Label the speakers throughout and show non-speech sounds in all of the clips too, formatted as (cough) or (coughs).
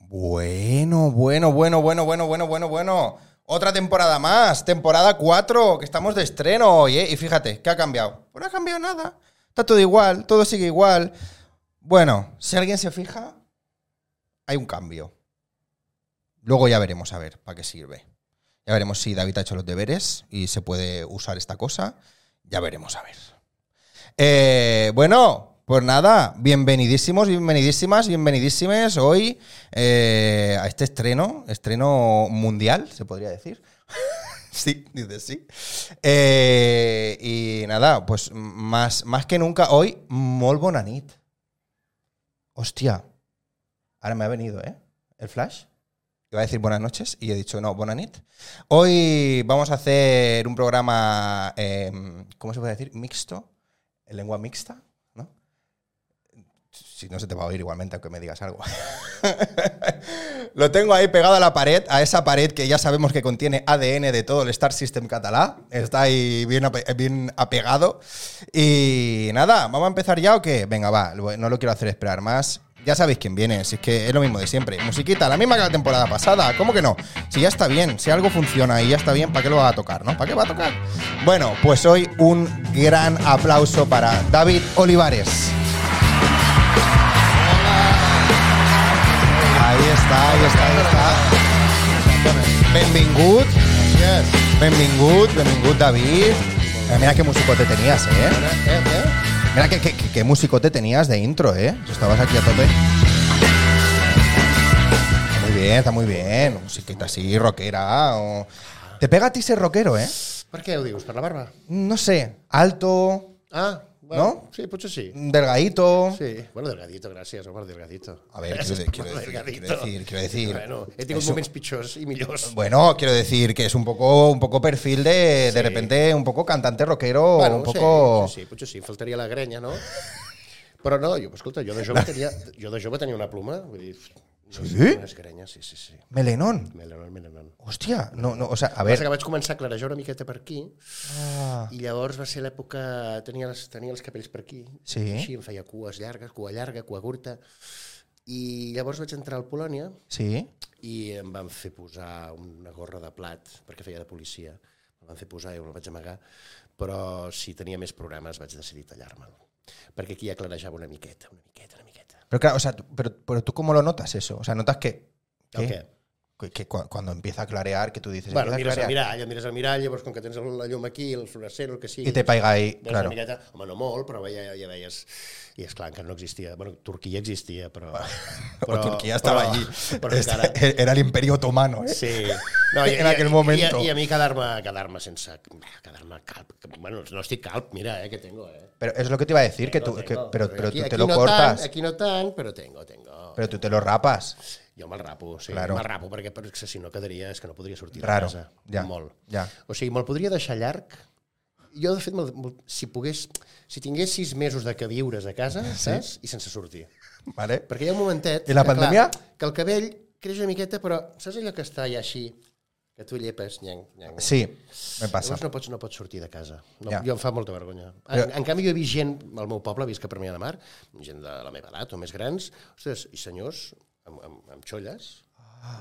Speaker 1: Bueno, bueno, bueno, bueno, bueno, bueno, bueno, bueno. Otra temporada más, temporada 4, que estamos de estreno hoy, ¿eh? Y fíjate, ¿qué ha cambiado? Pues no ha cambiado nada. Está todo igual, todo sigue igual. Bueno, si alguien se fija, hay un cambio. Luego ya veremos a ver para qué sirve. Ya veremos si David ha hecho los deberes y se puede usar esta cosa. Ya veremos a ver. Eh, bueno, pues nada, bienvenidísimos, bienvenidísimas, bienvenidísimes hoy eh, a este estreno, estreno mundial, se podría decir. (laughs) sí, dice sí. Eh, y nada, pues más, más que nunca hoy, mol bonanit. Hostia, ahora me ha venido, ¿eh? El flash iba a decir buenas noches y he dicho no, bonanit. Hoy vamos a hacer un programa, eh, ¿cómo se puede decir? Mixto, en lengua mixta, ¿no? Si no se te va a oír igualmente, aunque me digas algo. Lo tengo ahí pegado a la pared, a esa pared que ya sabemos que contiene ADN de todo el Star System catalá. Está ahí bien, ape- bien apegado. Y nada, ¿vamos a empezar ya o qué? Venga, va, no lo quiero hacer esperar más. Ya sabéis quién viene, si es que es lo mismo de siempre. Musiquita, la misma que la temporada pasada, ¿cómo que no? Si ya está bien, si algo funciona y ya está bien, ¿para qué lo va a tocar, no? ¿Para qué va a tocar? Bueno, pues hoy un gran aplauso para David Olivares. Ahí está, ahí está, ahí està. Benvingut.
Speaker 2: Yes.
Speaker 1: Benvingut, benvingut, David. Eh, Mira qué músico te tenías, eh. Mira qué, qué, qué- qué músico te tenías de intro, eh. Estabas aquí a tope. Está Muy bien, está muy bien. Musiquita así, rockera. o- Te pega a ti ser rockero, eh.
Speaker 2: Per què ho dius? Per la barba?
Speaker 1: No sé, alto,
Speaker 2: Ah, bueno,
Speaker 1: No?
Speaker 2: sí, potser sí.
Speaker 1: delgadito.
Speaker 2: Sí. Bueno, delgadito, gràcies, home, delgadito.
Speaker 1: A ver, quiero, de- quiero decir, quiero decir, quiero decir.
Speaker 2: Bueno, he tingut
Speaker 1: Eso-
Speaker 2: moments pitjors i millors.
Speaker 1: Bueno, quiero decir que es un poco, un poco perfil de, de repente, un poco cantante rockero,
Speaker 2: bueno,
Speaker 1: un poco.
Speaker 2: Sí, potser sí, potser sí, em faltaria la grenya, no? Però no, jo, escolta, jo de jove, tenia, jo de jove tenia una pluma, vull dir... No,
Speaker 1: Sí?
Speaker 2: Unes grenyes, sí, sí, sí.
Speaker 1: Melenón.
Speaker 2: Melenon, melenon.
Speaker 1: Hostia, no, no, o sea, a
Speaker 2: A veure,
Speaker 1: ver.
Speaker 2: que vaig començar a clarejar una miqueta per aquí
Speaker 1: Ah,
Speaker 2: i llavors va ser l'època... Tenia, les, tenia els capells per aquí,
Speaker 1: Sí.
Speaker 2: així, em feia cues llargues, cua llarga, cua curta, i llavors vaig entrar al Polònia
Speaker 1: sí.
Speaker 2: i em van fer posar una gorra de plat, perquè feia de policia. Em van fer posar, jo la vaig amagar, però si tenia més programes vaig decidir tallar-me'l. Perquè aquí ja clarejava una miqueta, una miqueta, una miqueta.
Speaker 1: Pero claro, o sea, tú- pero, pero tú cómo lo notas eso? O sea, notas que.
Speaker 2: El
Speaker 1: que- Que, que cu- cuando empieza a clarear, que tú dices.
Speaker 2: Bueno,
Speaker 1: empieza a
Speaker 2: mires al
Speaker 1: clarear,
Speaker 2: mirall, mires al mirall, llavors com que tens la llum aquí, el fluorescent, el que sigui...
Speaker 1: y te pega ahí,
Speaker 2: doncs
Speaker 1: claro.
Speaker 2: Una miqueta, home, no molt, però ja, ja veies... I és clar, encara no existia. Bueno, Turquia existia, però...
Speaker 1: (laughs) o
Speaker 2: però
Speaker 1: Turquía estaba
Speaker 2: però- (laughs)
Speaker 1: allí.
Speaker 2: Però
Speaker 1: Este- (laughs)
Speaker 2: encara,
Speaker 1: Era el imperio otomano, ¿eh?
Speaker 2: Sí.
Speaker 1: (laughs) En aquel momento.
Speaker 2: Y, a mí quedarme, quedarme sense... Quedarme calp. Bueno, no estoy calp, mira, eh, que tengo, eh.
Speaker 1: Pero es lo que te iba a decir, que tú, que-
Speaker 2: Tengo. eh,
Speaker 1: pero, pero
Speaker 2: Aquí-
Speaker 1: tú
Speaker 2: aquí
Speaker 1: te lo
Speaker 2: no
Speaker 1: cortas,
Speaker 2: Tan, aquí no tan, pero tengo, tengo.
Speaker 1: pero tú te lo rapas.
Speaker 2: Jo me'l rapo, sí,
Speaker 1: Claro.
Speaker 2: claro. me'l rapo, perquè, perquè si no quedaria, és que no podria sortir
Speaker 1: Raro,
Speaker 2: de casa.
Speaker 1: ja,
Speaker 2: Molt.
Speaker 1: ja.
Speaker 2: O sigui, me'l podria deixar llarg. Jo, de fet, me'l- me'l- si pogués... Si tingués sis mesos de que viures a casa, sí. saps? I sense sortir.
Speaker 1: ¿Vale?
Speaker 2: Perquè hi ha un momentet...
Speaker 1: I la
Speaker 2: que, clar,
Speaker 1: pandèmia?
Speaker 2: que el cabell creix una miqueta, però saps allò que està ja així? Que tu llepes, nyang, nyang.
Speaker 1: Sí, me pasa.
Speaker 2: Llavors no pots, no pots sortir de casa. No,
Speaker 1: Ja.
Speaker 2: Jo em fa molta vergonya. En,
Speaker 1: Però-
Speaker 2: en canvi, jo he vist gent al meu poble, visc a Premià de Mar, gent de la meva edat o més grans, ostres, i senyors amb, amb, amb xolles,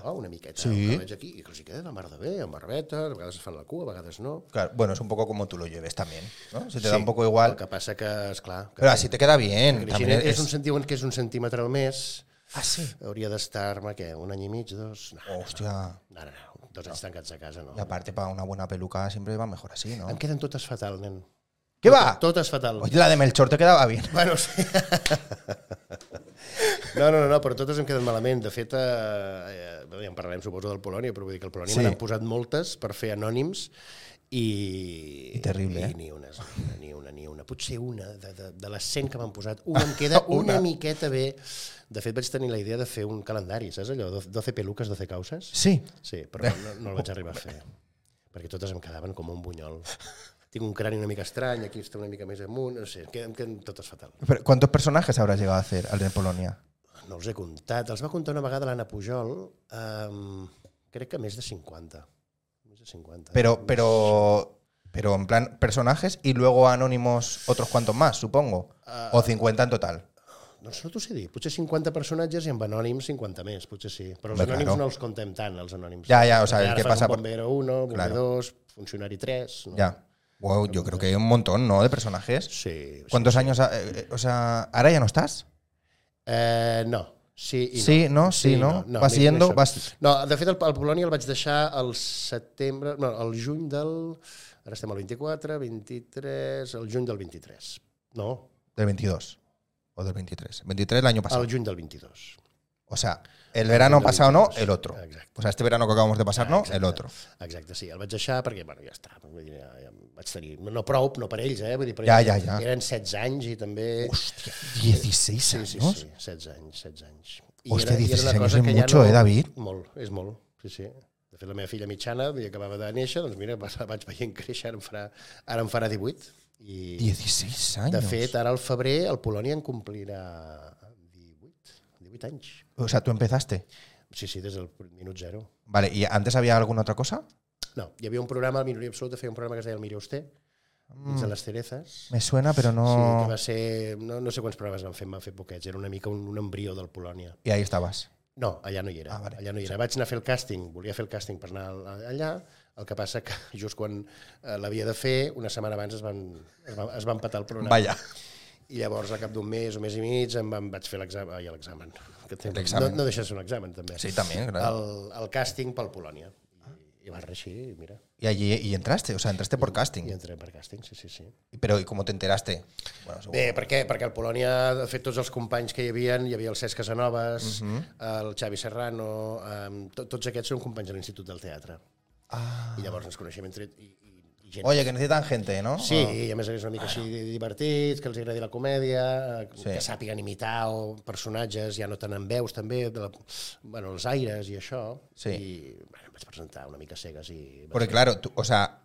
Speaker 2: no? una miqueta,
Speaker 1: Sí.
Speaker 2: sí. veig aquí, i que els hi queda la mar de bé, amb barbeta, a vegades es fan la cua, a vegades no.
Speaker 1: Claro, bueno, es un poco como tú lo lleves también, ¿no? Se te da
Speaker 2: Sí,
Speaker 1: un poco
Speaker 2: El
Speaker 1: igual.
Speaker 2: que passa que, esclar... Que
Speaker 1: Pero así te queda bien.
Speaker 2: creixent
Speaker 1: También
Speaker 2: és,
Speaker 1: es,
Speaker 2: un, cen- diuen que és un centímetre al mes,
Speaker 1: Ah, sí.
Speaker 2: hauria d'estar-me, què, un any i mig, dos? No,
Speaker 1: Hostia.
Speaker 2: no, no, no dos anys tancats a casa, no.
Speaker 1: Y aparte, para una buena peluca siempre va mejor así, ¿no?
Speaker 2: Em queden totes fatal, nen.
Speaker 1: ¿Qué va?
Speaker 2: Totes fatal.
Speaker 1: Oye, la de Melchor te quedaba bien.
Speaker 2: Bueno, sí. No, no, no, no, però totes em queden malament. De fet, eh, eh, bé, ja en parlarem, suposo, del Polònia, però vull dir que el Polònia
Speaker 1: Sí.
Speaker 2: sí. m'han posat moltes per fer anònims i...
Speaker 1: I terrible,
Speaker 2: i
Speaker 1: eh?
Speaker 2: ni una, ni una, ni una. Potser una, de, de, de les 100 que m'han posat, una em queda
Speaker 1: (laughs)
Speaker 2: una.
Speaker 1: Una.
Speaker 2: una miqueta bé. De fet, vaig tenir la idea de fer un calendari, saps allò? 12 peluques, 12 causes.
Speaker 1: Sí.
Speaker 2: Sí, però no, no el vaig arribar a fer. Perquè totes em quedaven com un bunyol. Tinc un crani una mica estrany, aquí està una mica més amunt, no sé, em queden, em queden totes fatal.
Speaker 1: Pero, ¿Cuántos personajes habrás llegado a hacer al de Polonia?
Speaker 2: No els he comptat. Els va contar una vegada l'Anna Pujol, um, crec que més de 50. Més de 50.
Speaker 1: Pero, pero, pero en Ah. plan personajes y luego anónimos otros cuantos más, supongo. o 50 en total.
Speaker 2: Doncs no t'ho sé dir. Potser 50 personatges i amb anònims 50 més, potser sí. Però els
Speaker 1: Home,
Speaker 2: anònims
Speaker 1: claro.
Speaker 2: no els comptem tant, els anònims.
Speaker 1: Ya, ya, o sea, el
Speaker 2: Ara
Speaker 1: que
Speaker 2: fas
Speaker 1: pasa
Speaker 2: Un
Speaker 1: por-
Speaker 2: bombero 1, bomber
Speaker 1: Claro.
Speaker 2: 2, funcionari 3... No?
Speaker 1: Ya. Wow, yo creo que hay un montón, ¿no? De personajes.
Speaker 2: Sí. sí.
Speaker 1: ¿Cuántos años? ha- eh, eh, o sea, ¿ahora ya no estás?
Speaker 2: Eh, no. Sí, i
Speaker 1: Sí, no, sí, no. Vas
Speaker 2: mira,
Speaker 1: yendo,
Speaker 2: això.
Speaker 1: vas-
Speaker 2: No, de fet, el, el Polònia el vaig deixar el setembre... No, el juny del... Ara estem al 24, 23... El juny del 23. No,
Speaker 1: Del 22. O del 23. 23 el año pasado.
Speaker 2: el juny del 22.
Speaker 1: O sea, el verano
Speaker 2: del
Speaker 1: pasado no,
Speaker 2: 22.
Speaker 1: el otro.
Speaker 2: Exacte.
Speaker 1: O sea, este verano que acabamos de pasar no,
Speaker 2: Exacte.
Speaker 1: el otro.
Speaker 2: Exacte, sí, el vaig deixar perquè, bueno, ja està. Vull dir, ja, ja vaig tenir... No, no prou, no per ells, eh? Vull dir, per
Speaker 1: Ja,
Speaker 2: ells
Speaker 1: ja, ja.
Speaker 2: Eren 16 anys i també...
Speaker 1: Hostia, 16
Speaker 2: sí,
Speaker 1: años.
Speaker 2: sí, sí, 16 anys, 16 anys.
Speaker 1: Hòstia,
Speaker 2: i
Speaker 1: 16
Speaker 2: una
Speaker 1: anys
Speaker 2: cosa
Speaker 1: és
Speaker 2: que ja
Speaker 1: mucho, eh, David?
Speaker 2: Molt, és molt, sí, sí. De fet, la meva filla mitjana, i acabava de néixer, doncs mira, (laughs) la vaig veient créixer, ara en farà, ara en farà 18. I,
Speaker 1: 16 años.
Speaker 2: de fet, ara al febrer el Polònia en complirà 18, 18 anys.
Speaker 1: o sea, tú empezaste.
Speaker 2: Sí, sí, des del minut zero.
Speaker 1: Vale, ¿y antes había alguna otra cosa?
Speaker 2: No, hi havia un programa, la minoria absoluta feia un programa que es deia El mira usted, dins de
Speaker 1: Mm.
Speaker 2: les cerezas.
Speaker 1: Me suena, pero
Speaker 2: Sí, que
Speaker 1: no.
Speaker 2: va ser... No, no sé quants programes van fer, en van fer poquets. Era una mica un, un embrió del Polònia.
Speaker 1: y ahí estabas.
Speaker 2: No, allà no hi era.
Speaker 1: Ah, vale.
Speaker 2: Allà no hi era. Vaig anar a fer el càsting, volia fer el càsting per anar al- allà, el que passa que (laughs) just quan eh, l'havia de fer, una setmana abans es van, es van, es van petar el programa.
Speaker 1: Vaya.
Speaker 2: I llavors, al cap d'un mes o mes i mig, em van, vaig fer l'examen. Ai, l'examen. Que té- No,
Speaker 1: L'examen.
Speaker 2: no deixa de ser un examen, també.
Speaker 1: Sí, també, clar.
Speaker 2: El, el càsting pel Polònia. I, i va reeixir, i mira,
Speaker 1: Y allí y entraste, o sea, entraste por
Speaker 2: i
Speaker 1: casting.
Speaker 2: entrem per càsting, sí, sí, sí.
Speaker 1: Pero ¿y cómo te enteraste? Bueno, seguro.
Speaker 2: Bé, per què? Perquè al Polònia, de fet, tots els companys que hi havia, hi havia el Cesc Casanovas,
Speaker 1: Mhm.
Speaker 2: el Xavi Serrano, em, to, tots aquests són companys de l'Institut del Teatre.
Speaker 1: Ah.
Speaker 2: I llavors ens coneixem entre... I, i, i gent.
Speaker 1: Oye, que necesitan gente, ¿no?
Speaker 2: Sí, i a més a més una mica així divertits, que els agradi la comèdia, eh,
Speaker 1: Sí.
Speaker 2: que sàpiguen imitar o personatges, ja no tant en veus també, de la, bueno, els aires i això.
Speaker 1: Sí.
Speaker 2: I bueno, em vaig presentar una mica cegues i...
Speaker 1: Porque claro, tú- o sea,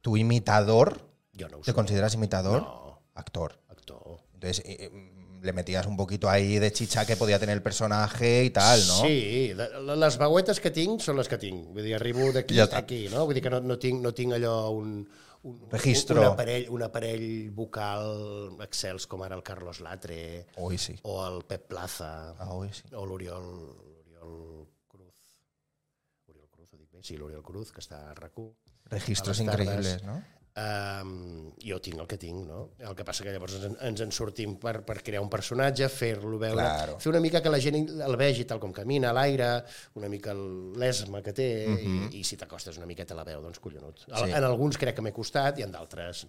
Speaker 1: tu imitador,
Speaker 2: Jo no ho
Speaker 1: ¿te
Speaker 2: sé,
Speaker 1: consideras imitador?
Speaker 2: Pues No.
Speaker 1: Actor.
Speaker 2: actor.
Speaker 1: Entonces, eh, eh, le metías un poquito ahí de chicha que podía tener el personaje y tal, ¿no?
Speaker 2: Sí, de- de- les veuetes que tinc són les que tinc. Vull dir, arribo d'aquí
Speaker 1: Ja
Speaker 2: ja
Speaker 1: està.
Speaker 2: aquí, no? Vull dir que no, no, tinc, no tinc allò un... un
Speaker 1: Registro.
Speaker 2: Un aparell, un aparell vocal excels com ara el Carlos Latre
Speaker 1: Hoy sí.
Speaker 2: o el Pep Plaza
Speaker 1: Ah, hoy sí.
Speaker 2: o l'Oriol l'Oriol Cruz. Oriol Cruz, ho dic bé? Sí, l'Oriol Cruz, que està a RAC1.
Speaker 1: Registros
Speaker 2: A las tardes.
Speaker 1: increíbles, ¿no?
Speaker 2: Um, jo tinc el que tinc, no? El que passa que llavors ens, ens en sortim per, per crear un personatge, fer-lo veure,
Speaker 1: Claro.
Speaker 2: fer una mica que la gent el vegi tal com camina, a l'aire, una mica el- l'esma que té, i, i si t'acostes una miqueta a la veu, doncs collonut.
Speaker 1: Sí.
Speaker 2: Sí. En alguns crec que m'he costat i en d'altres...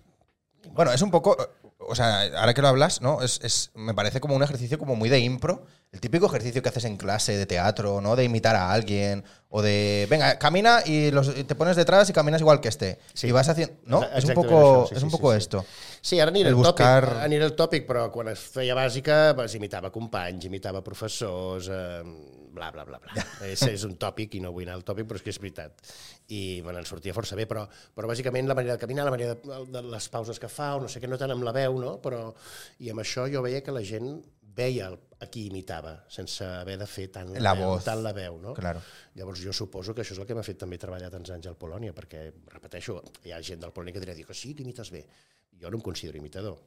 Speaker 1: Bueno, es un poco, o sea, ahora que lo hablas, ¿no? Es, es- me parece como un ejercicio como muy de impro, el típico ejercicio que haces en clase de teatro, ¿no? De imitar a alguien o de, venga, camina y los- y te pones detrás y caminas igual que este.
Speaker 2: Sí.
Speaker 1: Y vas haciendo, ¿no?
Speaker 2: Exa-
Speaker 1: Es un
Speaker 2: exactamente
Speaker 1: poco,
Speaker 2: eso, sí,
Speaker 1: es
Speaker 2: sí,
Speaker 1: un
Speaker 2: sí,
Speaker 1: poco
Speaker 2: sí.
Speaker 1: esto.
Speaker 2: Sí, ara aniré
Speaker 1: El
Speaker 2: al
Speaker 1: buscar-
Speaker 2: tòpic, aniré al tòpic, però quan es feia bàsica pues, imitava companys, imitava professors, eh, bla, bla,
Speaker 1: (laughs)
Speaker 2: bla, bla. és, és un tòpic i no vull anar al tòpic, però és que és veritat. I bueno, en sortia força bé, però, però bàsicament la manera de caminar, la manera de, de les pauses que fa, o no sé què, no tant amb la veu, no? Però, I amb això jo veia que la gent veia el, a qui imitava, sense haver de fer tant la,
Speaker 1: La
Speaker 2: veu,
Speaker 1: voz.
Speaker 2: tant la veu, no?
Speaker 1: Claro.
Speaker 2: Llavors jo suposo que això és el que m'ha fet també treballar tants anys al Polònia, perquè, repeteixo, hi ha gent del Polònia que dirà, dic, sí, que imites bé. Jo no em considero imitador,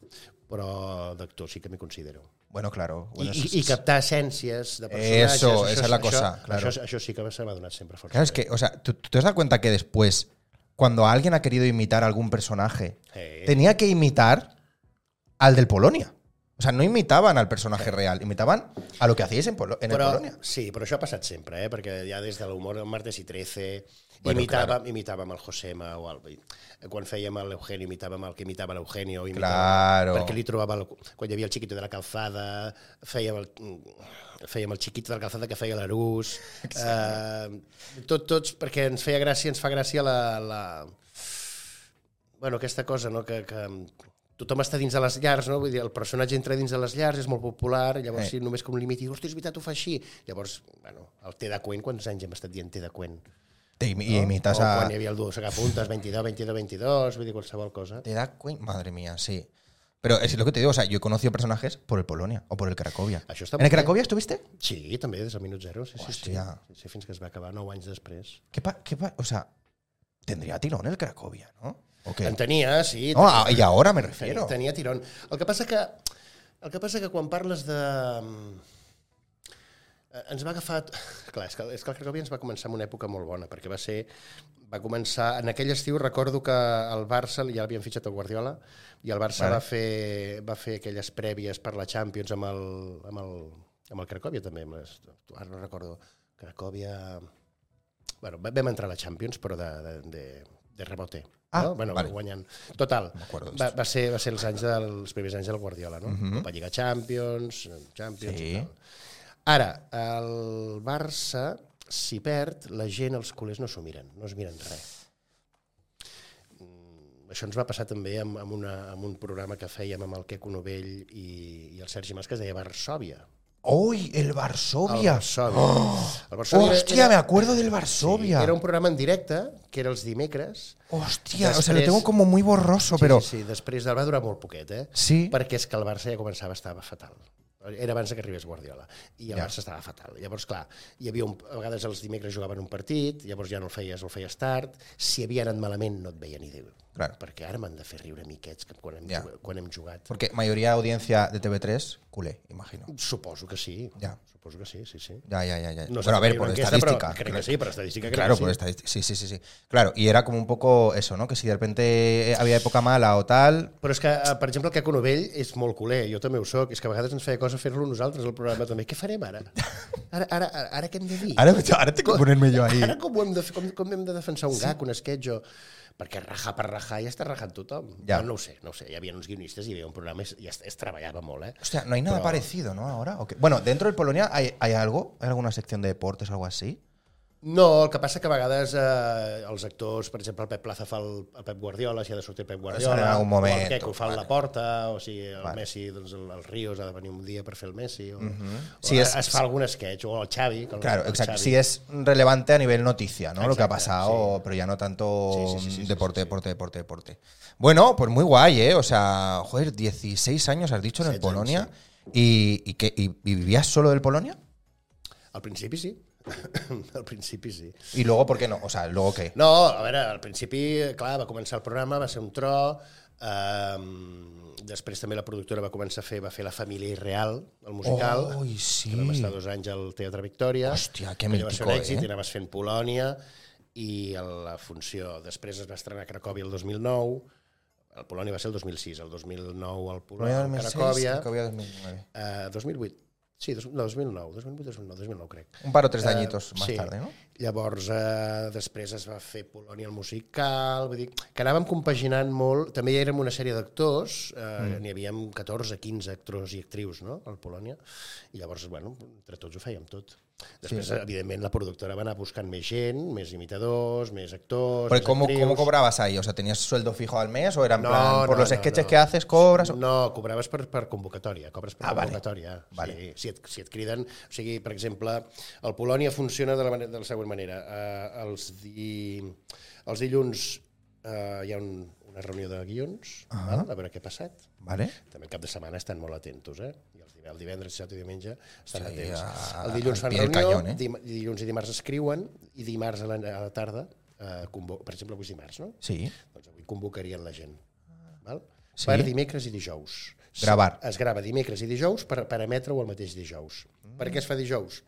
Speaker 2: però d'actor sí que m'hi considero.
Speaker 1: Bueno, claro.
Speaker 2: I,
Speaker 1: bueno,
Speaker 2: i,
Speaker 1: es-
Speaker 2: I captar essències de personatges...
Speaker 1: Eso, esa
Speaker 2: és-
Speaker 1: es la cosa,
Speaker 2: Això,
Speaker 1: claro.
Speaker 2: això, això sí que se m'ha donat sempre força.
Speaker 1: Claro, es que, o sea, ¿tú, tú te has dado cuenta que después, cuando alguien ha querido imitar a algún personaje,
Speaker 2: Eh.
Speaker 1: tenía que imitar al del Polonia. O sea, no imitaven al
Speaker 2: Eh.
Speaker 1: personaje real, imitaban a lo que hacíais en, Polo- en el
Speaker 2: però,
Speaker 1: Polonia.
Speaker 2: Sí, però això ha passat sempre, eh? perquè ja des de l'humor del martes i 13
Speaker 1: Bueno,
Speaker 2: bueno, imitàvem, imitàvem el Josema o el, quan fèiem l'Eugenio imitàvem el que imitava l'Eugenio
Speaker 1: Claro.
Speaker 2: imitàvem- perquè li trobava el, quan hi havia el xiquito de la calzada fèiem el, fèiem el xiquito de la calzada que feia l'Arús eh, tot, tots perquè ens feia gràcia ens fa gràcia la, la bueno, aquesta cosa no? que, que tothom està dins de les llars, no? Vull dir, el personatge entra dins de les llars, és molt popular, llavors
Speaker 1: Sí.
Speaker 2: sí. si només que un limiti, hòstia, és veritat, ho fa així. Llavors, bueno, el té de Quen, quants anys hem estat dient té de Quen?
Speaker 1: Te imi- y imitas
Speaker 2: o
Speaker 1: a...
Speaker 2: quan hi havia el duo Sacapuntes, 22, 22, 22, vull dir, qualsevol cosa.
Speaker 1: Te da cuen- Madre mía, sí. Pero es lo que te digo, o sea, yo he conocido personajes por el Polonia o por el Cracovia.
Speaker 2: Això està
Speaker 1: ¿En el
Speaker 2: molt bé.
Speaker 1: Cracovia estuviste?
Speaker 2: Sí, també, des del minut zero, sí, sí, sí,
Speaker 1: Hòstia.
Speaker 2: sí, sí, fins que es va acabar 9 anys després.
Speaker 1: ¿Qué pa- qué pa- o sea, tendría tirón el Cracovia, ¿no? ¿O qué?
Speaker 2: En tenia, sí,
Speaker 1: No, a- y ahora me refiero.
Speaker 2: Tenia, tenia tirón. El que passa que El que passa que quan parles de... Eh, Ens va agafar... (laughs) Clar, és que, és que el Cracòvia ens va començar en una època molt bona, perquè va ser... Va començar... En aquell estiu recordo que el Barça, ja l'havien fitxat el Guardiola, i el Barça
Speaker 1: Vale.
Speaker 2: va, fer, va fer aquelles prèvies per la Champions amb el, amb el, amb el Cracòvia també. Amb les, ara no recordo. Cracòvia... Bueno, va- vam entrar a la Champions, però de, de, de, de rebote.
Speaker 1: Ah,
Speaker 2: no? bueno,
Speaker 1: vale.
Speaker 2: guanyant. Total,
Speaker 1: M'acuerdo
Speaker 2: va, va, ser, va ser els, anys del, els primers anys del Guardiola, no? Uh
Speaker 1: Mhm.
Speaker 2: -huh. Copa Lliga Champions,
Speaker 1: Sí.
Speaker 2: Champions sí. i tal. Ara, el Barça, si perd, la gent, els culers no s'ho miren, no es miren res. Mm, Això ens va passar també amb, amb, una, amb un programa que fèiem amb el Queco Novell i, i el Sergi Mas, que es deia Varsovia.
Speaker 1: ¡Uy! El Varsovia.
Speaker 2: El Varsovia. El Varsovia
Speaker 1: Hostia, me acuerdo del Varsovia.
Speaker 2: Era un programa en directe, que era els dimecres,
Speaker 1: Hostia, o sea, lo
Speaker 2: Després-
Speaker 1: tengo como muy borroso, pero
Speaker 2: Sí, sí, sí, després del va durar molt poquet, eh?
Speaker 1: Sí.
Speaker 2: Perquè és que el Barça ja començava a estar fatal. Era abans que arribés Guardiola. I el
Speaker 1: Ja.
Speaker 2: ja. Barça estava fatal. Llavors, clar, hi havia un, a vegades els dimecres jugaven un partit, llavors ja no el feies, el feies tard. Si havia anat malament, no et veia ni Déu.
Speaker 1: Claro.
Speaker 2: Perquè ara m'han de fer riure miquets que quan hem,
Speaker 1: Ja.
Speaker 2: ja. quan hem jugat.
Speaker 1: Porque mayoría audiencia de TV3, culé, imagino.
Speaker 2: Suposo que sí.
Speaker 1: Ja.
Speaker 2: Suposo que sí, sí, sí.
Speaker 1: Ya, ya, ya, ya.
Speaker 2: No sé
Speaker 1: bueno, a ver,
Speaker 2: si
Speaker 1: por
Speaker 2: una enquesta,
Speaker 1: estadística.
Speaker 2: Però, crec que sí, per estadística crec
Speaker 1: Claro,
Speaker 2: que sí.
Speaker 1: por estadística. Sí, sí, sí, sí. Claro, y era como un poco eso, ¿no? Que si de repente había época mala o tal.
Speaker 2: Però és que, eh, per exemple, el Caco Novell és molt culer, jo també ho soc, és que a vegades ens feia cosa fer-lo nosaltres al programa també. Què farem ara? Ara, ara, ara, ara què hem de dir?
Speaker 1: Ahora, ahora tengo que ponerme yo ahí.
Speaker 2: Ara com, ho hem de, fer- com, com hem de defensar un sí. gag, un sketch o... Perquè rajar per rajar ja està rajant tothom.
Speaker 1: Ja.
Speaker 2: No, no ho sé, no ho sé. Hi havia uns guionistes i hi havia un programa i es, es treballava molt, eh?
Speaker 1: (laughs) Hostia, no hay nada parecido, ¿no? Ahora. ¿o qué? Bueno, dentro del Polonia hay, hay algo, hay alguna sección de deportes o algo así.
Speaker 2: No, el que passa que a vegades eh, els actors, per exemple, el Pep Plaza fa el, el Pep Guardiola, si ha de sortir Pep
Speaker 1: serà
Speaker 2: Guardiola,
Speaker 1: en algun moment,
Speaker 2: o el Queco fa vale. la porta, o sigui, el
Speaker 1: Vale.
Speaker 2: vale. Messi, doncs el, el Ríos ha de venir un dia per fer el Messi, o, uh -huh. o
Speaker 1: Mhm. Sí,
Speaker 2: sí,
Speaker 1: és-
Speaker 2: es, es fa algun sketch, o el Xavi. Que el-
Speaker 1: Claro,
Speaker 2: el
Speaker 1: exacto.
Speaker 2: Pues Xavi-
Speaker 1: Sí eh. es relevante a nivel noticia, ¿no? Lo que ha
Speaker 2: Exacto,
Speaker 1: pasado, pero ya no tanto
Speaker 2: Sí, sí, sí, sí,
Speaker 1: mm,
Speaker 2: sí,
Speaker 1: deporte,
Speaker 2: sí, sí.
Speaker 1: deporte, deporte, deporte. Bueno, pues muy guay, ¿eh? O sea, joder, 16 años has dicho en el
Speaker 2: 16 años,
Speaker 1: Polonia. ¿Y, y, qué- y- y vivías solo del Polonia?
Speaker 2: Al principi sí. (laughs) al principi sí.
Speaker 1: ¿Y luego por qué no? O sea, ¿luego qué?
Speaker 2: No, a veure, al principi, clar, va començar el programa, va ser un tro, ehm, després també la productora va començar a fer, va fer La família irreal, el musical,
Speaker 1: Uy,
Speaker 2: que vam
Speaker 1: sí.
Speaker 2: estar dos anys al Teatre Victòria.
Speaker 1: Hòstia, que
Speaker 2: Allò va ser un
Speaker 1: mítico,
Speaker 2: èxit,
Speaker 1: eh?
Speaker 2: i anaves fent Polònia, i a la funció. Després es va estrenar a Cracòvia el 2009, el Polònia va ser el 2006, el 2009 al Polònia, el
Speaker 1: 2006,
Speaker 2: Cracòvia,
Speaker 1: Cracòvia 2009.
Speaker 2: eh, 2008, sí, dos, no, 2009, 2008, 2009, 2009 crec.
Speaker 1: Un par o tres
Speaker 2: Eh,
Speaker 1: dañitos más
Speaker 2: sí.
Speaker 1: tarde, ¿no?
Speaker 2: Llavors, eh, després es va fer Polònia el musical, vull dir, que anàvem compaginant molt, també ja érem una sèrie d'actors, eh, mm. n'hi havíem 14, 15 actors i actrius, no?, al Polònia, i llavors, bueno, entre tots ho fèiem tot. Després, sí. evidentment, la productora va anar buscant més gent, més imitadors, més actors,
Speaker 1: Porque
Speaker 2: més
Speaker 1: ¿cómo,
Speaker 2: actrius.
Speaker 1: ¿Cómo cobrabas ahí? O sea, ¿tenías sueldo fijo al mes o eran
Speaker 2: Pues No,
Speaker 1: plan, por
Speaker 2: no,
Speaker 1: los
Speaker 2: no,
Speaker 1: sketches
Speaker 2: no.
Speaker 1: que haces cobras? o-
Speaker 2: No, cobraves per, per convocatòria, cobres per
Speaker 1: Ah,
Speaker 2: ah,
Speaker 1: vale.
Speaker 2: convocatòria.
Speaker 1: Vale.
Speaker 2: Sí, si, et, si et criden... O sigui, per exemple, el Polònia funciona de la, manera, de la següent manera. Uh, els, di, els dilluns uh, hi ha un, una reunió de guions,
Speaker 1: Ah.
Speaker 2: uh -huh. a veure què ha passat.
Speaker 1: ¿Vale?
Speaker 2: També el cap de setmana estan molt atentos, eh? I els div- el divendres, dissabte i diumenge estan
Speaker 1: Sí,
Speaker 2: sí, atents.
Speaker 1: a-
Speaker 2: El dilluns
Speaker 1: al
Speaker 2: fan
Speaker 1: pie del
Speaker 2: reunió,
Speaker 1: cañón, eh?
Speaker 2: dim dilluns i dimarts escriuen, i dimarts a la, a la tarda, eh, convo- per exemple, avui és dimarts, no?
Speaker 1: Sí.
Speaker 2: Doncs avui convocarien la gent. Val?
Speaker 1: Sí?
Speaker 2: Sí? Per dimecres i dijous. Sí,
Speaker 1: Gravar.
Speaker 2: Es grava dimecres i dijous per, per emetre-ho el mateix dijous. Mm. Per què es fa dijous?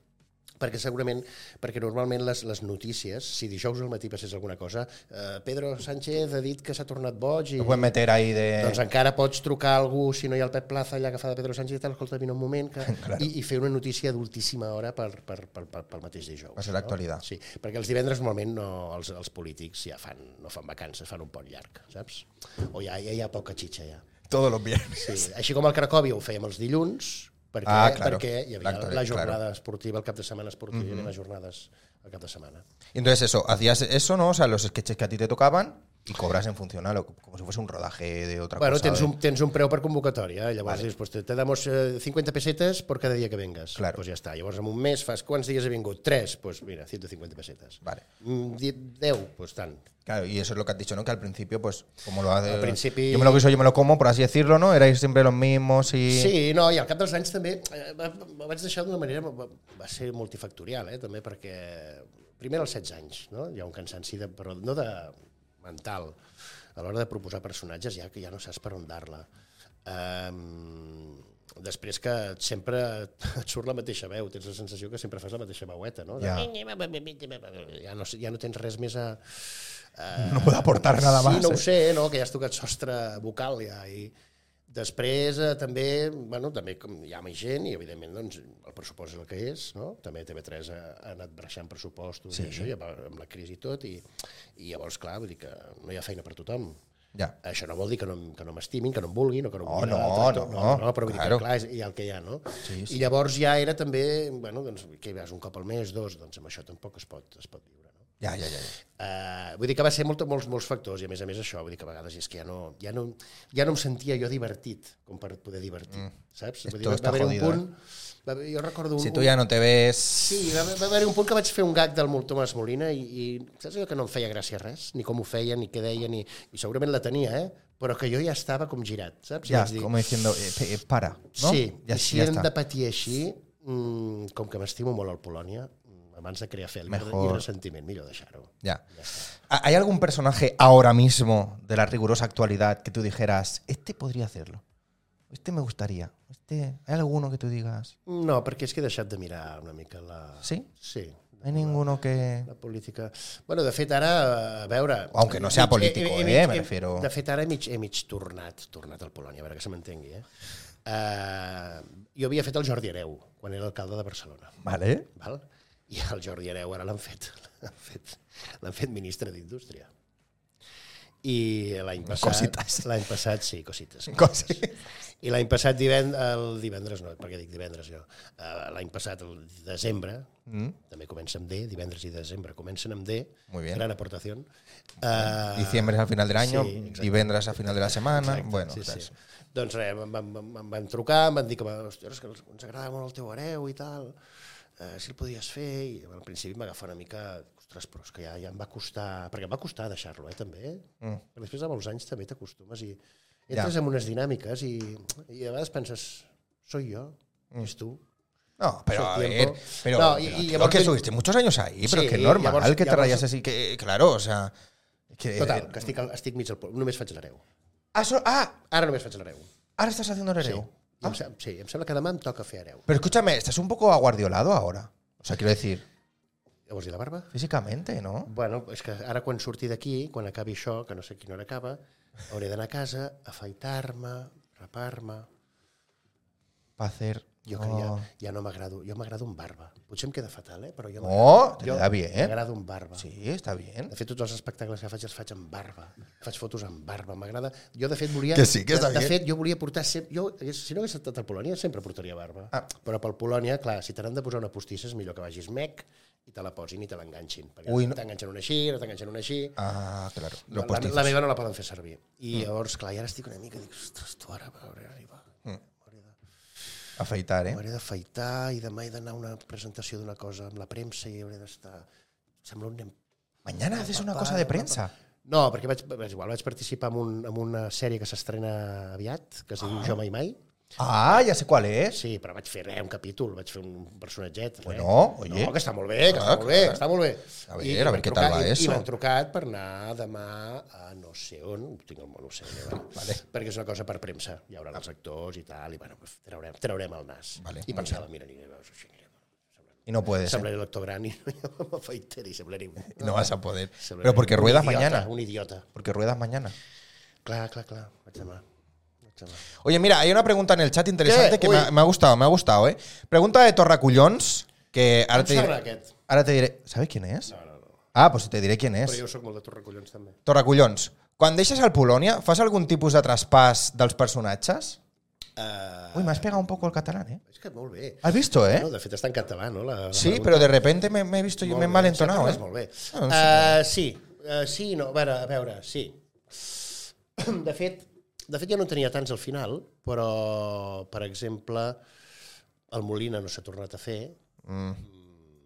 Speaker 2: Perquè segurament, perquè normalment les, les notícies, si dijous al matí passés alguna cosa, eh, Pedro Sánchez ha dit que s'ha tornat boig i...
Speaker 1: Te puedes meter ahí de.
Speaker 2: Doncs encara pots trucar a algú, si no hi ha el Pep Plaza allà agafada de Pedro Sánchez, i tal, escolta, vine un moment, que...
Speaker 1: (laughs) Claro.
Speaker 2: I, i fer una notícia d'ultíssima hora per, per, per, per, pel mateix dijous.
Speaker 1: Va ser l'actualitat.
Speaker 2: No? Ah, Sí, perquè els divendres normalment no, els, els polítics ja fan, no fan vacances, fan un pont llarg, saps? O ja, ja hi ha poca xitxa, ja.
Speaker 1: Todos los viernes.
Speaker 2: Sí. Així com el Cracòvia ho fèiem els dilluns, perquè,
Speaker 1: Ah, claro. Mhm.
Speaker 2: perquè hi havia
Speaker 1: L'actualitat,
Speaker 2: la jornada esportiva, el cap de setmana esportiva, mm -hmm. les jornades el cap de setmana.
Speaker 1: Entonces eso, hacías eso, ¿no? O sea, los sketches que a ti te tocaban y cobras en función a lo- como si fuese un rodaje de otra
Speaker 2: Bueno,
Speaker 1: cosa.
Speaker 2: tens
Speaker 1: de-
Speaker 2: un, tens un preu per convocatòria, eh? llavors vale. pues te, te damos eh, 50 pesetes per cada dia que vengues.
Speaker 1: Claro.
Speaker 2: Pues ja està. Llavors en un mes fas quants dies he vingut? 3, pues mira, 150 pesetes.
Speaker 1: Vale.
Speaker 2: Mm, di- 10, pues tant.
Speaker 1: Claro, y eso es lo que has dicho, ¿no? Que al principio, pues, como lo hace.
Speaker 2: Al principi-
Speaker 1: Yo me lo quiso, yo me lo como, por así decirlo, ¿no? Erais siempre los mismos y.
Speaker 2: Sí, no, i al cap dels anys també eh, va- va- vaig deixar d'una manera, va, va ser multifactorial, eh, també, perquè primer als 16 anys, no? hi ha un cansanci, de, però no de mental, a l'hora de proposar personatges ja que ja no saps per on dar-la. Um, Després que sempre et surt la mateixa veu, tens la sensació que sempre fas la mateixa veueta, no? De-
Speaker 1: Ja.
Speaker 2: Ja no, ja no tens res més a... a
Speaker 3: No puedo aportar nada
Speaker 2: sí,
Speaker 3: más.
Speaker 2: no ho
Speaker 3: eh.
Speaker 2: sé, no? que ja has tocat sostre vocal ja. I després eh, també, bueno, també com hi ha més gent i evidentment doncs, el pressupost és el que és, no? també TV3 ha, ha anat baixant pressupostos sí. i això, i amb, amb la crisi i tot, i, i llavors, clar, vull dir que no hi ha feina per tothom.
Speaker 1: Ja.
Speaker 2: Això no vol dir que no, em- que no m'estimin, que no em vulguin o que no
Speaker 1: Oh,
Speaker 2: vulguin
Speaker 1: no,
Speaker 2: l'altre, tot,
Speaker 1: no,
Speaker 2: no, però vull dir
Speaker 1: claro.
Speaker 2: que clar, és, hi ha el que hi ha, no? Sí, sí. I llavors ja era també, bueno, doncs, que hi vas un cop al mes, dos, doncs amb això tampoc es pot, es pot viure, no?
Speaker 1: Ja, ja, ja. ja.
Speaker 2: Uh, vull dir que va ser molt, molts, molts factors i a més a més això, vull dir que a vegades és que ja no, ja no, ja no em sentia jo divertit com per poder divertir, mm. saps? Vull dir,
Speaker 1: Esto
Speaker 2: va,
Speaker 1: está
Speaker 2: va haver un
Speaker 1: jodido,
Speaker 2: punt, va, haver- jo recordo un,
Speaker 1: Si tú ya no te ves...
Speaker 2: Uh, Sí, va, va haver un punt que vaig fer un gag del molt Tomàs Molina i, i saps allò que no em feia gràcia res? Ni com ho feia, ni què deia, ni... I segurament la tenia, eh? Però que jo ja estava com girat, saps? I
Speaker 1: Ya,
Speaker 2: vaig dir,
Speaker 1: como diciendo, eh, pe- eh, para, ¿no?
Speaker 2: Sí,
Speaker 1: ya,
Speaker 2: i si
Speaker 1: ya
Speaker 2: hem
Speaker 1: está.
Speaker 2: de patir així, mm, com que m'estimo molt al Polònia, mm, abans de crear fel
Speaker 1: Mejor.
Speaker 2: i ressentiment, millor deixar-ho.
Speaker 1: Ya. ¿Ha- ¿Hay algún personaje ahora mismo de la rigurosa actualidad que tú dijeras, este podría hacerlo? Este me gustaría. Este, ¿Hay alguno que tú digas?
Speaker 2: No, perquè és que he deixat de mirar una mica la...
Speaker 1: ¿Sí?
Speaker 2: Sí,
Speaker 1: ¿Hay ninguno que.?
Speaker 2: la política... Bueno, de fet, ara, a veure...
Speaker 1: Aunque no sea
Speaker 2: Mig-
Speaker 1: político, eh, me refiero.
Speaker 2: De fet, ara he mig, he mig tornat, tornat al Polònia, a veure que se m'entengui, eh? Uh, jo havia fet el Jordi Hereu, quan era alcalde de Barcelona.
Speaker 1: Vale.
Speaker 2: Val? I el Jordi Hereu ara l'han fet, (laughs) l'han fet, l'han fet ministre d'Indústria. I l'any passat...
Speaker 1: Cositas.
Speaker 2: L'any passat, sí, cosites.
Speaker 1: Cos-
Speaker 2: I l'any passat, divend el divendres no, perquè dic divendres jo, Eh, l'any passat, el desembre, mm. també comença amb D, divendres i desembre comencen amb D,
Speaker 1: Muy bien.
Speaker 2: gran aportació. Uh,
Speaker 1: Diciembre es al final del año
Speaker 2: Sí, exacte.
Speaker 1: y vendrás al final de la semana. bueno, pues
Speaker 2: sí,
Speaker 1: o sea,
Speaker 2: sí. Doncs res, em van, em van, van trucar, em van dir que, hòstia, és que els- ens agradava molt el teu hereu i tal, eh, si el podies fer, i al principi em va agafar una mica, ostres, però és que ja, ja em va costar, perquè em va costar deixar-lo, eh, també. Mm. Però després de molts anys també t'acostumes i entres
Speaker 1: Ja.
Speaker 2: ja. en unes dinàmiques i, i a vegades penses, soy jo, mm. és tu.
Speaker 1: No, pero a
Speaker 2: Su tiempo.
Speaker 1: ver. Pero,
Speaker 2: No, y-
Speaker 1: pero,
Speaker 2: y
Speaker 1: tío,
Speaker 2: llevamos
Speaker 1: que
Speaker 2: vein-
Speaker 1: estuviste muchos años ahí, pero
Speaker 2: Sí,
Speaker 1: que es normal
Speaker 2: llevamos-
Speaker 1: que te
Speaker 2: llevamos-
Speaker 1: rayas así. que Claro, o sea. que-
Speaker 2: Total, que estic, al- estic mig al pol, només faig l'hereu.
Speaker 1: Ah, so- ah,
Speaker 2: Ara només faig l'hereu.
Speaker 1: ahora estás haciendo el
Speaker 2: Sí.
Speaker 1: hereu.
Speaker 2: I Em, sem- sí, em sembla que demà em toca fer hereu.
Speaker 1: Pero escúchame, estás un poco aguardiolado ahora. O sea, quiero decir,
Speaker 2: Ja vols dir la barba?
Speaker 1: físicamente, ¿no?
Speaker 2: Bueno, és que ara quan surti d'aquí, quan acabi això, que no sé a quina hora acaba, hauré d'anar a casa, afaitar-me, rapar-me...
Speaker 1: Para hacer.
Speaker 2: Jo que
Speaker 1: Oh.
Speaker 2: ja, ja no m'agrado, jo m'agrado amb barba. Potser em queda fatal, eh? Però jo
Speaker 1: No, Oh, te
Speaker 2: jo
Speaker 1: queda bien.
Speaker 2: M'agrado amb barba. Sí.
Speaker 1: Sí, está bien.
Speaker 2: De fet, tots els espectacles que faig els faig amb barba. Faig fotos amb barba, m'agrada. Jo, de fet, volia...
Speaker 1: Que sí, que
Speaker 2: de,
Speaker 1: està
Speaker 2: de
Speaker 1: bé.
Speaker 2: fet, jo volia portar... Sempre, jo, hagués- si no hagués estat a Polònia, sempre portaria barba.
Speaker 1: Ah.
Speaker 2: Però pel Polònia, clar, si te n'han de posar una postissa, és millor que vagis mec i te la posin i te l'enganxin. Perquè
Speaker 1: Ui,
Speaker 2: Ui,
Speaker 1: no.
Speaker 2: no. t'enganxen una així, no t'enganxen una així...
Speaker 1: Ah, claro. Los
Speaker 2: la,
Speaker 1: postizos.
Speaker 2: la meva no la poden fer servir. I llavors, clar, i ara estic una mica, dic, ostres, tu ara m'hauré d'arribar. M'hauré de-
Speaker 1: Afeitar, ¿eh?
Speaker 2: M'hauré d'afaitar i demà he d'anar a una presentació d'una cosa amb la premsa i hauré d'estar... Sembla un nen...
Speaker 1: Mañana haces una
Speaker 2: papá,
Speaker 1: cosa de
Speaker 2: papá.
Speaker 1: prensa.
Speaker 2: No, perquè vaig, és igual, vaig participar en, un, en una sèrie que s'estrena aviat, que es diu Jo mai mai.
Speaker 1: Ah, ya sé cuál es.
Speaker 2: Sí, però vaig fer res, un capítol, vaig fer un personatget. Res.
Speaker 1: Bueno, oye.
Speaker 2: No, que està molt bé, que
Speaker 1: Clar,
Speaker 2: està molt bé,
Speaker 1: clar.
Speaker 2: que està molt bé.
Speaker 1: A veure, a veure
Speaker 2: m'han
Speaker 1: què tal
Speaker 2: trucat-
Speaker 1: va
Speaker 2: i-
Speaker 1: eso.
Speaker 2: I m'han trucat per anar demà a no sé on, tinc el no sé on, eh, va.
Speaker 1: Vale.
Speaker 2: perquè és una cosa per premsa, hi haurà els actors i tal, i bueno, pues, traurem, traurem el nas.
Speaker 1: Vale,
Speaker 2: I
Speaker 1: molt
Speaker 2: pensava, mira, aniré a veure això, aniré a veure.
Speaker 1: Y no puedes. ¿eh?
Speaker 2: Semblaré l'actor gran i (laughs) no m'afaitaré, semblaré un...
Speaker 1: No vas a poder.
Speaker 2: semblaré
Speaker 1: Pero porque
Speaker 2: un
Speaker 1: ruedas
Speaker 2: idiota,
Speaker 1: mañana.
Speaker 2: Un idiota.
Speaker 1: Porque ruedas mañana.
Speaker 2: Clar, clar, clar, vaig demà. Vaig demà.
Speaker 1: Oye, mira, hay una pregunta en el chat interesante
Speaker 2: ¿Qué?
Speaker 1: que me ha,
Speaker 2: Uy.
Speaker 1: me ha gustado, me ha gustado, ¿eh? Pregunta de Torracullons, que ahora
Speaker 2: Em
Speaker 1: te,
Speaker 2: sembla
Speaker 1: diré,
Speaker 2: aquest.
Speaker 1: ahora te diré... ¿Sabes quién es?
Speaker 2: No, no, no.
Speaker 1: Ah, pues te diré quién
Speaker 2: Però
Speaker 1: és.
Speaker 2: jo sóc molt de Torrecollons, també.
Speaker 1: Torracullons, quan deixes el Polònia, fas algun tipus de traspàs dels personatges?
Speaker 2: Uh,
Speaker 1: Uy, me has pegado un poco el catalán, ¿eh?
Speaker 2: és que molt bé.
Speaker 1: Has visto, ¿eh?
Speaker 2: No, de fet, està en català, no? La, la
Speaker 1: Sí,
Speaker 2: pregunta.
Speaker 1: pero de repente me, me he visto yo,
Speaker 2: Molt
Speaker 1: me he
Speaker 2: bé,
Speaker 1: malentonado,
Speaker 2: parles
Speaker 1: ¿eh?
Speaker 2: Molt bé.
Speaker 1: Ah, no
Speaker 2: Uh, sí, uh, sí, i no, a veure, a veure, sí. (clears throat) De fet, de fet, ja no en tenia tants al final, però, per exemple, el Molina no s'ha tornat a fer.
Speaker 1: Mm.
Speaker 2: Mm,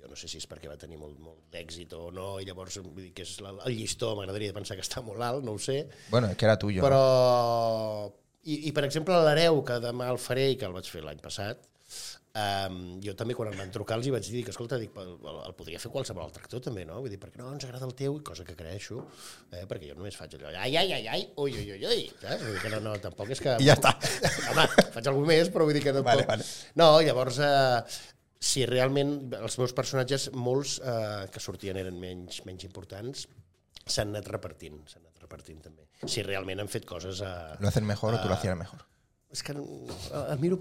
Speaker 2: Jo no sé si és perquè va tenir molt, molt d'èxit o no, i llavors vull dir que és la, el llistó, m'agradaria pensar que està molt alt, no ho sé.
Speaker 1: Bueno, es que era tuyo.
Speaker 2: Però... I, I, per exemple, l'hereu, que demà el faré i que el vaig fer l'any passat, Um, jo també quan em van trucar els hi vaig dir que escolta, dic, el, el podria fer qualsevol altre actor també, no? Vull dir, perquè no ens agrada el teu i cosa que creixo, eh? perquè jo només faig allò ai, ai, ai, ai, ui, ui, ui, ui saps? Vull dir que no, no, tampoc és que...
Speaker 1: I ja està.
Speaker 2: Home, faig alguna més, però vull dir que tampoc...
Speaker 1: Vale, vale.
Speaker 2: No, llavors, eh, si realment els meus personatges, molts eh, que sortien eren menys, menys importants, s'han anat repartint, s'han anat repartint també. Si realment han fet coses... Eh,
Speaker 1: ¿Lo hacen mejor o tú lo hacías mejor?
Speaker 2: és que no- el miro...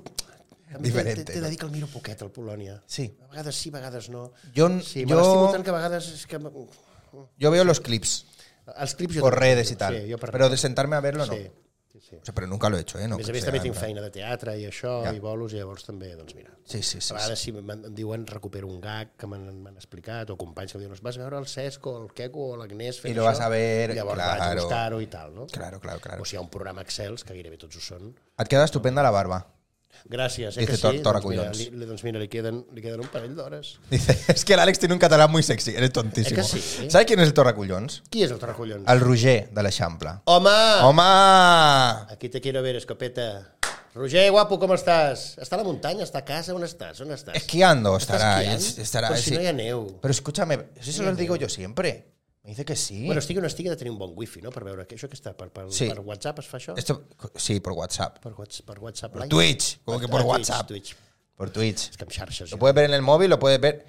Speaker 2: a mi
Speaker 1: Diferent,
Speaker 2: T'he t'he de dir que el miro poquet, al Polònia.
Speaker 1: Sí.
Speaker 2: A vegades sí, a vegades no.
Speaker 1: Jo n-
Speaker 2: sí,
Speaker 1: jo-
Speaker 2: Me l'estimo tant que a vegades... És que...
Speaker 1: Yo veo los clips
Speaker 2: Els clips...
Speaker 1: por redes y tal,
Speaker 2: Sí, jo per
Speaker 1: pero de sentarme a verlo no.
Speaker 2: Sí, sí, sí.
Speaker 1: O sea, pero nunca lo he hecho, ¿eh? No,
Speaker 2: A més
Speaker 1: que
Speaker 2: a més
Speaker 1: sea,
Speaker 2: també
Speaker 1: en
Speaker 2: tinc
Speaker 1: plan-
Speaker 2: feina de teatre i això,
Speaker 1: Ja.
Speaker 2: i bolos, i llavors també, doncs mira.
Speaker 1: Sí, sí, sí.
Speaker 2: A
Speaker 1: sí.
Speaker 2: vegades si em em diuen recupero un gag que m'han m'han explicat o companys que em diuen vas a veure el Cesc o el Queco o l'Agnès fent
Speaker 1: I lo
Speaker 2: això?"
Speaker 1: vas a ver,
Speaker 2: llavors vaig
Speaker 1: claro.
Speaker 2: a buscar-ho i tal, no?
Speaker 1: Claro, claro, claro.
Speaker 2: O si hi ha un programa Excels, que gairebé tots ho són,
Speaker 1: Et queda estupenda la barba. (laughs)
Speaker 2: Gràcies, eh,
Speaker 1: Dice
Speaker 2: que
Speaker 1: Tor-
Speaker 2: sí.
Speaker 1: Tora
Speaker 2: doncs, mira,
Speaker 1: Collons.
Speaker 2: li, li- doncs mira, li queden, li queden un parell d'hores.
Speaker 1: Dice, es que el Alex tiene un catalán muy sexy, eres tontísimo.
Speaker 2: Es que sí. ¿eh?
Speaker 1: ¿Sabes quién es el Torracullons?
Speaker 2: Qui és el Tora Collons?
Speaker 1: El Oh. Roger de l'Eixample.
Speaker 2: Home!
Speaker 1: ¡Oma!
Speaker 2: Aquí te quiero ver, escopeta. Roger, guapo, com estàs? Està a la muntanya, està a casa, on estàs? On estàs?
Speaker 1: Esquiando
Speaker 2: ¿Estás
Speaker 1: estará.
Speaker 2: esquiando?
Speaker 1: es- estará
Speaker 2: Però si
Speaker 1: sí.
Speaker 2: no hi ha neu.
Speaker 1: Pero escúchame, eso se lo digo yo siempre. Me dice que sí.
Speaker 2: Bueno, estigui o no estigui, ha de tenir un bon wifi, no? Per veure que això que està, per, per,
Speaker 1: Sí.
Speaker 2: per WhatsApp es fa això?
Speaker 1: Esto, sí, por WhatsApp.
Speaker 2: Per, whats- per WhatsApp
Speaker 1: Por
Speaker 2: Live?
Speaker 1: Twitch. Como que por
Speaker 2: Ah, Twitch,
Speaker 1: WhatsApp.
Speaker 2: Twitch.
Speaker 1: Por Twitch.
Speaker 2: És que amb xarxes...
Speaker 1: Lo
Speaker 2: ja.
Speaker 1: puedes ver en el móvil, lo puedes ver.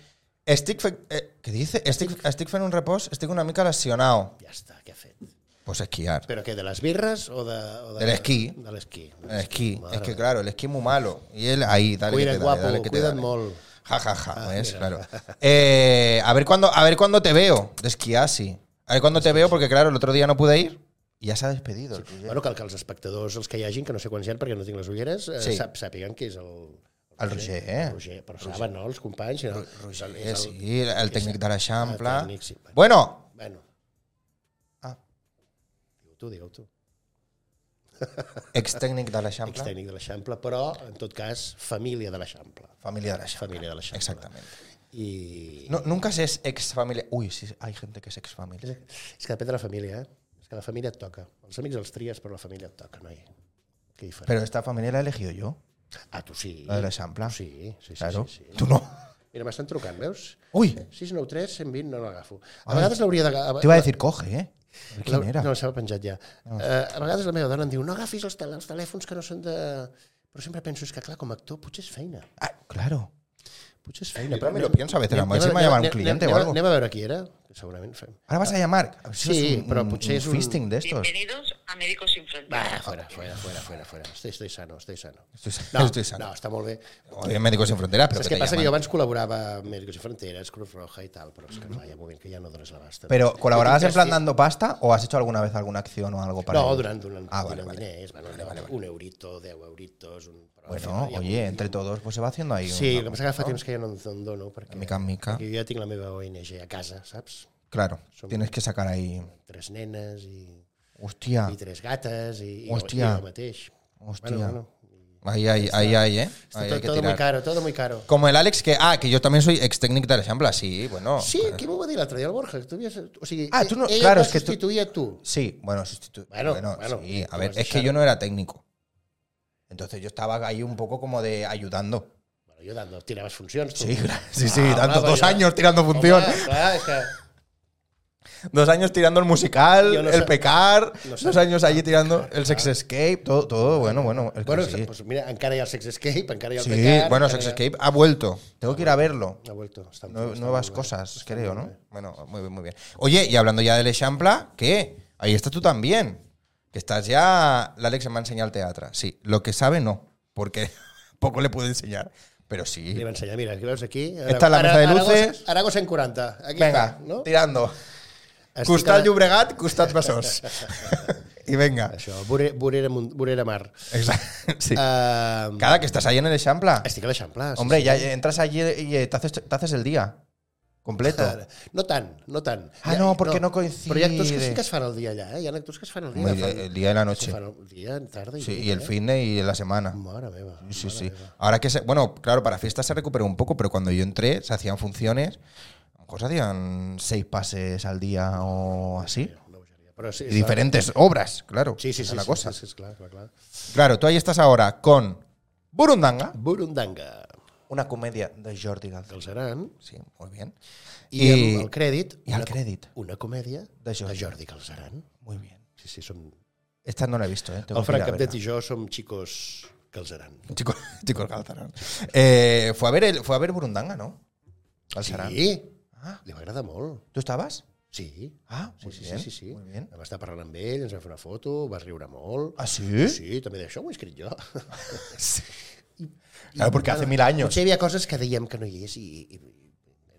Speaker 1: Stick, fe- eh, ¿Qué dice? Stick, stick fue en un repos, Stick una mica lesionado.
Speaker 2: Ja està, què ha fet?
Speaker 1: Pues esquiar.
Speaker 2: Però què, de les birres o de... O de
Speaker 1: De l'esquí.
Speaker 2: De l'esquí.
Speaker 1: El esquí.
Speaker 2: Mare
Speaker 1: Es que
Speaker 2: meva.
Speaker 1: claro, el esquí es muy malo. Y él ahí, dale que
Speaker 2: Cuida't,
Speaker 1: te dale,
Speaker 2: guapo,
Speaker 1: dale que te
Speaker 2: cuida't
Speaker 1: dale.
Speaker 2: molt.
Speaker 1: Ja, ja, ja, ¿ves? Claro. Eh, a, ver cuándo, a ver cuándo te veo de esquiar, sí. A ver cuándo te veo, porque claro, el otro día no pude ir y ya se ha despedido. el Roger.
Speaker 2: Bueno, que, que els espectadors, els que hi hagin, que no sé quants hi ha perquè no tinc les ulleres, eh,
Speaker 1: Sí.
Speaker 2: sí. sap, sàpiguen que és el...
Speaker 1: El Roger, eh?
Speaker 2: El Roger, però saben, no?, els companys. Si no, Roger,
Speaker 1: Eh, sí, el, tècnic de l'Eixample.
Speaker 2: El tècnic, sí. Bueno,
Speaker 1: Bueno,
Speaker 2: bueno
Speaker 1: ah,
Speaker 2: digue-ho tu, digue-ho tu.
Speaker 1: ah, ex tècnic de l'Eixample.
Speaker 2: Ex-tècnic de l'Eixample, però, en tot cas, família de l'Eixample.
Speaker 1: Família de l'Eixample.
Speaker 2: Família de l'Eixample.
Speaker 1: Exactamente.
Speaker 2: I...
Speaker 1: No, nunca se es ex familia. Uy, sí, hay gente que es ex
Speaker 2: És,
Speaker 1: familia.
Speaker 2: és que depèn de la família, eh? És que la família et toca. Els amics els tries, però la família et toca, noi. Què hi farà?
Speaker 1: Pero esta familia la he elegido yo,
Speaker 2: ah, tu sí.
Speaker 1: la de l'Eixample.
Speaker 2: Sí, sí, sí.
Speaker 1: Claro.
Speaker 2: sí, sí.
Speaker 1: Tú no.
Speaker 2: Mira, m'estan trucant, veus?
Speaker 1: Uy,
Speaker 2: 693 120 no l'agafo. A vegades l'hauria d'agafar...
Speaker 1: te iba a decir coge, ¿eh? A ver
Speaker 2: La,
Speaker 1: ¿Quién era?
Speaker 2: no, s'ha penjat ja. No. a vegades la meva dona em diu no agafis els, tel els telèfons que no són de... Però sempre penso, és que clar, com a actor potser és feina.
Speaker 1: Ah, claro.
Speaker 2: Potser és feina.
Speaker 1: també
Speaker 2: Anem-
Speaker 1: m'ho penso a veces,
Speaker 2: anem-
Speaker 1: a veure si m'ha
Speaker 2: anem-
Speaker 1: llamat un
Speaker 2: anem-
Speaker 1: cliente o
Speaker 2: anem-
Speaker 1: algo.
Speaker 2: Anem a veure qui era, que segurament fem.
Speaker 1: Ahora vas a llamar. A ver si
Speaker 2: Ah, Sí,
Speaker 1: es un,
Speaker 2: pero
Speaker 1: un-
Speaker 2: puché es un-
Speaker 1: fisting de estos.
Speaker 3: Bienvenidos a Médicos Sin
Speaker 2: Va,
Speaker 3: Fronteras.
Speaker 2: fuera, fuera, fuera, fuera, fuera. Estoy, estoy sano, estoy sano.
Speaker 1: Estoy sano, (laughs)
Speaker 2: No,
Speaker 1: estoy sano.
Speaker 2: no, està molt bé.
Speaker 1: O de Médicos Sin Fronteras, pero
Speaker 2: Saps
Speaker 1: que
Speaker 2: què
Speaker 1: te
Speaker 2: passa? Que
Speaker 1: llaman.
Speaker 2: jo abans col·laborava amb Médicos Sin Fronteras, Cruz Roja i tal, però és que clar, hi ha un moment que ja no dones l'abast.
Speaker 1: Pero ¿colaborabas en plan
Speaker 2: Gràcies.
Speaker 1: dando pasta o has hecho alguna vez alguna acción o algo para
Speaker 2: No,
Speaker 1: ello?
Speaker 2: durant, durant,
Speaker 1: Ah,
Speaker 2: ah,
Speaker 1: vale,
Speaker 2: durant
Speaker 1: vale.
Speaker 2: diners, bueno, vale, vale, un eurito, deu euritos... Un... però al
Speaker 1: Bueno,
Speaker 2: final ja-
Speaker 1: oye, entre todos pues se va haciendo ahí
Speaker 2: Sí, el
Speaker 1: una
Speaker 2: que passa que fa temps que ja no en dono, perquè,
Speaker 1: De mica en mica.
Speaker 2: perquè jo ja tinc la meva ONG a casa, saps?
Speaker 1: Claro,
Speaker 2: Som-
Speaker 1: tienes que sacar ahí.
Speaker 2: Tres nenes i,
Speaker 1: Hostia,
Speaker 2: i tres gates i, i,
Speaker 1: Ah. Hòstia.
Speaker 2: i jo mateix.
Speaker 1: hostia.
Speaker 2: Bueno, bueno,
Speaker 1: Ahí hay, ahí hay, ¿eh? Ahí
Speaker 2: Está
Speaker 1: hay que
Speaker 2: todo muy
Speaker 1: tirar.
Speaker 2: caro, todo muy caro.
Speaker 1: Como el Alex, que. Ah, que yo también soy ex técnico de Alhambra, sí, bueno.
Speaker 2: Sí,
Speaker 1: pero-
Speaker 2: qui m'ho va dir l'altre dia, el Borja? Que tu havies, o sigui,
Speaker 1: Ah, tu no-
Speaker 2: ella
Speaker 1: claro,
Speaker 2: et va
Speaker 1: es que tu-
Speaker 2: substituir a tu.
Speaker 1: Sí, bueno, sustitu-
Speaker 2: Bueno,
Speaker 1: Bueno,
Speaker 2: bueno,
Speaker 1: sí. A
Speaker 2: lo
Speaker 1: ver,
Speaker 2: has
Speaker 1: es que
Speaker 2: echado.
Speaker 1: yo no era técnico. Entonces yo estaba ahí un poco como de ayudando.
Speaker 2: Bueno, jo dando, tiraves funcions, tu.
Speaker 1: Sí, (laughs) gra- sí, sí,
Speaker 2: Ah,
Speaker 1: dando
Speaker 2: bravo,
Speaker 1: dos
Speaker 2: ya.
Speaker 1: años tirando
Speaker 2: Home,
Speaker 1: función.
Speaker 2: clar, és que...
Speaker 1: (laughs) Dos años tirando el musical,
Speaker 2: Yo no
Speaker 1: el
Speaker 2: sé-
Speaker 1: pecar,
Speaker 2: no sé.
Speaker 1: dos años allí tirando el Sex Escape, todo, todo, bueno, bueno. es que
Speaker 2: Bueno,
Speaker 1: sí,
Speaker 2: pues mira, encara hi ha el Sex Escape, encara hi ha el
Speaker 1: Sí,
Speaker 2: Pecar,
Speaker 1: bueno,
Speaker 2: encara
Speaker 1: Sex
Speaker 2: hi ha-
Speaker 1: Escape ha vuelto. Tengo que ir a verlo.
Speaker 2: Ha vuelto. Està,
Speaker 1: Nue-
Speaker 2: està
Speaker 1: nuevas
Speaker 2: molt bé.
Speaker 1: cosas,
Speaker 2: Està
Speaker 1: creo,
Speaker 2: molt
Speaker 1: ¿no?
Speaker 2: bé.
Speaker 1: Bueno, muy bien, muy bien. Oye, y hablando ya del Echampla, ¿qué? Ahí estás tú también. Que estás ya. La Alex me ha enseñado el teatro. Sí, lo que sabe no, porque (laughs) poco le puedo enseñar. Pero sí.
Speaker 2: Li va ensenyar, mira, aquí veus aquí...
Speaker 1: Esta és la mesa de luces.
Speaker 2: Aragó, Aragó 140, aquí
Speaker 1: Venga,
Speaker 2: està, no?
Speaker 1: tirando.
Speaker 2: Estic
Speaker 1: Costat
Speaker 2: ara-
Speaker 1: Llobregat, Costat (laughs) Besòs. y venga.
Speaker 2: Això, vorera, vorera, munt- vorera mar.
Speaker 1: Exacto. (laughs) Sí.
Speaker 2: Uh,
Speaker 1: Cada que estás ahí en el Echampla.
Speaker 2: Estic a l'Eixample. sí,
Speaker 1: Hombre,
Speaker 2: sí.
Speaker 1: ya entras allí y eh, te haces, te haces el día completo.
Speaker 2: Ara, No tant, no tant.
Speaker 1: Ah,
Speaker 2: Hi ha-
Speaker 1: no, perquè no coincide.
Speaker 2: Però hi ha actors que sí que es fan el dia allà, eh? Hi ha actors que es fan el dia.
Speaker 1: Hombre,
Speaker 2: fan-
Speaker 1: el día y la
Speaker 2: Se
Speaker 1: noche.
Speaker 2: fan el dia, tarda i
Speaker 1: Sí,
Speaker 2: nit,
Speaker 1: y el
Speaker 2: eh?
Speaker 1: fin y la semana.
Speaker 2: Mare meva.
Speaker 1: Sí,
Speaker 2: mare
Speaker 1: sí.
Speaker 2: meva.
Speaker 1: Ahora que se, bueno, claro, para fiestas se recuperó un poco, pero cuando yo entré se hacían funciones, a lo mejor se hacían seis pases al día o así.
Speaker 2: Una bogeria. Però sí,
Speaker 1: Y
Speaker 2: és
Speaker 1: diferentes obras, claro.
Speaker 2: clar. Sí, sí,
Speaker 1: es
Speaker 2: sí.
Speaker 1: la
Speaker 2: sí,
Speaker 1: cosa.
Speaker 2: Sí, sí, esclar, clar, clar.
Speaker 1: Claro, tú ahí estás ahora con Burundanga,
Speaker 2: Burundanga,
Speaker 1: una comèdia de Jordi Galzán.
Speaker 2: dels Aran,
Speaker 1: Sí, molt bé.
Speaker 2: i, I el, el crèdit,
Speaker 1: i el crèdit.
Speaker 2: una comèdia
Speaker 1: De
Speaker 2: de
Speaker 1: Jordi.
Speaker 2: Jordi Calzaran.
Speaker 1: Muy bien.
Speaker 2: Sí, sí, som...
Speaker 1: Esta no la he visto, ¿eh? Tengo que
Speaker 2: El
Speaker 1: ir
Speaker 2: Frank
Speaker 1: a verla.
Speaker 2: Capdet i jo som xicos Calzaran.
Speaker 1: (laughs) Chicos, chicos Galzarán. Eh, fue, a ver el- fue a ver Burundanga, ¿no? Galzarán.
Speaker 2: Sí,
Speaker 1: Ah,
Speaker 2: li va agradar molt.
Speaker 1: ¿Tú estabas?
Speaker 2: Sí,
Speaker 1: Ah,
Speaker 2: sí,
Speaker 1: muy
Speaker 2: sí,
Speaker 1: bien.
Speaker 2: sí, sí, sí.
Speaker 1: Muy bien.
Speaker 2: Vam estar parlant amb ell, ens vam fer una foto, vas riure molt.
Speaker 1: ¿Ah, sí? Ah,
Speaker 2: Sí, també d'això ho he escrit jo.
Speaker 1: Claro, porque hace mil años.
Speaker 2: Potser hi havia coses que dèiem que no hi és i... i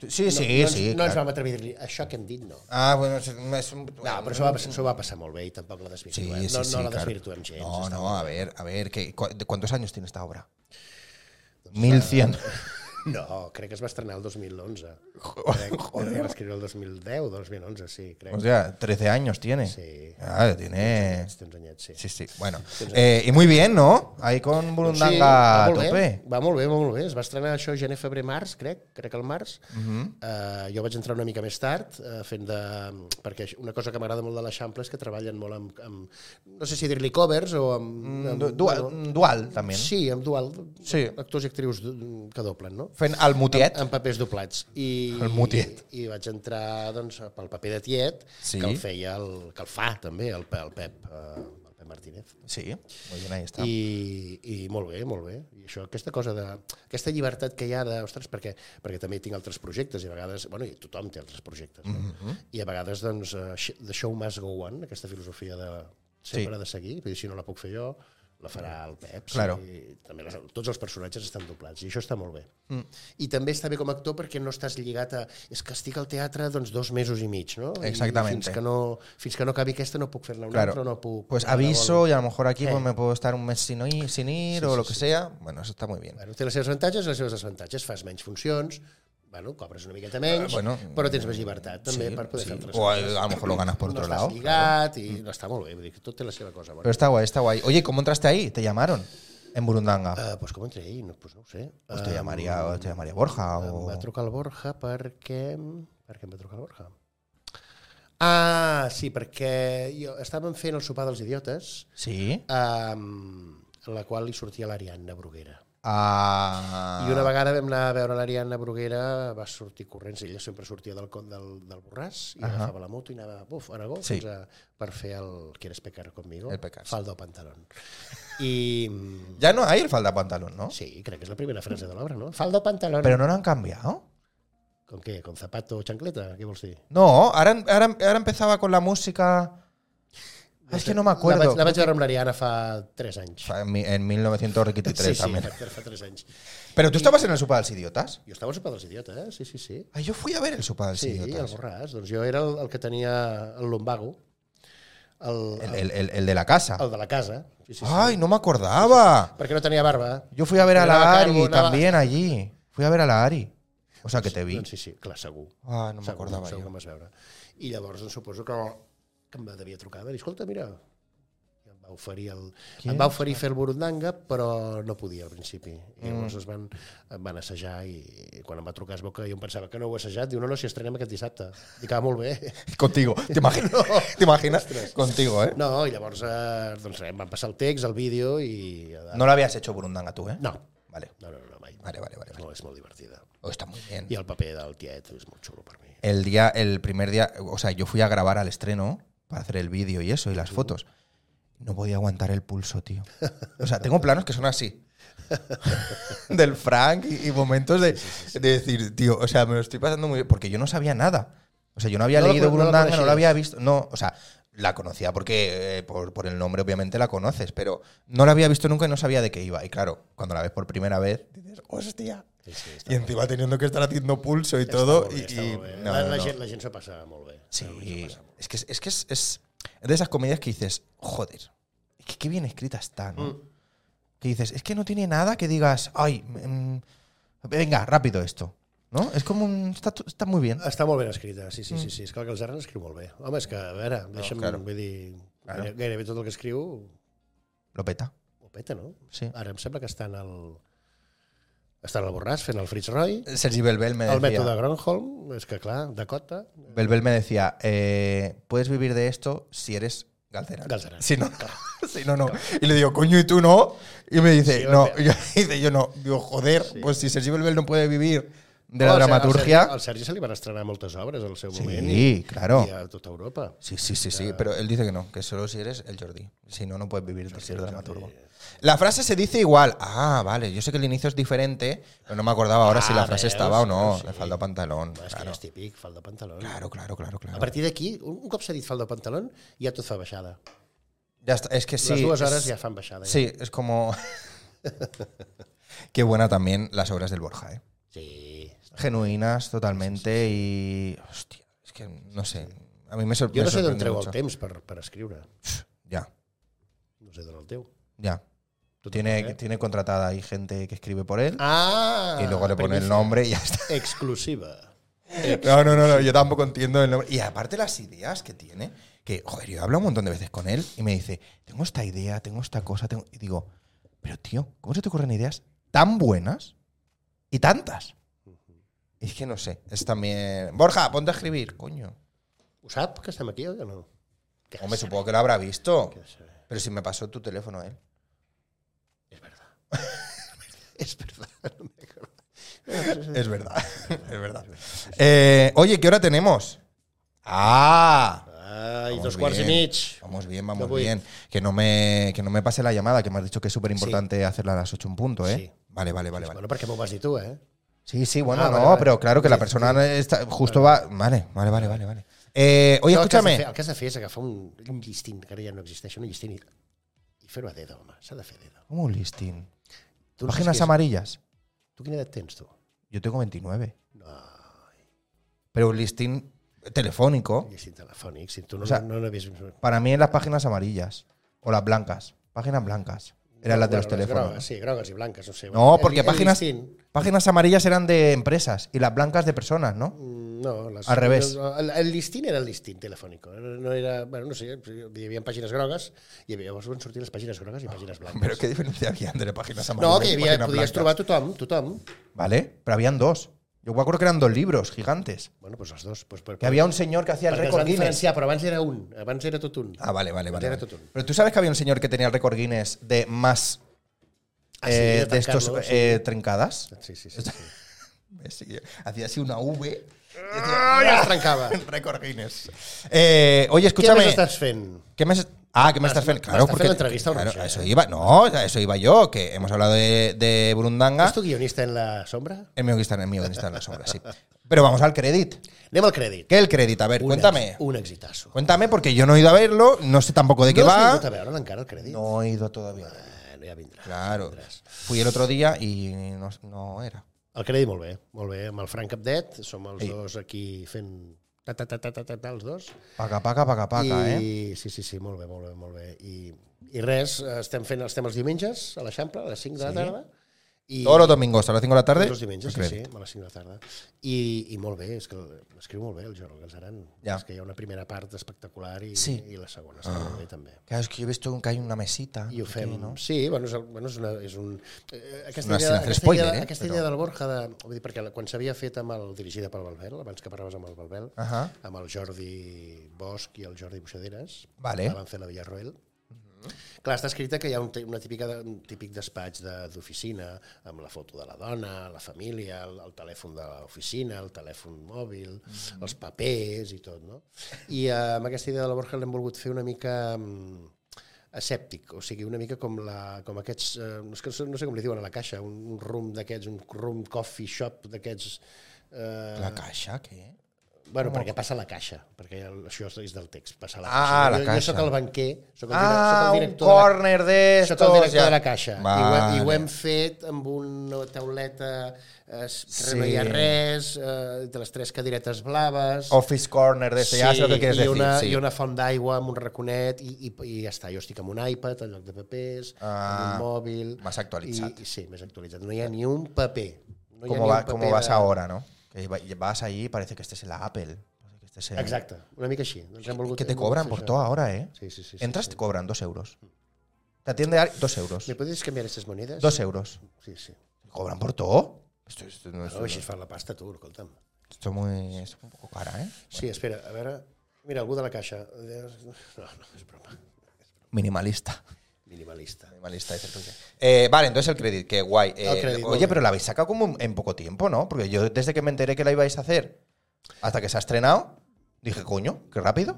Speaker 1: Sí, sí,
Speaker 2: no,
Speaker 1: sí.
Speaker 2: no, ens- no ens
Speaker 1: claro.
Speaker 2: vam atrevir a dir-li això que hem dit, no.
Speaker 1: Ah, bueno, es, es un-
Speaker 2: No, però s'ho va, passar- s'ho va passar molt bé i tampoc la
Speaker 1: Sí,
Speaker 2: desvirtuem.
Speaker 1: sí,
Speaker 2: no,
Speaker 1: sí,
Speaker 2: no la
Speaker 1: claro.
Speaker 2: desvirtuem gens.
Speaker 1: No,
Speaker 2: està
Speaker 1: no,
Speaker 2: molt
Speaker 1: a ver, a ver, ¿qué, cu- de ¿cuántos años tiene esta obra? 1100.
Speaker 2: bé. No, crec que es va estrenar el 2011. Crec, Joder. Va escriure el 2010 o 2011, sí, crec.
Speaker 1: O sea, 13 años tiene.
Speaker 2: Sí.
Speaker 1: Claro, tiene.
Speaker 2: Tens, tens anyets, sí.
Speaker 1: eh, Sí, sí, bueno. Eh, y muy bien, ¿no? Ahí con Burundanga
Speaker 2: va
Speaker 1: a
Speaker 2: molt bé,
Speaker 1: tope.
Speaker 2: va molt bé, va molt bé. Es va estrenar això gener, febrer, març, crec, crec al març. Uh
Speaker 1: Mhm.
Speaker 2: -huh. uh, jo vaig entrar una mica més tard, uh, fent de... Perquè una cosa que m'agrada molt de l'Eixample és que treballen molt amb, amb no sé si dir-li covers o amb... amb
Speaker 1: Mm, Du- Dual, dual también.
Speaker 2: Sí, amb dual,
Speaker 1: Sí.
Speaker 2: actors i actrius du- que doblen, no?
Speaker 1: Fent el mutiet.
Speaker 2: En, en papers doblats. I,
Speaker 1: El mutiet.
Speaker 2: I, I vaig entrar doncs, pel paper de tiet,
Speaker 1: Sí.
Speaker 2: que el feia, el, que el fa també, el, Pe- el Pep, eh, el Pep Martínez.
Speaker 1: Sí, muy bien, ahí está.
Speaker 2: I, i molt bé, molt bé. I això, aquesta cosa de... Aquesta llibertat que hi ha de... Ostres, perquè, perquè també tinc altres projectes i a vegades... Bueno, i tothom té altres projectes. No?
Speaker 1: Mm-hmm.
Speaker 2: I a vegades, doncs, eh, sh- the show must go on, aquesta filosofia de sempre
Speaker 1: Sí.
Speaker 2: sí. de seguir, vull dir, si no la puc fer jo, la farà el Pep.
Speaker 1: Claro.
Speaker 2: I també les, tots els personatges estan doblats i això està molt bé. Mm. I també està bé com a actor perquè no estàs lligat a... És que estic al teatre doncs, dos mesos i mig, no? I
Speaker 1: Exactamente.
Speaker 2: Fins que no, fins que no acabi aquesta no puc fer-la una
Speaker 1: Claro.
Speaker 2: altra, no puc...
Speaker 1: Pues
Speaker 2: no la vol-
Speaker 1: aviso y a lo mejor aquí pues,
Speaker 2: Eh.
Speaker 1: me puedo estar un mes sin ir, sin ir o lo que sea. Bueno, eso está muy bien.
Speaker 2: Bueno, té les seves avantatges i les seves desavantatges. Fas menys funcions, bueno, cobres una miqueta menys,
Speaker 1: Ah, bueno,
Speaker 2: però tens més llibertat també
Speaker 1: sí,
Speaker 2: per poder
Speaker 1: sí.
Speaker 2: fer altres
Speaker 1: O a lo mejor lo ganas por
Speaker 2: no
Speaker 1: otro
Speaker 2: estàs
Speaker 1: lado, Mm.
Speaker 2: lligat i no està molt bé, vull dir que tot té la seva cosa.
Speaker 1: Pero
Speaker 2: Bueno.
Speaker 1: está guay, está guay. Oye, ¿cómo entraste ahí? ¿Te llamaron? En Burundanga.
Speaker 2: Uh, pues com entré ahir? No, pues no ho sé.
Speaker 1: Pues te llamaría,
Speaker 2: ah,
Speaker 1: o te llamaría Borja
Speaker 2: Em
Speaker 1: o...
Speaker 2: va trucar el Borja perquè... Per què em va trucar el Borja? Ah, sí, perquè jo estàvem fent el sopar dels idiotes,
Speaker 1: Sí.
Speaker 2: um, en la qual hi sortia l'Ariadna Bruguera.
Speaker 1: Ah,
Speaker 2: I una vegada vam anar a veure l'Ariadna Bruguera, va sortir corrents, ella sempre sortia del con del, del Borràs i
Speaker 1: Ahà.
Speaker 2: agafava la moto i anava buf, a Aragó
Speaker 1: Sí.
Speaker 2: fins a, per fer el ¿Quieres pecar conmigo?
Speaker 1: El pecar, sí.
Speaker 2: Falda o pantalón. I mm,
Speaker 1: Ya no hay el falda pantalón, ¿no?
Speaker 2: sí, crec que és la primera frase de l'obra, no? Falda o pantalón.
Speaker 1: Pero no lo han cambiado.
Speaker 2: Con què? Con zapato o chancleta? Què vols dir?
Speaker 1: No, ahora, ahora, ahora empezaba con la música... Ah, Es que no me
Speaker 2: La
Speaker 1: acuerdo.
Speaker 2: vaig, la vaig veure amb l'Ariadna fa 3 anys.
Speaker 1: Fa- En mi- en 1983
Speaker 2: sí,
Speaker 1: también.
Speaker 2: fa, fa 3 anys.
Speaker 1: Pero tú estabas en el Supa de los Idiotas.
Speaker 2: Jo estava al sopar dels idiotes, eh? sí, sí, sí.
Speaker 1: Ah, yo fui a ver el Supa de los
Speaker 2: Sí, el
Speaker 1: Idiotas.
Speaker 2: Borràs. Doncs jo era el, el que tenia el lumbago. El,
Speaker 1: El, el- el- el de la casa.
Speaker 2: El de la casa. Sí, Ah, sí, sí.
Speaker 1: Ay, no me acordaba.
Speaker 2: Perquè no tenia barba.
Speaker 1: Yo fui a ver a
Speaker 2: Pero
Speaker 1: la
Speaker 2: era
Speaker 1: Ari
Speaker 2: calvo, nada.
Speaker 1: también allí. Fui a ver a la Ari. O sea que te vi.
Speaker 2: Doncs sí, sí, clar, segur.
Speaker 1: Ah, no
Speaker 2: Segur,
Speaker 1: m'acordava
Speaker 2: segur
Speaker 1: jo.
Speaker 2: que em vas veure. I llavors doncs, suposo que, que em devia trucar. Va dir, escolta, mira, i em va oferir, el,
Speaker 1: Qui
Speaker 2: em va oferir fer el Burundanga, però no podia al principi. I
Speaker 1: Mm.
Speaker 2: llavors es van, em van assajar i, i quan em va trucar es veu que jo em pensava que no ho he assajat. Diu, no, no, si estrenem aquest dissabte. Dic, ah, molt bé.
Speaker 1: Contigo. ¿Te (laughs) imaginas? ¿Te imaginas? Contigo, ¿eh?
Speaker 2: No, i llavors eh, doncs, res, em van passar el text, el vídeo i...
Speaker 1: No lo habías hecho Burundanga tú, ¿eh?
Speaker 2: No,
Speaker 1: Vale,
Speaker 2: no, no, no mai.
Speaker 1: vale, vale. vale.
Speaker 2: No, és molt divertida.
Speaker 1: Oh, está muy bien.
Speaker 2: I el paper del tiet és molt xulo per mi.
Speaker 1: El día, el primer día, o sea, yo fui a grabar al estreno para hacer el vídeo y eso, y las fotos. No podía aguantar el pulso, tío. O sea, tengo planos que son así. (laughs) Del Frank y, y momentos de, de decir, tío, o sea, me lo estoy pasando muy bien. Porque yo no sabía nada. O sea, yo no había
Speaker 2: No lo
Speaker 1: leído
Speaker 2: con- no lo
Speaker 1: Burundanga, no, lo
Speaker 2: conocías.
Speaker 1: había visto. No, o sea, la conocía porque eh, por, por el nombre obviamente la conoces, pero no la había visto nunca y no sabía de qué iba. Y claro, cuando la ves por primera vez, dices, hostia.
Speaker 2: Sí, sí, està
Speaker 1: Y encima teniendo que estar haciendo pulso y
Speaker 2: Està
Speaker 1: todo.
Speaker 2: molt bé,
Speaker 1: Y,
Speaker 2: està
Speaker 1: y-
Speaker 2: molt bé.
Speaker 1: no,
Speaker 2: la,
Speaker 1: no,
Speaker 2: la
Speaker 1: no.
Speaker 2: gent, la gent s'ho passa molt bé.
Speaker 1: Sí,
Speaker 2: La gent s'ho passa molt bé.
Speaker 1: es que, es, es que es, es de esas comedias que dices, joder, es que qué bien escrita está, ¿no?
Speaker 2: Mm.
Speaker 1: Que dices, es que no tiene nada que digas, ay, mm, venga, rápido esto, ¿no? Es como un. Está, tu- está muy bien.
Speaker 2: Està molt ben escrita, sí, sí, sí, sí. És clar que els Arran escriu molt bé. Home, és que, a veure, deixa'm,
Speaker 1: claro.
Speaker 2: vull dir,
Speaker 1: Claro.
Speaker 2: gaire- gairebé tot el que escriu
Speaker 1: Lo peta.
Speaker 2: ho peta, no?
Speaker 1: Sí.
Speaker 2: Ara em sembla que està en el... Està en el Borràs fent el Fritz Roy,
Speaker 1: Sergi Belbel me
Speaker 2: el mètode
Speaker 1: decía.
Speaker 2: de Gronholm, és que clar, Dakota...
Speaker 1: Belbel me decía, eh, puedes vivir de esto si eres Galceran.
Speaker 2: Galceran.
Speaker 1: Sí, no. (laughs) Sí, no, no. Y le digo, coño, ¿y tú no? Y me dice,
Speaker 2: Sí,
Speaker 1: no.
Speaker 2: hombre.
Speaker 1: Y yo, (laughs) dice, yo no. Digo, joder, pues si Sergi Belbel no puede vivir de la
Speaker 2: Al Ser- Al
Speaker 1: dramaturgia.
Speaker 2: Sergi, al Sergi se li van estrenar moltes obres al seu moment.
Speaker 1: Sí, claro.
Speaker 2: I a tota Europa.
Speaker 1: Sí, sí, sí, sí, pero él dice que no, que solo si eres el Jordi. Si no, no puedes vivir de ser dramaturgo.
Speaker 2: eh.
Speaker 1: La frase se dice igual. Ah, vale, yo sé que el inicio es diferente, pero no me acordaba ahora si la
Speaker 2: Ah,
Speaker 1: frase
Speaker 2: veus?
Speaker 1: estaba o no.
Speaker 2: Sí.
Speaker 1: Le falta pantalón.
Speaker 2: És que
Speaker 1: Claro,
Speaker 2: ja és típic, falda pantaló.
Speaker 1: claro, claro, claro.
Speaker 2: A
Speaker 1: claro.
Speaker 2: partir d'aquí, un un cop s'ha dit falda pantaló, ja tot fa baixada.
Speaker 1: Ya está, es que sí.
Speaker 2: Les dues hores
Speaker 1: es-
Speaker 2: ja fan baixada.
Speaker 1: Sí, es como. (laughs) Qué buena también las obras del Borja, ¿eh?
Speaker 2: Ja. Sí.
Speaker 1: Genuinas totalmente y. Hostia, es que no sé. A mí me, sor
Speaker 2: Jo
Speaker 1: me
Speaker 2: no sé d'on
Speaker 1: sorprende
Speaker 2: treu el
Speaker 1: mucho.
Speaker 2: temps per, per escriure.
Speaker 1: Ya,
Speaker 2: No sé d'on el teu.
Speaker 1: ya.
Speaker 2: Tu
Speaker 1: Tiene,
Speaker 2: tampoc, eh?
Speaker 1: tiene contratada ahí gente que escribe por él
Speaker 2: Ah!
Speaker 1: y luego le pone el
Speaker 2: primicia.
Speaker 1: nombre y ya está.
Speaker 2: Exclusiva.
Speaker 1: Eh, No, no, no, no, yo tampoco entiendo el nombre. Y aparte las ideas que tiene, que, joder, yo hablo un montón de veces con él y me dice, tengo esta idea, tengo esta cosa, tengo... y digo, pero tío, ¿cómo se te ocurren ideas tan buenas y tantas? Es que no sé, es también... Borja, ponte a escribir, coño.
Speaker 2: Ho sap, que estem aquí, o que no? Que
Speaker 1: Hombre,
Speaker 2: sabe,
Speaker 1: supongo que lo habrá visto,
Speaker 2: que sabe.
Speaker 1: pero si me pasó tu teléfono a él. (laughs)
Speaker 2: Es verdad. es verdad. No me acuerdo.
Speaker 1: Es verdad, es verdad. Eh, oye, ¿qué hora tenemos? Ah,
Speaker 2: Ai,
Speaker 1: Vamos
Speaker 2: dos quarts
Speaker 1: bien.
Speaker 2: i mig.
Speaker 1: Vamos bien, vamos
Speaker 2: No voy.
Speaker 1: bien. Que no, me, que no me pase la llamada, que me has dicho que es súper importante hacerla a las 8 un punto, ¿eh?
Speaker 2: Sí.
Speaker 1: Vale, vale, vale. vale.
Speaker 2: Bueno, perquè m'ho vas dir tu, eh?
Speaker 1: Sí, sí, bueno,
Speaker 2: Ah,
Speaker 1: no,
Speaker 2: vale, vale.
Speaker 1: pero claro que la persona está, justo va. Vale, vale, vale, vale. vale. Eh, oye,
Speaker 2: No, el que has de
Speaker 1: escúchame.
Speaker 2: fer- El que has de fer és agafar un, un llistint, que ara ja no existeix, un llistint i, i fer-ho a dedo, home. S'ha de fer a dedo.
Speaker 1: ¿Cómo un listing?
Speaker 2: Tu no saps
Speaker 1: Páginas
Speaker 2: què és-
Speaker 1: amarillas.
Speaker 2: Tu quina edat tens, tu?
Speaker 1: Yo tengo 29.
Speaker 2: No,
Speaker 1: Pero un listing telefónico,
Speaker 2: llistint telefònic. Si tu
Speaker 1: O
Speaker 2: no, o
Speaker 1: sea,
Speaker 2: sea, no, no l'havies... Eren
Speaker 1: para mí en las páginas amarillas. O las blancas. Páginas blancas. Eran las de los teléfonos.
Speaker 2: Sí, grogues i blanques, no sé.
Speaker 1: No, porque páginas-
Speaker 2: llistín-
Speaker 1: Páginas amarillas eran de empresas y las blancas de personas, ¿no?
Speaker 2: Mm, No, las,
Speaker 1: Al revés.
Speaker 2: El, el listín era el listín telefónico. No no era, bueno, no sé, hi havia pàgines grogues i hi havia, llavors van sortir les pàgines grogues i pàgines blanques.
Speaker 1: Pero Ah, qué diferencia había entre páginas amarillas.
Speaker 2: Mm. no, que hi
Speaker 1: y
Speaker 2: havia,
Speaker 1: páginas blancas?
Speaker 2: podies trobar tothom, tothom.
Speaker 1: ¿Vale? Pero habían dos. Yo me acuerdo que eran dos libros gigantes.
Speaker 2: Bueno, doncs els dos. Doncs, per,
Speaker 1: Que había un señor que hacía el
Speaker 2: perquè es
Speaker 1: récord
Speaker 2: van
Speaker 1: Guinness.
Speaker 2: diferenciar, però abans era un, abans era tot un.
Speaker 1: Ah, vale, vale,
Speaker 2: Abans
Speaker 1: vale.
Speaker 2: era
Speaker 1: vale.
Speaker 2: tot un.
Speaker 1: Pero tú sabes que había un señor que tenía el récord Guinness de más
Speaker 2: Ah, sí,
Speaker 1: eh,
Speaker 2: de
Speaker 1: de estos
Speaker 2: tancarlo, sí.
Speaker 1: eh, trencadas. (laughs)
Speaker 2: Sí, sí, sí. sí.
Speaker 1: Sí, Hacía así una V. (laughs) y
Speaker 2: Ah,
Speaker 1: decía,
Speaker 2: ja es
Speaker 1: (laughs)
Speaker 2: trencava.
Speaker 1: "Ah, récord Guinness. Eh, oye,
Speaker 2: Escúchame. Què
Speaker 1: escúchame.
Speaker 2: més estás fent?
Speaker 1: ¿Qué me has- Ah, que me estás
Speaker 2: Vas-
Speaker 1: haciendo.
Speaker 2: vas
Speaker 1: Claro,
Speaker 2: a hacer
Speaker 1: porque.
Speaker 2: la entrevista a
Speaker 1: claro,
Speaker 2: Urrutia,
Speaker 1: a eso
Speaker 2: ¿eh?
Speaker 1: iba. No, a eso iba yo, que hemos hablado de, de Burundanga.
Speaker 2: Ets tu guionista en la sombra?
Speaker 1: El mío que está en el mío que está en la sombra, sí. Pero vamos al crédito.
Speaker 2: Anem al crèdit.
Speaker 1: ¿Qué es el crédito? A ver,
Speaker 2: Un
Speaker 1: cuéntame.
Speaker 2: ex- Un exitazo.
Speaker 1: Cuéntame, porque yo no he ido a verlo, no sé tampoco de qué
Speaker 2: no has
Speaker 1: va.
Speaker 2: vingut a veure'l encara, el crèdit?
Speaker 1: No he ido todavía.
Speaker 2: Bueno, ja vindrà.
Speaker 1: Claro. Fui el otro día y no, no era.
Speaker 2: El crèdit molt bé, molt bé. Amb el Frank Capdet, som els
Speaker 1: Sí.
Speaker 2: sí. dos aquí fent ta, ta, ta, ta, ta, ta, ta els dos.
Speaker 1: Paca, paca, paca, paca, ¿eh?
Speaker 2: I, Sí, sí, sí, molt bé, molt bé, molt bé. I, i res, estem fent estem els diumenges a l'Eixample, a les 5 de la tarda. I
Speaker 1: Todos los domingos a las 5 de la tarde.
Speaker 2: Tots els diumenges, sí, sí,
Speaker 1: Secret.
Speaker 2: a les 5 de la tarda. I, i molt bé, és que escriu molt bé el Jordi Galzeran.
Speaker 1: Ja.
Speaker 2: Ja. És que hi ha una primera part espectacular i,
Speaker 1: Sí. Ah.
Speaker 2: i la segona està molt bé també.
Speaker 1: Claro, es que yo he visto que hay una mesita.
Speaker 2: I ho
Speaker 1: aquí,
Speaker 2: fem...
Speaker 1: ¿no?
Speaker 2: Sí, bueno, és, el- bueno, és, una, és un... Eh, aquesta
Speaker 1: No,
Speaker 2: idea,
Speaker 1: sin hacer
Speaker 2: aquesta,
Speaker 1: spoiler,
Speaker 2: idea,
Speaker 1: eh,
Speaker 2: aquesta
Speaker 1: però-
Speaker 2: idea del Borja, de, vull dir, perquè la- quan s'havia fet amb el, dirigida pel Balbel, abans que parlaves amb el Balbel,
Speaker 1: Ajá.
Speaker 2: amb el Jordi Bosch i el Jordi Buixaderes,
Speaker 1: Vale.
Speaker 2: la van fer a la Villarroel, Clar, està escrita que hi ha un, te- una típica, de- un típic despatx de- d'oficina, amb la foto de la dona, la família, el, el telèfon de l'oficina, el telèfon mòbil,
Speaker 1: Mm.
Speaker 2: els papers i tot, no? I eh, amb aquesta idea de la Borja l'hem volgut fer una mica mm, escèptic, o sigui, una mica com, la, com aquests, eh, no, és que no sé- no sé com li diuen a la caixa, un, un room d'aquests, un room coffee shop d'aquests... Eh,
Speaker 1: La caixa, ¿qué?
Speaker 2: Bueno, perquè passa a la caixa, perquè el- això és del text, passa a la
Speaker 1: Ah,
Speaker 2: caixa.
Speaker 1: la
Speaker 2: jo,
Speaker 1: caixa.
Speaker 2: jo soc el banquer, soc el, direc-
Speaker 1: Ah,
Speaker 2: soc el
Speaker 1: un
Speaker 2: director de la
Speaker 1: corner de
Speaker 2: això que el
Speaker 1: estos.
Speaker 2: director
Speaker 1: ya.
Speaker 2: de la caixa. I, ho,
Speaker 1: Vale.
Speaker 2: I ho hem fet amb una tauleta eh, que
Speaker 1: Sí.
Speaker 2: no hi ha res, eh, de les tres cadiretes blaves...
Speaker 1: Office corner de este, ya sé lo que quieres
Speaker 2: i una,
Speaker 1: decir. sí.
Speaker 2: I una font d'aigua amb un raconet i, i, i ja està. Jo estic amb un iPad en lloc de papers,
Speaker 1: Ah,
Speaker 2: amb un mòbil...
Speaker 1: més actualitzat.
Speaker 2: I, i, sí, més actualitzat. No hi ha ni un paper. No hi ha
Speaker 1: como
Speaker 2: ni
Speaker 1: va- eh?
Speaker 2: un
Speaker 1: como
Speaker 2: paper
Speaker 1: vas
Speaker 2: de-
Speaker 1: ahora, ¿no? Que va- vas ahí y parece que estés en la Apple. parece que estés en-
Speaker 2: Exacte, una mica així. Doncs hem volgut,
Speaker 1: Que te
Speaker 2: hem volgut
Speaker 1: cobran
Speaker 2: fer
Speaker 1: por
Speaker 2: això.
Speaker 1: todo ahora, ¿eh?
Speaker 2: Sí, sí, sí. sí,
Speaker 1: Entras,
Speaker 2: sí.
Speaker 1: te cobran dos euros. Te atiende alguien- dos euros.
Speaker 2: ¿Me podries canviar aquestes monedes?
Speaker 1: Dos euros.
Speaker 2: Sí, sí.
Speaker 1: ¿Cobran por todo? Esto, esto no es-
Speaker 2: No, així es fa la pasta, tu, escolta'm.
Speaker 1: esto muy, esto es un poco cara, ¿eh?
Speaker 2: Sí, espera, a veure... Mira, algú de la caixa. No, no, és broma.
Speaker 1: Minimalista.
Speaker 2: Minimalista.
Speaker 1: Minimalista es el tuyo. Eh, vale, entonces el credit, que guay. Eh,
Speaker 2: El credit, muy
Speaker 1: oye,
Speaker 2: bien.
Speaker 1: pero la habéis sacado como en poco tiempo, ¿no? Porque yo desde que me enteré que la ibais a hacer hasta que se ha estrenado, dije, coño, qué rápido.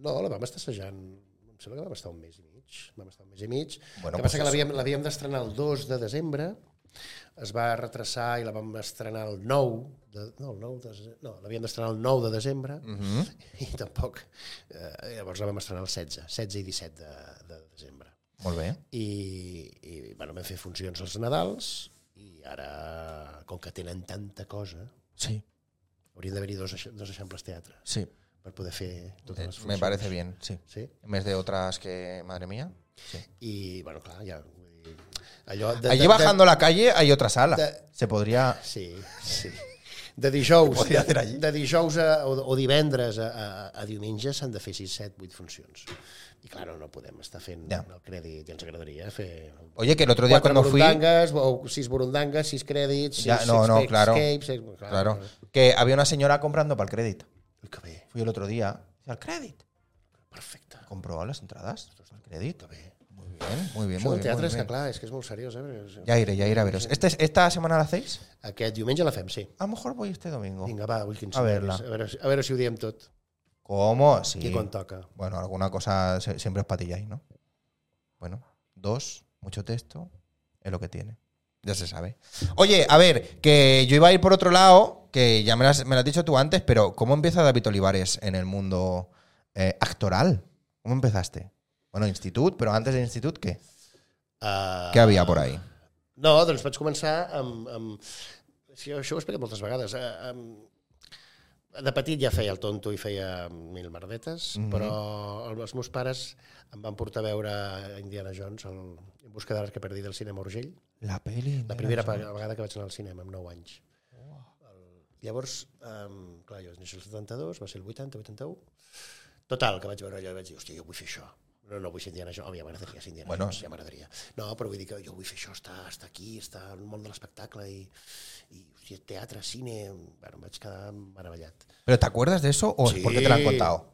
Speaker 2: No, la vam estar assajant... Em sembla que vam estar un mes i mig. Vam estar un mes i mig.
Speaker 1: Bueno,
Speaker 2: Bueno,
Speaker 1: pues
Speaker 2: que passa que
Speaker 1: eso.
Speaker 2: l'havíem l'havíem d'estrenar el 2 de desembre, es va retrasar i la vam estrenar el 9 de, no, el 9 de, dese- no, l'havíem d'estrenar el 9 de desembre
Speaker 1: Mhm.
Speaker 2: i tampoc eh, llavors la vam estrenar el 16 16 i 17 de, de desembre
Speaker 1: Muy bien.
Speaker 2: i, i bueno, vam fer funcions als Nadals i ara, com que tenen tanta cosa,
Speaker 1: Sí,
Speaker 2: haurien d'haver-hi dos, eix- dos eixamples teatre
Speaker 1: sí.
Speaker 2: per poder fer totes les funcions.
Speaker 1: Eh, me parece bien, sí.
Speaker 2: Sí?
Speaker 1: En vez de otras que, madre mía. Sí.
Speaker 2: I, bueno, clar, ja... vull dir, Allò de,
Speaker 1: Allí
Speaker 2: de-
Speaker 1: bajando la calle hay otra sala.
Speaker 2: de-
Speaker 1: Se podría...
Speaker 2: De, sí, sí. De dijous,
Speaker 1: podria fer allí?
Speaker 2: de dijous a, o, o divendres a, a, a diumenge s'han de fer 6, 7, 8 funcions. I, clar, no podem estar fent
Speaker 1: Ja.
Speaker 2: el crèdit. Ja ens agradaria fer
Speaker 1: Oye, que el otro día
Speaker 2: quatre
Speaker 1: cuando fui...
Speaker 2: burundangues, o sis burundangues, sis crèdits, sis,
Speaker 1: Ya, no,
Speaker 2: sis
Speaker 1: no,
Speaker 2: escapes, eh,
Speaker 1: claro.
Speaker 2: seis- clar,
Speaker 1: Claro. Que había una señora comprando para el crédito.
Speaker 2: Ui, que bé,
Speaker 1: Fui el otro día. Al crédito.
Speaker 2: perfecte.
Speaker 1: Compró las entradas. Al
Speaker 2: Que
Speaker 1: crédito.
Speaker 2: bé.
Speaker 1: Muy bien, muy bien.
Speaker 2: Això
Speaker 1: Muy bien,
Speaker 2: del teatre
Speaker 1: muy
Speaker 2: és que,
Speaker 1: bien.
Speaker 2: clar, és que és molt seriós, eh? perquè-
Speaker 1: Ya iré, ya iré a veros. Este, ¿Esta semana la hacéis?
Speaker 2: Aquest diumenge la fem, sí.
Speaker 1: A lo mejor voy este domingo.
Speaker 2: Vinga, va, vull que ens
Speaker 1: Oh. A veure-la.
Speaker 2: A veure, si- a veure si ho diem tot
Speaker 1: ¿Cómo? Sí.
Speaker 2: i quan toca.
Speaker 1: Bueno, alguna cosa se- siempre os patilláis, ¿no? Bueno, dos, mucho texto, es lo que tiene. Ya se sabe. Oye, a ver, que yo iba a ir por otro lado, que ya me lo has, me lo has dicho tú antes, pero ¿cómo empieza David Olivares en el mundo eh, actoral? ¿Cómo empezaste? Bueno, institut, pero antes de institut, ¿qué?
Speaker 2: Uh,
Speaker 1: ¿Qué había por ahí?
Speaker 2: No, doncs vaig començar amb... amb sí, això ho he explicat moltes vegades. eh, Amb, de petit ja feia el tonto i feia mil merdetes, mm -hmm. però els meus pares em van portar a veure Indiana Jones, el, en busca de l'arc que perdí del cinema Urgell,
Speaker 1: La peli.
Speaker 2: La primera pa- vegada que vaig anar al cinema, amb 9 anys. El, llavors, um, clar, jo vaig néixer el 72, va ser el 80, 81. Total, que vaig veure allò i vaig dir, hòstia, jo vull fer això. No, no vull ser Indiana Jones. Home, ja m'agradaria ser Indiana
Speaker 1: Bueno.
Speaker 2: Jones, ja m'agradaria. No, però vull dir que jo vull fer això, està, està aquí, està al món de l'espectacle i, i hòstia, teatre, cine... Bueno, em vaig quedar meravellat.
Speaker 1: ¿Pero te acuerdas de eso o es
Speaker 2: Sí.
Speaker 1: porque te lo han contado?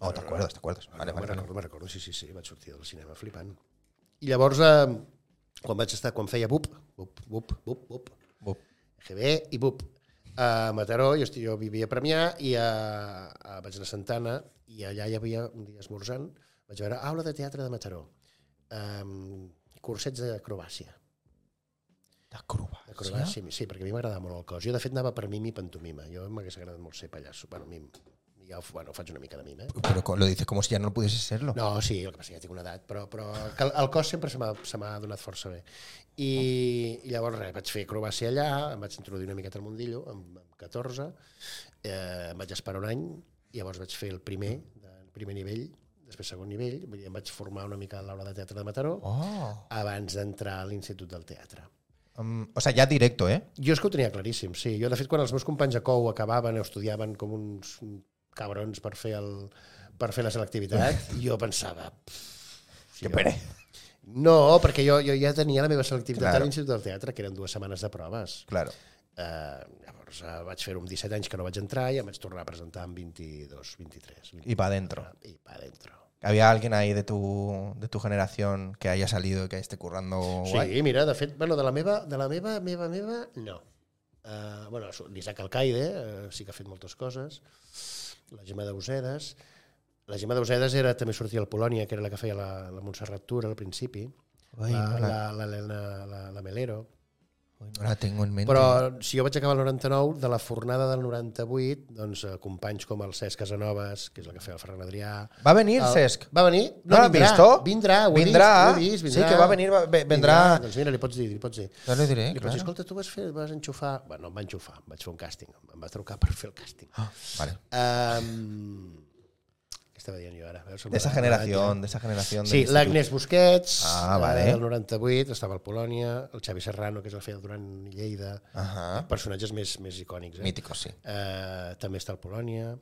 Speaker 1: No,
Speaker 2: No,
Speaker 1: te
Speaker 2: no,
Speaker 1: acuerdas, te acuerdas. Vale,
Speaker 2: Vale,
Speaker 1: vale,
Speaker 2: me'n
Speaker 1: vale.
Speaker 2: recordo, me'n recordo, sí, sí, sí, vaig sortir del cinema flipant. I llavors, eh, quan vaig estar, quan feia bup, bup, bup, bup, bup,
Speaker 1: Bup.
Speaker 2: GB i BUP. A Mataró, jo, estic, jo vivia a Premià, i a, a, vaig anar a Santana, i allà hi havia, un dia esmorzant, vaig veure aula de teatre de Mataró, um, cursets d'acrobàcia.
Speaker 1: La curva.
Speaker 2: Acrobàcia, sí, perquè a mi m'agradava molt el cos. Jo, de fet, anava per mim i pantomima. Jo m'hagués agradat molt ser pallasso. Bueno, mim, ja ho, bueno, faig una mica de mim, eh?
Speaker 1: Pero co- lo dices como si ya no pudiese serlo.
Speaker 2: No, sí, el que passa és que ja tinc una edat, però, però que el- el cos sempre se m'ha se m'ha donat força bé. I, I llavors res, vaig fer acrobàcia allà, em vaig introduir una miqueta al mundillo, amb, amb 14, eh, em vaig esperar un any, i llavors vaig fer el primer, el primer nivell, després segon nivell, vull dir, em vaig formar una mica a l'aula de teatre de Mataró,
Speaker 1: Oh.
Speaker 2: abans d'entrar a l'Institut del Teatre.
Speaker 1: Mm, o sea, ya directo, ¿eh?
Speaker 2: Jo és que ho tenia claríssim, sí. Jo, de fet, quan els meus companys a COU acabaven o estudiaven com uns cabrons per fer, el, per fer la selectivitat, jo pensava... "Pff,
Speaker 1: Que
Speaker 2: jo-
Speaker 1: pere.
Speaker 2: No, perquè jo, jo ja tenia la meva selectivitat
Speaker 1: Claro.
Speaker 2: a l'Institut del Teatre, que eren dues setmanes de proves.
Speaker 1: Claro.
Speaker 2: Eh, llavors eh, vaig fer-ho amb 17 anys que no vaig entrar i em vaig tornar a presentar amb 22, 23.
Speaker 1: Y para adentro.
Speaker 2: I pa dentro.
Speaker 1: ¿Había alguien ahí de tu, de tu generación que haya salido y que esté currando guay?
Speaker 2: Sí, mira, de fet, bueno, de la meva, de la meva, meva, meva, no. Uh, bueno, l'Isaac Alcaide uh, sí que ha fet moltes coses. La Gemma d'Eusedes. La Gemma d'Eusedes era, també sortia al Polònia, que era la que feia la, la Montserrat Tour al principi.
Speaker 1: Ai,
Speaker 2: la,
Speaker 1: no
Speaker 2: la,
Speaker 1: la-
Speaker 2: la, la, la, la Melero.
Speaker 1: Uy, no la tengo en mente.
Speaker 2: Però si jo vaig acabar el 99, de la fornada del 98, doncs eh, companys com el Cesc Casanovas, que és el que feia el Ferran Adrià...
Speaker 1: ¿Va a venir
Speaker 2: el-
Speaker 1: Cesc?
Speaker 2: Va venir?
Speaker 1: ¿No lo has
Speaker 2: vindrà,
Speaker 1: visto?
Speaker 2: Vindrà, ho he
Speaker 1: Ah, Vindrà,
Speaker 2: vist, ho he vist,
Speaker 1: sí,
Speaker 2: vindrà.
Speaker 1: que va venir, va- ve- vendrà.
Speaker 2: Doncs mira, li pots dir, li pots dir.
Speaker 1: Ya lo diré,
Speaker 2: Li
Speaker 1: claro.
Speaker 2: vaig dir, escolta, tu vas, fer, vas enxufar... Bueno, em va enxufar, em vaig fer un càsting. Em va trucar per fer el càsting.
Speaker 1: Ah, vale.
Speaker 2: Um, què estava dient jo ara? Veus,
Speaker 1: De esa generación, de esa generación.
Speaker 2: Sí,
Speaker 1: del
Speaker 2: l'Agnès Busquets,
Speaker 1: Ah,
Speaker 2: eh,
Speaker 1: vale.
Speaker 2: del 98, estava al Polònia, el Xavi Serrano, que és el feia durant Lleida,
Speaker 1: instituto. Ajá.
Speaker 2: personatges més, més icònics. Eh?
Speaker 1: Mítico, sí.
Speaker 2: Eh, també està al Polònia.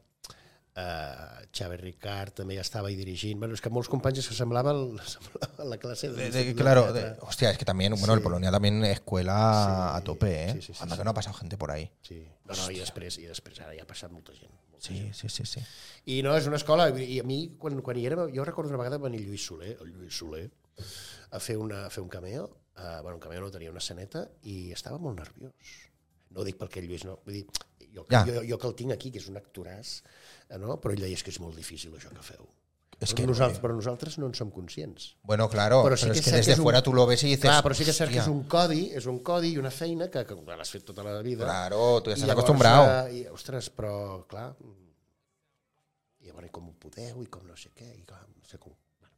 Speaker 2: Uh, Xavi Ricard també ja estava ahí dirigint. Bueno, és que molts companys es que semblava, el, (laughs) semblaba la clase de,
Speaker 1: De- de- claro, de- hostia, es que también, bueno, el Polonia también escuela a tope, ¿eh?
Speaker 2: sí, sí, sí,
Speaker 1: Anda que no ha pasado gente por ahí.
Speaker 2: Sí. No, no, i després, i després ara ja ha passat molta gent. Molta
Speaker 1: Sí, sí, sí, sí.
Speaker 2: I no, és una escola, i a mi, quan, quan hi érem, jo recordo una vegada venir Lluís Soler, el Lluís Soler, a fer, una, a fer un cameo, uh, bueno, un cameo no tenia una esceneta, i estava molt nerviós. No ho dic perquè el Lluís no, vull dir, jo,
Speaker 1: Ja.
Speaker 2: ja. jo, jo que el tinc aquí, que és un actoràs, eh, no? però ell deia, és que és molt difícil això que feu.
Speaker 1: És
Speaker 2: però,
Speaker 1: que no, eh.
Speaker 2: nosaltres, però nosaltres no en som conscients.
Speaker 1: Bueno, claro, pero,
Speaker 2: Pues Pero sí
Speaker 1: es
Speaker 2: que
Speaker 1: que
Speaker 2: sé que
Speaker 1: desde
Speaker 2: es un-
Speaker 1: fuera tú lo ves y dices.
Speaker 2: Clar, però sí que és cert que és
Speaker 1: hostia,
Speaker 2: un codi, és un codi i una feina que, que l'has fet tota la vida.
Speaker 1: Claro, tu ja
Speaker 2: I
Speaker 1: estàs
Speaker 2: llavors,
Speaker 1: acostumbrat.
Speaker 2: eh, I, ostres, però, clar... mm, I llavors, i com ho podeu, i com no sé què, i clar, no sé com...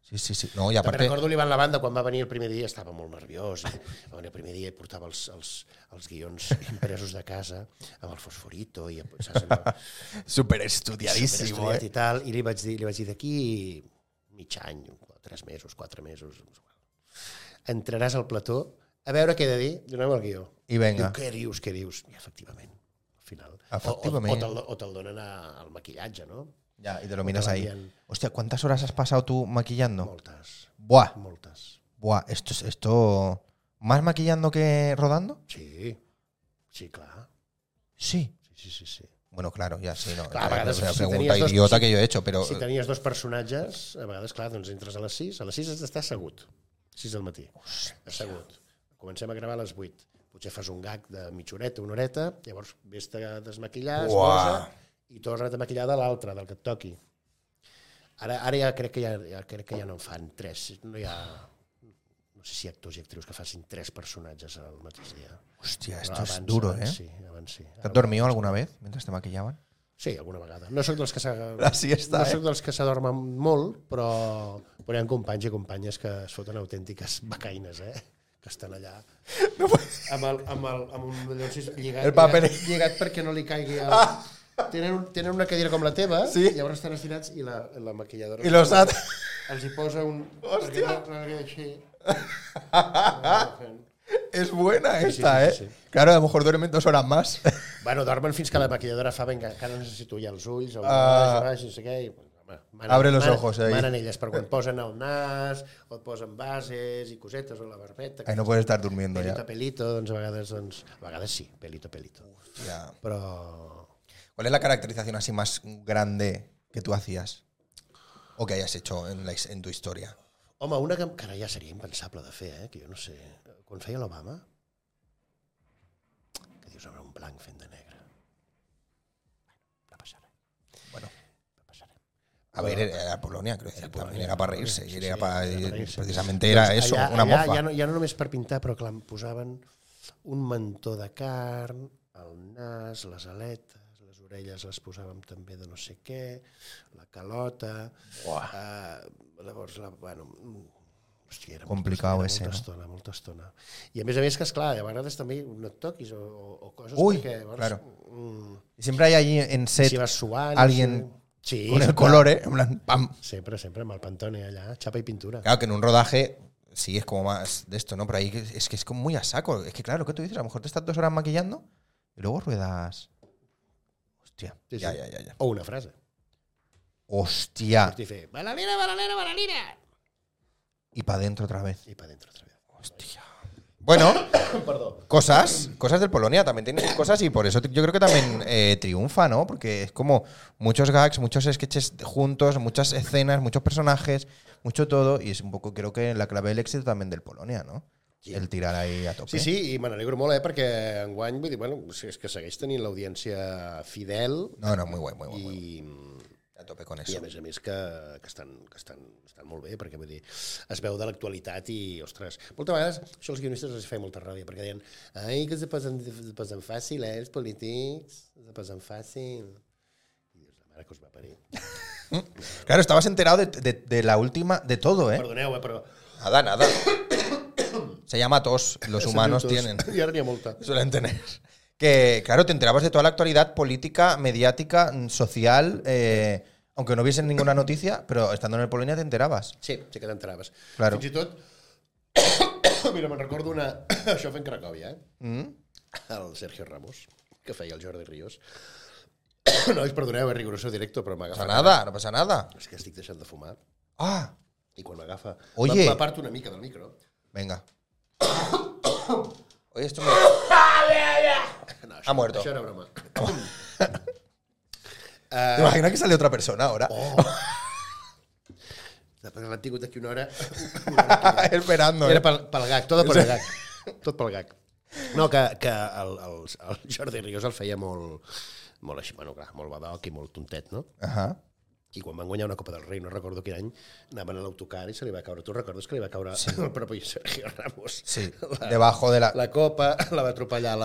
Speaker 1: Sí, sí, sí. No, y
Speaker 2: També
Speaker 1: aparte.
Speaker 2: recordo l'Ivan Lavanda, quan va venir el primer dia, estava molt nerviós. I, va venir el primer dia i portava els, els, els guions impresos de casa, amb el fosforito, i saps,
Speaker 1: (laughs)
Speaker 2: allò,
Speaker 1: Súper estudiadísimo, ¿eh?
Speaker 2: estudiat i tal, i li vaig dir, li vaig dir d'aquí mig any, tres mesos, quatre mesos, no sé quan, entraràs al plató a veure què he de dir, doneu el guió.
Speaker 1: I venga.
Speaker 2: Diu, què dius, què dius? I efectivament, al final.
Speaker 1: Efectivament.
Speaker 2: O, o, o te'l o te donen a, al maquillatge, no?
Speaker 1: Ya, y te lo miras ahí.
Speaker 2: También.
Speaker 1: Hostia, ¿cuántas horas has pasado tú maquillando?
Speaker 2: Moltes,
Speaker 1: Buah,
Speaker 2: moltes.
Speaker 1: buah, esto es esto. ¿Más maquillando que rodando?
Speaker 2: Sí, sí, clar.
Speaker 1: Sí.
Speaker 2: Sí, sí, sí, sí.
Speaker 1: Bueno, claro, ya sí, no.
Speaker 2: Claro, a vegades,
Speaker 1: es una
Speaker 2: si
Speaker 1: pregunta
Speaker 2: tenías dos-
Speaker 1: idiota
Speaker 2: si-
Speaker 1: que yo he hecho, pero.
Speaker 2: Si tenies dos personatges, a vegades, clar, doncs entres a les 6, a les 6 has d'estar assegut, 6 del matí, assegut. Comencem a gravar a les 8, potser fas un gag de mitja horeta, una horeta, llavors vés-te a
Speaker 1: Uah.
Speaker 2: desmaquillar, esmorza, i torna't a maquillar de l'altre, del que et toqui. Ara, ara ja crec que ja, ja, crec que ja no en fan tres, no hi ha... No sé si hi ha actors i actrius que facin tres personatges al mateix dia.
Speaker 1: Hostia,
Speaker 2: Però
Speaker 1: esto es duro,
Speaker 2: abans
Speaker 1: ¿eh?
Speaker 2: Sí, abans sí.
Speaker 1: ¿Te has dormido alguna vez mientras te (laughs) maquillaban?
Speaker 2: Sí, alguna vegada. No sóc dels que
Speaker 1: La siesta,
Speaker 2: no sóc dels que s'adormen molt, però, però hi ha companys i companyes que es foten autèntiques bacaines, eh? que estan allà amb, el, amb, el, amb un llenços lligat,
Speaker 1: El paper. Ah.
Speaker 2: lligat, lligat perquè no li caigui el... Tenen, un- tenen una cadira com la teva,
Speaker 1: Sí.
Speaker 2: llavors estan estirats i la, la maquilladora
Speaker 1: Y los hat.
Speaker 2: els hi posa un... Hòstia! No, no, no, així.
Speaker 1: (laughs) Es buena
Speaker 2: sí,
Speaker 1: esta,
Speaker 2: sí,
Speaker 1: ¿eh?
Speaker 2: sí.
Speaker 1: Claro, a lo mejor duermen dos horas más.
Speaker 2: Bueno, dormen fins que la maquilladora fa venga, encara necessito ja els ulls, el nas,
Speaker 1: Ah.
Speaker 2: el nas, no sé què, i, bueno, home, manen,
Speaker 1: Abre los
Speaker 2: manen-
Speaker 1: ojos, eh, ahí.
Speaker 2: Manen elles per quan posen el nas, o et posen bases i cosetes, o la barbeta,
Speaker 1: (laughs) Ahí no puedes estar durmiendo
Speaker 2: pelito a
Speaker 1: ya.
Speaker 2: pelito, doncs a vegades, doncs, a vegades sí, pelito a pelito.
Speaker 1: Ya.
Speaker 2: Però
Speaker 1: ¿Cuál es la caracterización así más grande que tú hacías? O que hayas hecho en, la his- en tu historia.
Speaker 2: Home, una que, que ara ja seria impensable de fer, eh? que jo no sé, quan feia l'Obama, que dius, home, un blanc fent de negre. Bueno, no passa res,
Speaker 1: Bueno,
Speaker 2: no passa res.
Speaker 1: a ver, era Polonia, creo que también
Speaker 2: Polonia,
Speaker 1: era para reírse. y
Speaker 2: sí,
Speaker 1: era
Speaker 2: sí,
Speaker 1: para-
Speaker 2: era para reírse. Pues
Speaker 1: precisamente era eso,
Speaker 2: allà,
Speaker 1: una
Speaker 2: allà
Speaker 1: mofa.
Speaker 2: Ja no, ja no només per pintar, però clar, em posaven un mantó de carn, el nas, les aletes, les orelles les posàvem també de no sé què, la calota... Uh, llavors, la, bueno... mm, Hòstia, era molta
Speaker 1: Complicado ese,
Speaker 2: estona, molta
Speaker 1: no?
Speaker 2: estona, molta estona. I a més a més que, esclar, a vegades també no et toquis o, o, o coses
Speaker 1: Ui,
Speaker 2: perquè... Llavors,
Speaker 1: claro.
Speaker 2: mm,
Speaker 1: Y Siempre hay allí en set
Speaker 2: si vas suant...
Speaker 1: alguien
Speaker 2: Sí,
Speaker 1: con el
Speaker 2: sempre,
Speaker 1: color, ¿eh? En plan, ¡pam!
Speaker 2: Sempre, sempre, amb el pantone allà, xapa i pintura.
Speaker 1: Claro que en un rodaje sí es como más de esto, ¿no? Pero ahí es que es como muy a saco. Es que claro, lo que tú dices, a lo mejor te estás dos horas maquillando y luego ruedas. Hostia.
Speaker 2: Sí,
Speaker 1: ya,
Speaker 2: sí.
Speaker 1: ya, ya, ya.
Speaker 2: O una frase.
Speaker 1: Hostia.
Speaker 2: Sortir i fer balalera, balalera, balalera.
Speaker 1: Y para adentro otra vez.
Speaker 2: I pa dentro otra vez.
Speaker 1: Hostia. Bueno,
Speaker 2: Perdó.
Speaker 1: cosas, cosas del Polonia también tienen sus cosas y por eso yo creo que también eh, triunfa, ¿no? Porque es como muchos gags, muchos sketches juntos, muchas escenas, muchos personajes, mucho todo y es un poco creo que la clave del éxito también del Polonia, ¿no?
Speaker 2: Sí.
Speaker 1: El tirar ahí a tope.
Speaker 2: Sí, sí, i me n'alegro molt, eh, perquè enguany, vull dir, bueno, o sigui, és que segueix tenint l'audiència fidel
Speaker 1: No, no, muy guay, muy guay. muy guay.
Speaker 2: i,
Speaker 1: A tope con
Speaker 2: i
Speaker 1: eso.
Speaker 2: a més a més que, que, estan, que estan, estan molt bé, perquè vull dir, es veu de l'actualitat i, ostres, moltes vegades això als guionistes els feia molta ràbia, perquè deien, ai, que se posen, se posen fàcil, eh, els polítics, se posen fàcil. I dius, la mare que us va parir.
Speaker 1: Claro, estabas enterado de, de- de la última, de todo, ¿eh?
Speaker 2: Perdoneu, eh, però...
Speaker 1: Nada, nada. (coughs) Se llama tos, los humanos
Speaker 2: Sentiu
Speaker 1: tienen. (laughs)
Speaker 2: tos. I ara n'hi ha molta.
Speaker 1: Suelen tener. Que, claro, te enterabas de toda la actualidad política, mediática, mm, social, eh, aunque no viesen ninguna noticia, pero estando en el Polonia te enterabas.
Speaker 2: Sí, sí que t'entraves.
Speaker 1: Claro.
Speaker 2: Fins i tot, (coughs) mira, me'n recordo una... (coughs) Això fent Cracòvia, eh?
Speaker 1: Mm.
Speaker 2: El Sergio Ramos, que feia el Jordi Ríos. (coughs) Nois, perdoneu, és rigoroso directo, però m'agafa...
Speaker 1: pasa nada, no pasa nada.
Speaker 2: És que estic deixant de fumar.
Speaker 1: Ah,
Speaker 2: I quan m'agafa...
Speaker 1: Oye.
Speaker 2: m'a- M'aparto una mica del micro. (coughs)
Speaker 1: (coughs) venga. Oye, esto me...
Speaker 2: No,
Speaker 1: Ha muerto.
Speaker 2: Això
Speaker 1: (coughs)
Speaker 2: era broma.
Speaker 1: ¿Te imaginas que sale otra persona ahora?
Speaker 2: Després l'han tingut aquí una hora.
Speaker 1: (laughs) Esperando.
Speaker 2: Era
Speaker 1: eh.
Speaker 2: pel, pel gag, tot pel gag. Tot pel gag. No, que, que el, el, el Jordi Ríos el feia molt, molt així, bueno, clar, molt badoc i molt tontet, no?
Speaker 1: Ajá.
Speaker 2: I quan van guanyar una Copa del Rei, no recordo quin any, anaven a l'autocar i se li va caure. Tu recordes que li va caure sí. el propi Sergio Ramos?
Speaker 1: (laughs) Sí, debajo de la...
Speaker 2: La copa la va atropellar a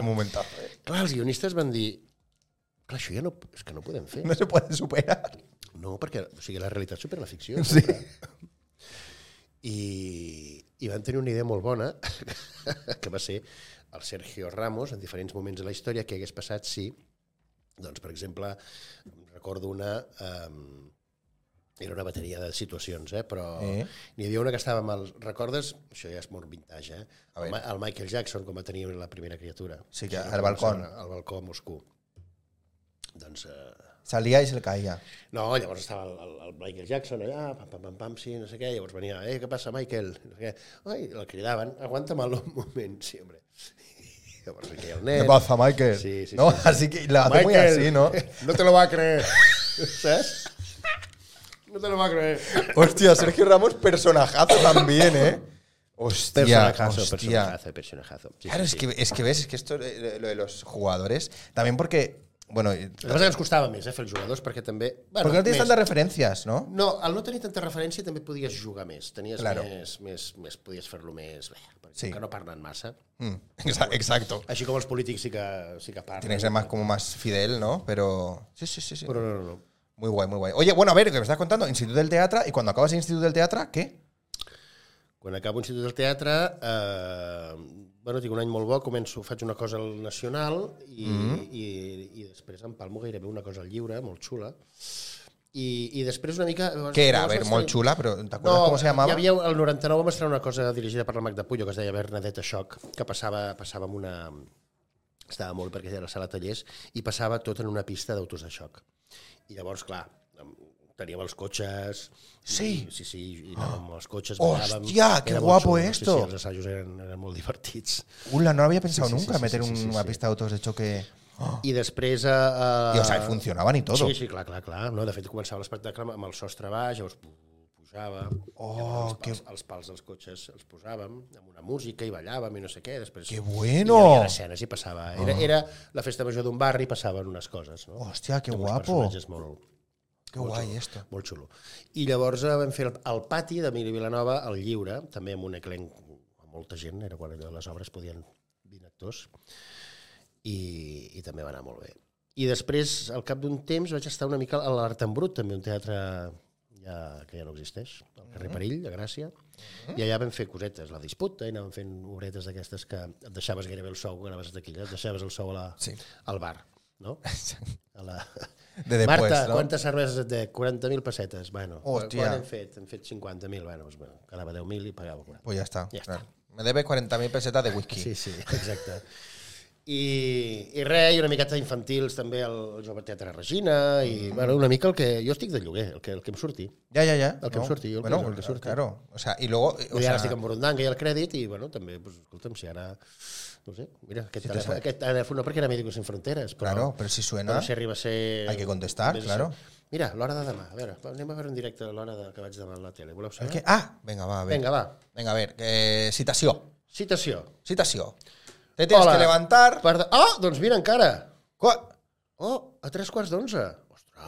Speaker 1: (laughs) Un momentazo. eh.
Speaker 2: Clar, els guionistes van dir... Clar, això ja no, és que no ho podem fer.
Speaker 1: No se puede superar.
Speaker 2: No, perquè o sigui, la realitat supera la ficció.
Speaker 1: Sí.
Speaker 2: I, I van tenir una idea molt bona, (laughs) que va ser el Sergio Ramos, en diferents moments de la història, què hagués passat si, doncs, per exemple, recordo una... Um, era una bateria de situacions, eh? però
Speaker 1: Eh.
Speaker 2: n'hi havia una que estava amb els... Recordes? Això ja és molt vintage, eh?
Speaker 1: A
Speaker 2: El,
Speaker 1: veure.
Speaker 2: Ma- el Michael Jackson, com va tenir la primera criatura.
Speaker 1: Sí, que
Speaker 2: No sé
Speaker 1: al
Speaker 2: com
Speaker 1: balcó.
Speaker 2: s'anomena, Al balcó a Moscou. Doncs... Eh,
Speaker 1: Salía y se le caía.
Speaker 2: no, llavors estava el, el, el Michael Jackson allà, pam, pam, pam, pam, sí, no sé què, llavors venia, eh, què passa, Michael? No sé què. Ai, el cridaven, aguanta mal un moment, sí, hombre. I llavors "Ah, aquí el nen...
Speaker 1: ¿Qué pasa, Michael?
Speaker 2: Eh, Sí, sí,
Speaker 1: ¿No?
Speaker 2: sí.
Speaker 1: Así que la hace muy así, ¿no?
Speaker 2: No te lo va a (laughs) creer, saps? No te lo va a creer.
Speaker 1: Hostia, Sergio Ramos, personajazo también, ¿eh? Hostia,
Speaker 2: Personajazo,
Speaker 1: hostia.
Speaker 2: personajazo, personajazo. Sí,
Speaker 1: Claro,
Speaker 2: sí,
Speaker 1: es
Speaker 2: sí.
Speaker 1: que, es que ves, es que esto eh, lo de los jugadores, también porque, bueno, eh,
Speaker 2: El que passa és que ens costava més, eh, fer els jugadors, perquè també... Bueno,
Speaker 1: porque no tienes
Speaker 2: més.
Speaker 1: tantas referencias, ¿no?
Speaker 2: No, al no tenir tanta referència també podies jugar més, tenies
Speaker 1: Claro.
Speaker 2: més, més, més, podies fer-lo més, bé, perquè
Speaker 1: Sí.
Speaker 2: que no parlen massa.
Speaker 1: Mm, (laughs) exa- Exacto.
Speaker 2: Així com els polítics sí que, sí que parlen.
Speaker 1: Tiene que ser más como más fidel, ¿no? Pero sí, sí, sí, sí.
Speaker 2: Però no, no, no.
Speaker 1: Muy guay, muy guay. Oye, bueno, a ver, que me estás contando, Instituto del Teatro, y cuando acabas el Instituto del Teatro, ¿qué?
Speaker 2: Quan acabo Institut del Teatre, eh, bueno, tinc un any molt bo, començo, faig una cosa al Nacional i,
Speaker 1: Mhm.
Speaker 2: mm -hmm. i, i després empalmo gairebé una cosa al lliure, molt xula. I, i després una mica...
Speaker 1: ¿Qué era? A
Speaker 2: llavors
Speaker 1: ver,
Speaker 2: vaig
Speaker 1: molt
Speaker 2: tenir-
Speaker 1: chula, pero ¿te acuerdas cómo se
Speaker 2: Hi
Speaker 1: llamaba?
Speaker 2: havia, el 99 vam estrenar una cosa dirigida per la Magda Pullo que es deia Bernadetta Xoc, que passava, passava amb una... Estava molt perquè era la sala tallers i passava tot en una pista d'autos de xoc. I llavors, clar, em- teníem els cotxes...
Speaker 1: Sí. Oh,
Speaker 2: I, sí, sí, i anàvem amb els cotxes...
Speaker 1: Hòstia,
Speaker 2: ballàvem,
Speaker 1: que
Speaker 2: era molt
Speaker 1: guapo
Speaker 2: xulo,
Speaker 1: esto.
Speaker 2: Sí, sí, els assajos eren, eren molt divertits.
Speaker 1: Ula, no lo había pensado
Speaker 2: Sí, sí, sí,
Speaker 1: nunca
Speaker 2: sí,
Speaker 1: meter
Speaker 2: sí, sí, sí,
Speaker 1: una
Speaker 2: sí.
Speaker 1: pista de autos de choque. Oh.
Speaker 2: I després... eh, A, a...
Speaker 1: Y, o sea, y funcionaban y todo.
Speaker 2: Ah, Sí, sí, clar, clar, clar. No, de fet, començava l'espectacle amb- amb el sostre baix, llavors pu- pujava,
Speaker 1: Oh,
Speaker 2: llavors els,
Speaker 1: que-
Speaker 2: pals, els pals dels cotxes els posàvem, amb una música i ballàvem i no sé què, després...
Speaker 1: Que
Speaker 2: I hi
Speaker 1: bueno. Ah.
Speaker 2: havia escenes i passava. Era, era la festa major d'un barri i passaven unes coses, no?
Speaker 1: Hostia, qué
Speaker 2: Amb uns
Speaker 1: Oh, guapo.
Speaker 2: personatges Molt,
Speaker 1: Qué guay esto.
Speaker 2: molt xulo. I llavors eh, vam fer el, el pati de Miri Vilanova, al lliure, també amb un eclenc amb molta gent, era quan allò de les obres podien vint actors, i, i també va anar molt bé. I després, al cap d'un temps, vaig estar una mica a l'Art en Brut, també un teatre ja, que ja no existeix, al carrer Perill, a Gràcia, i allà vam fer cosetes, la disputa, i anàvem fent obretes d'aquestes que et deixaves gairebé el sou, quan anaves a taquilla, et deixaves el sou a la,
Speaker 1: Sí.
Speaker 2: al bar, no? A la...
Speaker 1: (laughs) De después,
Speaker 2: Marta,
Speaker 1: ¿no?
Speaker 2: quantes cerveses et dec? 40.000 pessetes. Bueno,
Speaker 1: Hòstia.
Speaker 2: quan hem fet? Hem fet 50.000. Bueno, doncs, bueno, quedava 10.000 i pagava 40.
Speaker 1: Pues ya está.
Speaker 2: Ya está. Ah,
Speaker 1: claro. Me debe 40.000 pesetas de whisky.
Speaker 2: Sí, sí, (laughs) exacte. I, I res, i una miqueta infantils també al Jove Teatre Regina,
Speaker 1: Mm.
Speaker 2: i bueno, una mica el que... Jo estic de lloguer, el que, el que em surti.
Speaker 1: Ya, ya, ya.
Speaker 2: El que em surti, el que- el que surti.
Speaker 1: Claro. O sea, y luego. eh,
Speaker 2: O
Speaker 1: O
Speaker 2: I ara
Speaker 1: sea,
Speaker 2: estic amb Burundanga i el crèdit, i bueno, també, pues, escolta'm, si ara... No sé, mira, aquest,
Speaker 1: te
Speaker 2: telèfon,
Speaker 1: sap.
Speaker 2: aquest telèfon no, perquè era Médicos Sin Fronteres, però...
Speaker 1: claro, pero si
Speaker 2: No?
Speaker 1: suena.
Speaker 2: Però si arriba a ser...
Speaker 1: Hay que contestar,
Speaker 2: vés a
Speaker 1: claro.
Speaker 2: ser- Mira, l'hora de demà. A veure, va, anem a veure un directe a l'hora de, que vaig demà a la tele. Voleu
Speaker 1: ¿El
Speaker 2: saber?
Speaker 1: qué? Ah, venga, va, a ver.
Speaker 2: Vinga, ¿eh? va.
Speaker 1: Venga, a ver. Eh, citación.
Speaker 2: Citació.
Speaker 1: Citación. Te tienes que levantar.
Speaker 2: Perdó. Oh, doncs mira encara.
Speaker 1: Co-
Speaker 2: Oh, a tres quarts d'onze.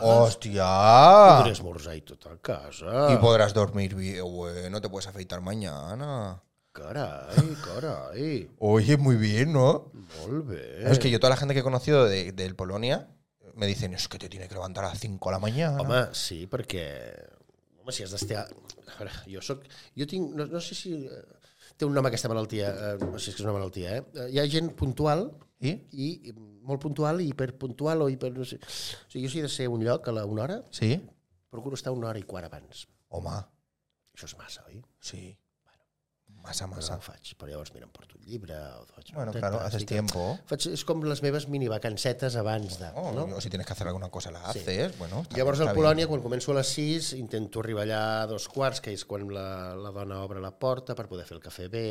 Speaker 2: Ostres.
Speaker 1: ¡Hostia!
Speaker 2: Podré esmorzar i tot a casa.
Speaker 1: Y podrás dormir bien. Bueno, te puedes afeitar mañana.
Speaker 2: Carai, carai.
Speaker 1: Oye, muy bien, ¿no?
Speaker 2: Molt bé.
Speaker 1: Es que yo, toda la gente que he conocido de, del Polonia, me dicen, es que te tiene que levantar a las 5 de la mañana.
Speaker 2: Home, sí, perquè... Home, si has d'estar... A veure, jo soc... Jo tinc... No, no sé si... eh, Té un nom aquesta malaltia. eh, No sé si és una malaltia, eh? Eh? Hi ha gent puntual
Speaker 1: I?
Speaker 2: i i molt puntual i hiperpuntual o hiper... No sé. O sigui, jo si he de ser a un lloc a la una hora,
Speaker 1: Sí.
Speaker 2: procuro estar una hora i quart abans.
Speaker 1: Home,
Speaker 2: Això és massa, oi?
Speaker 1: sí. Massa,
Speaker 2: Però
Speaker 1: massa.
Speaker 2: no ho faig. Però llavors, mira, em porto un llibre... O faig
Speaker 1: Bueno,
Speaker 2: una
Speaker 1: claro,
Speaker 2: teta,
Speaker 1: haces
Speaker 2: estic-
Speaker 1: tiempo.
Speaker 2: Faig, és com les meves mini vacancetes abans de...
Speaker 1: Oh,
Speaker 2: no?
Speaker 1: o si tienes que hacer alguna cosa la
Speaker 2: Sí.
Speaker 1: haces, bueno. está
Speaker 2: Llavors,
Speaker 1: bien,
Speaker 2: al
Speaker 1: está bien.
Speaker 2: Polònia, quan començo a les 6, intento arribar allà a dos quarts, que és quan la, la dona obre la porta per poder fer el cafè bé.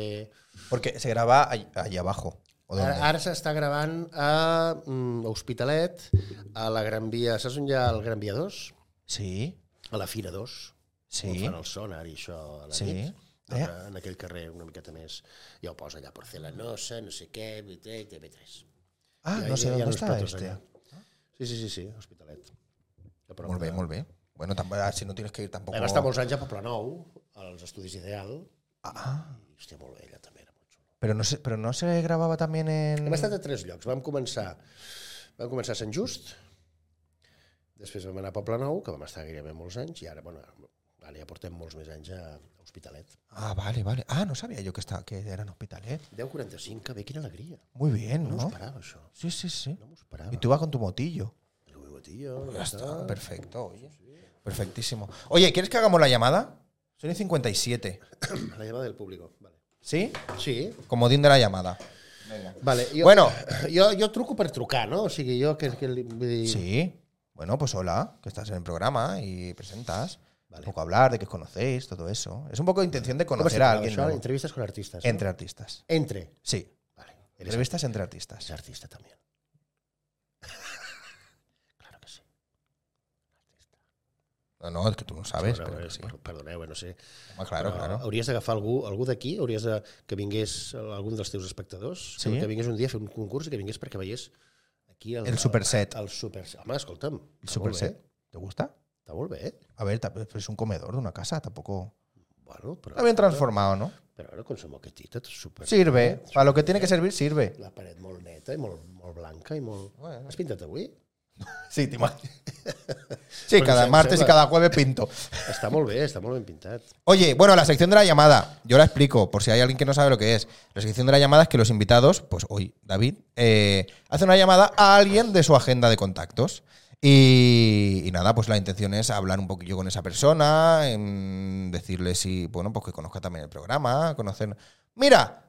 Speaker 1: Porque se graba ahí, ahí abajo. ¿o dónde?
Speaker 2: Ara, ara s'està gravant a mm, Hospitalet, a la Gran Via... Saps on hi ha el Gran Via 2?
Speaker 1: sí,
Speaker 2: A la Fira 2. On
Speaker 1: sí.
Speaker 2: fan el sonar i això a la
Speaker 1: Sí.
Speaker 2: nit.
Speaker 1: Eh?
Speaker 2: Eh? En aquell carrer una miqueta més. Ja ho posa allà, Porcelanosa, no sé què, BT, TV3.
Speaker 1: Ah,
Speaker 2: Ja-
Speaker 1: no sé
Speaker 2: ja- ja
Speaker 1: dónde
Speaker 2: no es
Speaker 1: está
Speaker 2: platos
Speaker 1: este.
Speaker 2: allà. Sí, sí, sí, sí, Hospitalet. A prop
Speaker 1: Muy bien,
Speaker 2: de-
Speaker 1: muy bien. Bueno, tampoco, ah, si no tienes que ir tampoco.
Speaker 2: Vam estar molts anys a Poblenou, als Estudis Ideal.
Speaker 1: Ah,
Speaker 2: I, hòstia, molt bé, allà també era molt xulo.
Speaker 1: pero no, se, pero no se grababa también en.
Speaker 2: Hem estat a tres llocs. Vam començar, vam començar a Sant Just, després vam anar a Poblenou, que vam estar gairebé molts anys, i ara, bueno, ara ja portem molts més anys a Hospitalet.
Speaker 1: Ah, vale, vale. Ah, no sabía yo que, estaba, que era en Hospitalet.
Speaker 2: 10.45, que bé, quina alegria.
Speaker 1: Muy bien, ¿no?
Speaker 2: No m'ho esperava, això.
Speaker 1: Sí, sí, sí.
Speaker 2: No m'ho esperava.
Speaker 1: Y tú vas con tu motillo.
Speaker 2: El bigotillo,
Speaker 1: Ya
Speaker 2: ja
Speaker 1: está,
Speaker 2: està.
Speaker 1: perfecto, oye. Perfectísimo. Oye, ¿quieres que hagamos la llamada? Son y 57.
Speaker 2: (clears throat) La llamada del público. Vale.
Speaker 1: ¿Sí?
Speaker 2: Sí.
Speaker 1: Comodín de la llamada. Venga.
Speaker 2: Vale, jo,
Speaker 1: Bueno.
Speaker 2: (clears throat) jo, jo truco per trucar, no? O sigui, jo que... que li- vull dir,
Speaker 1: Sí. Bueno, pues hola, que estás en el programa y presentas.
Speaker 2: Vale.
Speaker 1: Un poco hablar de que os conocéis, todo eso. Es un poco intención de
Speaker 2: Com es
Speaker 1: conocer a
Speaker 2: titulava
Speaker 1: alguien
Speaker 2: això?
Speaker 1: nuevo.
Speaker 2: Entrevistes con artistes. no?
Speaker 1: entre artistas.
Speaker 2: Entre.
Speaker 1: Sí.
Speaker 2: Vale. Eres,
Speaker 1: Entrevistas entre
Speaker 2: eres
Speaker 1: artistas.
Speaker 2: artista
Speaker 1: (laughs)
Speaker 2: también. claro que sí.
Speaker 1: No, no, es que tú no sabes,
Speaker 2: Bueno,
Speaker 1: pero que
Speaker 2: eh,
Speaker 1: sí.
Speaker 2: per- Perdoneu, eh, no sé.
Speaker 1: Home, claro,
Speaker 2: Però
Speaker 1: claro.
Speaker 2: Hauries d'agafar algú, algú d'aquí, hauries de, que vingués algun dels teus espectadors,
Speaker 1: Sí?
Speaker 2: que, que vingués un dia a fer un concurs i que vingués perquè veiés aquí el,
Speaker 1: El superset.
Speaker 2: El, el super, home, escolta'm.
Speaker 1: El superset. ¿Te gusta?
Speaker 2: Està molt bé.
Speaker 1: A ver, ta- es un comedor de una casa, tampoco.
Speaker 2: Bueno, però...
Speaker 1: Está bien transformado, ¿no?
Speaker 2: Però ara con su moquetita, tot super...
Speaker 1: Pues Sirve. Para lo que tiene que servir, sirve.
Speaker 2: La paret molt neta i molt, molt blanca i molt...
Speaker 1: Bueno.
Speaker 2: Has pintat avui?
Speaker 1: Sí, te imagino. (laughs) Sí,
Speaker 2: Porque
Speaker 1: cada
Speaker 2: se-
Speaker 1: martes y
Speaker 2: se-
Speaker 1: cada jueves pinto.
Speaker 2: Està molt bé, està molt ben pintat.
Speaker 1: Oye, bueno, la sección de la llamada, yo la explico, por si hay alguien que no sabe lo que es. La sección de la llamada es que los invitados, pues hoy David, eh, hace una llamada a alguien de su agenda de contactos. Y, y nada, pues la intención es hablar un poquillo con esa persona, em, decirle si, bueno, pues que conozca también el programa, conocer... Mira,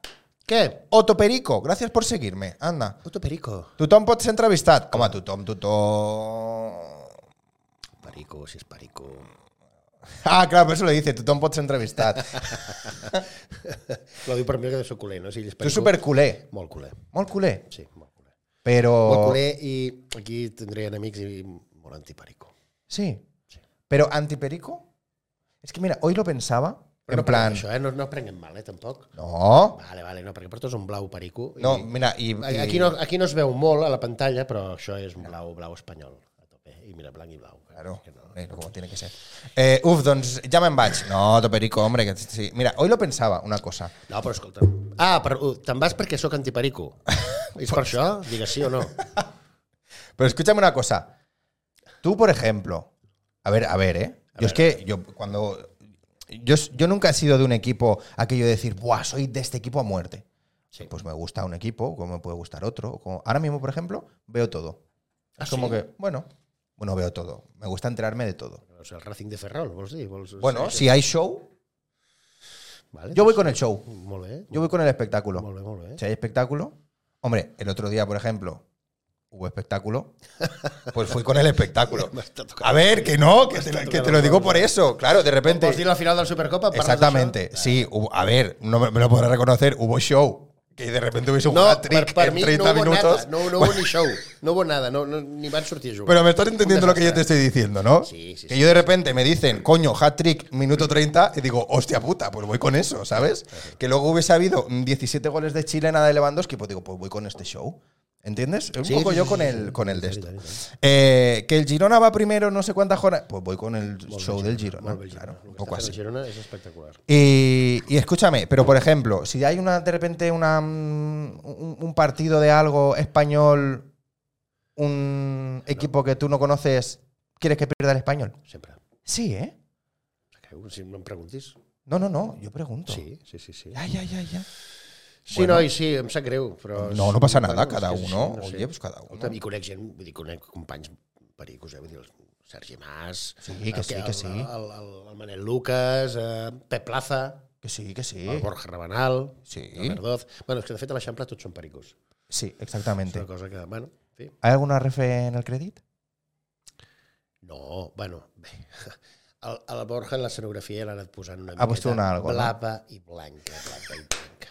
Speaker 2: Què?
Speaker 1: Otto Perico, gracias por seguirme, anda.
Speaker 2: Otto Perico.
Speaker 1: Tothom pot ser entrevistat. Home, tothom, tothom...
Speaker 2: Perico, si és Perico.
Speaker 1: Ah, claro, por eso le dice, tothom pot ser
Speaker 2: (laughs)
Speaker 1: entrevistat.
Speaker 2: Lo diu per mi que sóc culer, no? Si ell és
Speaker 1: Tu
Speaker 2: Perico,
Speaker 1: superculer,
Speaker 2: Molt culer,
Speaker 1: molt culer.
Speaker 2: sí, molt culer. Molt
Speaker 1: Pero.
Speaker 2: culer i aquí tindré enemics i molt antiperico.
Speaker 1: Sí. Pero antiperico. Es que mira, hoy lo pensaba. en
Speaker 2: Però no prenguem
Speaker 1: plan.
Speaker 2: Això, eh? no, no prenguem mal, eh, tampoc.
Speaker 1: No.
Speaker 2: Vale, vale, no, perquè portes un blau perico. i-
Speaker 1: No, mira, y. y-
Speaker 2: Aquí no, aquí no es veu molt a la pantalla, però això és un blau, blau espanyol. A tope. I mira, blanc i blau.
Speaker 1: Claro,
Speaker 2: Que no.
Speaker 1: eh, como tiene que ser. Eh, uf, doncs ja me'n vaig. No, toperico, hombre, que sí. Mira, hoy lo pensaba, una cosa.
Speaker 2: No, però escolta. Ah, per, uh, te'n vas perquè sóc antiperico. És per això? Digues sí
Speaker 1: (laughs)
Speaker 2: o no.
Speaker 1: Pero escúchame una cosa. Tú, por ejemplo, a ver, a ver, ¿eh? yo es que yo cuando yo, s- yo nunca he sido de un equipo aquello de decir, "Buah, soy de este equipo a muerte."
Speaker 2: Sí.
Speaker 1: Pues me gusta un equipo, como me puede gustar otro. o como- ahora mismo, por ejemplo, veo todo.
Speaker 2: Ah,
Speaker 1: es como
Speaker 2: sí?
Speaker 1: que, bueno, bueno, veo todo. Me gusta enterarme de todo.
Speaker 2: O sigui, el Racing de Ferrol, vols dir? Vols,
Speaker 1: Bueno,
Speaker 2: sí,
Speaker 1: si hay show,
Speaker 2: Vale, doncs,
Speaker 1: yo voy con el show.
Speaker 2: Molt bé.
Speaker 1: Yo voy con el espectáculo.
Speaker 2: Molt bé, molt bé.
Speaker 1: Si hay espectáculo, hombre, el otro día, por ejemplo, hubo espectáculo, pues fui con el (laughs) espectáculo.
Speaker 2: Està tocant.
Speaker 1: A ver, que no, que te, lo- que te lo digo por eso. Claro, de
Speaker 2: Vols
Speaker 1: repente.
Speaker 2: dir la Eh. final de la Supercopa? Parles
Speaker 1: Ah, Exactamente. Sí, hubo- a ver, no me, me lo podrás reconocer, hubo show. Que de repente hubiese
Speaker 2: d'això?
Speaker 1: un
Speaker 2: No, per,
Speaker 1: hat-trick
Speaker 2: per
Speaker 1: en
Speaker 2: mi
Speaker 1: 30
Speaker 2: no hubo
Speaker 1: minutos.
Speaker 2: nada, no,
Speaker 1: (laughs)
Speaker 2: no hubo ni show, no hubo nada, no, no, ni van sortir a jugar.
Speaker 1: Pero me estás entendiendo lo que yo te estoy diciendo, ¿no?
Speaker 2: Sí, sí,
Speaker 1: que
Speaker 2: sí.
Speaker 1: yo de repente me dicen, coño, hat-trick, minuto 30, y digo, hostia puta, pues voy con eso, ¿sabes? Que luego hubiese habido mm, 17 goles de Chile en de Lewandowski, pues digo, pues voy con este show. ¿Entiendes? Un
Speaker 2: Sí,
Speaker 1: poco
Speaker 2: sí,
Speaker 1: yo
Speaker 2: sí,
Speaker 1: con,
Speaker 2: sí,
Speaker 1: el,
Speaker 2: sí.
Speaker 1: con el de
Speaker 2: Sí,
Speaker 1: esto.
Speaker 2: sí, sí,
Speaker 1: Eh, que el Girona va primero, no sé cuántas jornadas. Pues voy con el show del Girona.
Speaker 2: Molt bé, Girona.
Speaker 1: Claro,
Speaker 2: El
Speaker 1: un
Speaker 2: que
Speaker 1: poco
Speaker 2: està
Speaker 1: así.
Speaker 2: fent el Girona és espectacular.
Speaker 1: Y, y escúchame, pero por ejemplo, si hay una de repente una, mm, un, un partido de algo español, un equipo que tú no conoces, ¿quieres que pierda el español?
Speaker 2: Sempre.
Speaker 1: Sí, ¿eh?
Speaker 2: Saqueu, Si no em preguntis.
Speaker 1: No, no, no, yo pregunto.
Speaker 2: Sí, sí, sí. sí.
Speaker 1: Ya, ya, ya, ya.
Speaker 2: Sí,
Speaker 1: Bueno.
Speaker 2: noi, sí, em sap greu, però...
Speaker 1: No, no passa nada,
Speaker 2: és
Speaker 1: cada
Speaker 2: que és
Speaker 1: uno,
Speaker 2: així,
Speaker 1: oye, pues cada uno.
Speaker 2: Escolta, I conec gent, vull dir, conec companys pericos, eh, vull dir, el Sergi Mas...
Speaker 1: Sí, que
Speaker 2: el
Speaker 1: sí, que sí.
Speaker 2: El, el, el Manel Lucas, eh, Pep Plaza...
Speaker 1: Que sí, que sí.
Speaker 2: El Borja Rabanal,
Speaker 1: Sí.
Speaker 2: el Verdoz... Bueno, és que de fet a l'Eixample tots són pericos.
Speaker 1: Sí,
Speaker 2: És
Speaker 1: exactamente.
Speaker 2: una cosa que, bueno, en fi.
Speaker 1: ¿Hay alguna ref en el credit?
Speaker 2: No, bueno, bé. (laughs) El, el Borja en l'escenografia l'ha anat posant una
Speaker 1: Ha posat una algo, no?
Speaker 2: blava i blanca, blava i blanca.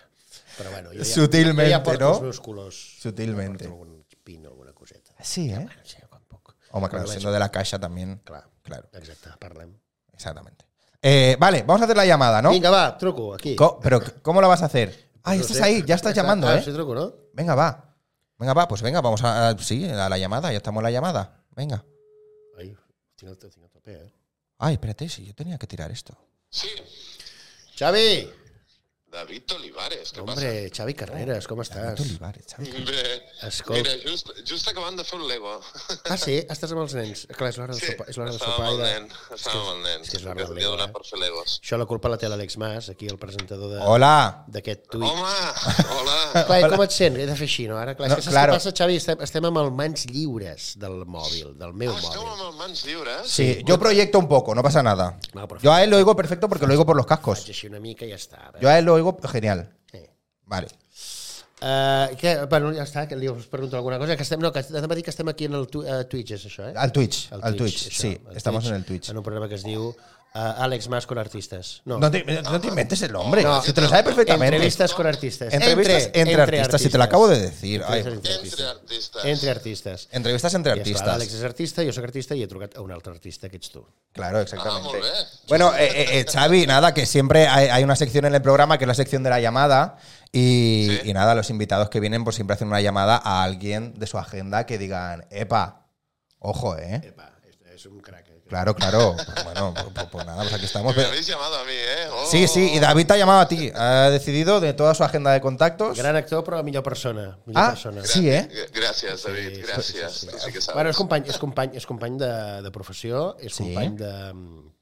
Speaker 2: Però bueno, jo ja,
Speaker 1: Sutilmente,
Speaker 2: jo ja porto
Speaker 1: no?
Speaker 2: els meus colors.
Speaker 1: Sutilmente.
Speaker 2: Ja porto algun pin o alguna coseta.
Speaker 1: Sí, ¿eh?
Speaker 2: No sé, quan puc.
Speaker 1: Home, claro, siendo de la caixa también.
Speaker 2: Clar,
Speaker 1: Claro,
Speaker 2: exacte, parlem.
Speaker 1: exactamente. Eh, vale, vamos a hacer la llamada, ¿no?
Speaker 2: Vinga, va, truco, aquí.
Speaker 1: Co- pero, ¿cómo la vas a hacer? Ah,
Speaker 2: No
Speaker 1: estás
Speaker 2: sé.
Speaker 1: ahí, ya estás llamando,
Speaker 2: ah,
Speaker 1: ¿eh?
Speaker 2: Sí, truco, no?
Speaker 1: Venga, va. Venga, va, pues venga, vamos a, a- Sí, a la llamada, ya estamos en la llamada. Venga.
Speaker 2: Ai, estic al estic al tope, eh?
Speaker 1: Ay, espérate, si yo tenía que tirar esto.
Speaker 3: Sí,
Speaker 2: Xavi!
Speaker 3: David Olivares, què
Speaker 2: Hombre, Xavi Carreras, com estàs?
Speaker 1: Benito Olivares, ¿sabes?
Speaker 3: passa? Bé,
Speaker 2: Escolta.
Speaker 3: mira, just, just acabant de fer un Lego. (laughs)
Speaker 2: Ah, sí? Estàs amb els nens? Clar, és l'hora de sopar. És l'hora de
Speaker 3: estava
Speaker 2: sopar.
Speaker 3: amb
Speaker 2: i
Speaker 3: el
Speaker 2: de-
Speaker 3: nen, estava amb el nen.
Speaker 2: és que és l'hora
Speaker 3: que
Speaker 2: del
Speaker 3: li ha
Speaker 2: Lego,
Speaker 3: donat
Speaker 2: eh?
Speaker 3: per fer Legos.
Speaker 2: Això la culpa la té l'Àlex Mas, aquí el presentador de-
Speaker 1: Hola.
Speaker 2: d'aquest tuit.
Speaker 3: Home,
Speaker 2: (laughs)
Speaker 3: hola.
Speaker 2: Clar, i com et sents? He de fer així, no? Ara, clar, és
Speaker 1: No,
Speaker 2: que saps
Speaker 1: claro.
Speaker 2: què passa, Xavi? Estem, estem amb els mans lliures del mòbil, del meu
Speaker 3: Ah, esteu
Speaker 2: mòbil.
Speaker 3: amb les mans lliures?
Speaker 1: Sí, yo proyecto un poco, no pasa nada.
Speaker 2: No, però
Speaker 1: Yo a él lo oigo perfecto porque lo oigo por los
Speaker 2: faig
Speaker 1: cascos.
Speaker 2: així una mica i ja està.
Speaker 1: Yo a él lo oigo genial.
Speaker 2: Sí.
Speaker 1: Vale.
Speaker 2: Uh, que, bueno, ja està, que li us pregunto alguna cosa. Que estem, no, que demà dic que estem aquí en el tu, uh, Twitch, és això, eh?
Speaker 1: Al Twitch,
Speaker 2: El
Speaker 1: al Twitch,
Speaker 2: això,
Speaker 1: sí,
Speaker 2: el
Speaker 1: estamos en el Twitch.
Speaker 2: En un programa que es diu uh, Àlex Mas con artistas. No,
Speaker 1: No te, no te inventes el nombre,
Speaker 2: No.
Speaker 1: si te lo sabes perfectamente.
Speaker 2: entrevistas con artistas.
Speaker 1: Entrevistas entre, artistas, si te lo acabo de decir. Ay,
Speaker 2: Entrevistes entre
Speaker 3: Entre
Speaker 2: artistes.
Speaker 3: artistes.
Speaker 2: Entre artistes.
Speaker 1: entrevistas entre
Speaker 2: I és clar,
Speaker 1: artistas.
Speaker 2: L'Àlex és artista, jo sóc artista i he trucat a un altre artista que ets tu.
Speaker 1: Claro,
Speaker 3: Ah, molt
Speaker 1: exactamente.
Speaker 3: bé.
Speaker 1: Bueno, eh, eh, eh, Xavi, nada, que siempre hay, hay una sección en el programa que es la sección de la llamada y,
Speaker 3: Sí.
Speaker 1: y nada, los invitados que vienen pues siempre hacen una llamada a alguien de su agenda que digan, epa, ojo, ¿eh?
Speaker 2: Epa, és, és un crac. Eh?
Speaker 1: Claro, claro. Pues bueno, pues, pues- pues nada, pues aquí estamos.
Speaker 3: Me habéis llamado a mí, ¿eh? Oh.
Speaker 1: Sí, sí, y David te ha llamado a ti. Ha decidido de toda su agenda de contactos.
Speaker 2: Gran actor, però la millor persona. Millor
Speaker 1: Ah,
Speaker 2: persona.
Speaker 1: sí, ¿eh?
Speaker 3: Gra- Gràcies, David,
Speaker 2: Sí,
Speaker 3: gràcies.
Speaker 2: sí, sí, sí.
Speaker 3: Tu sí que sabes.
Speaker 2: Bueno, és company, és company, és company de, de professió, és
Speaker 1: Sí.
Speaker 2: company de, mm,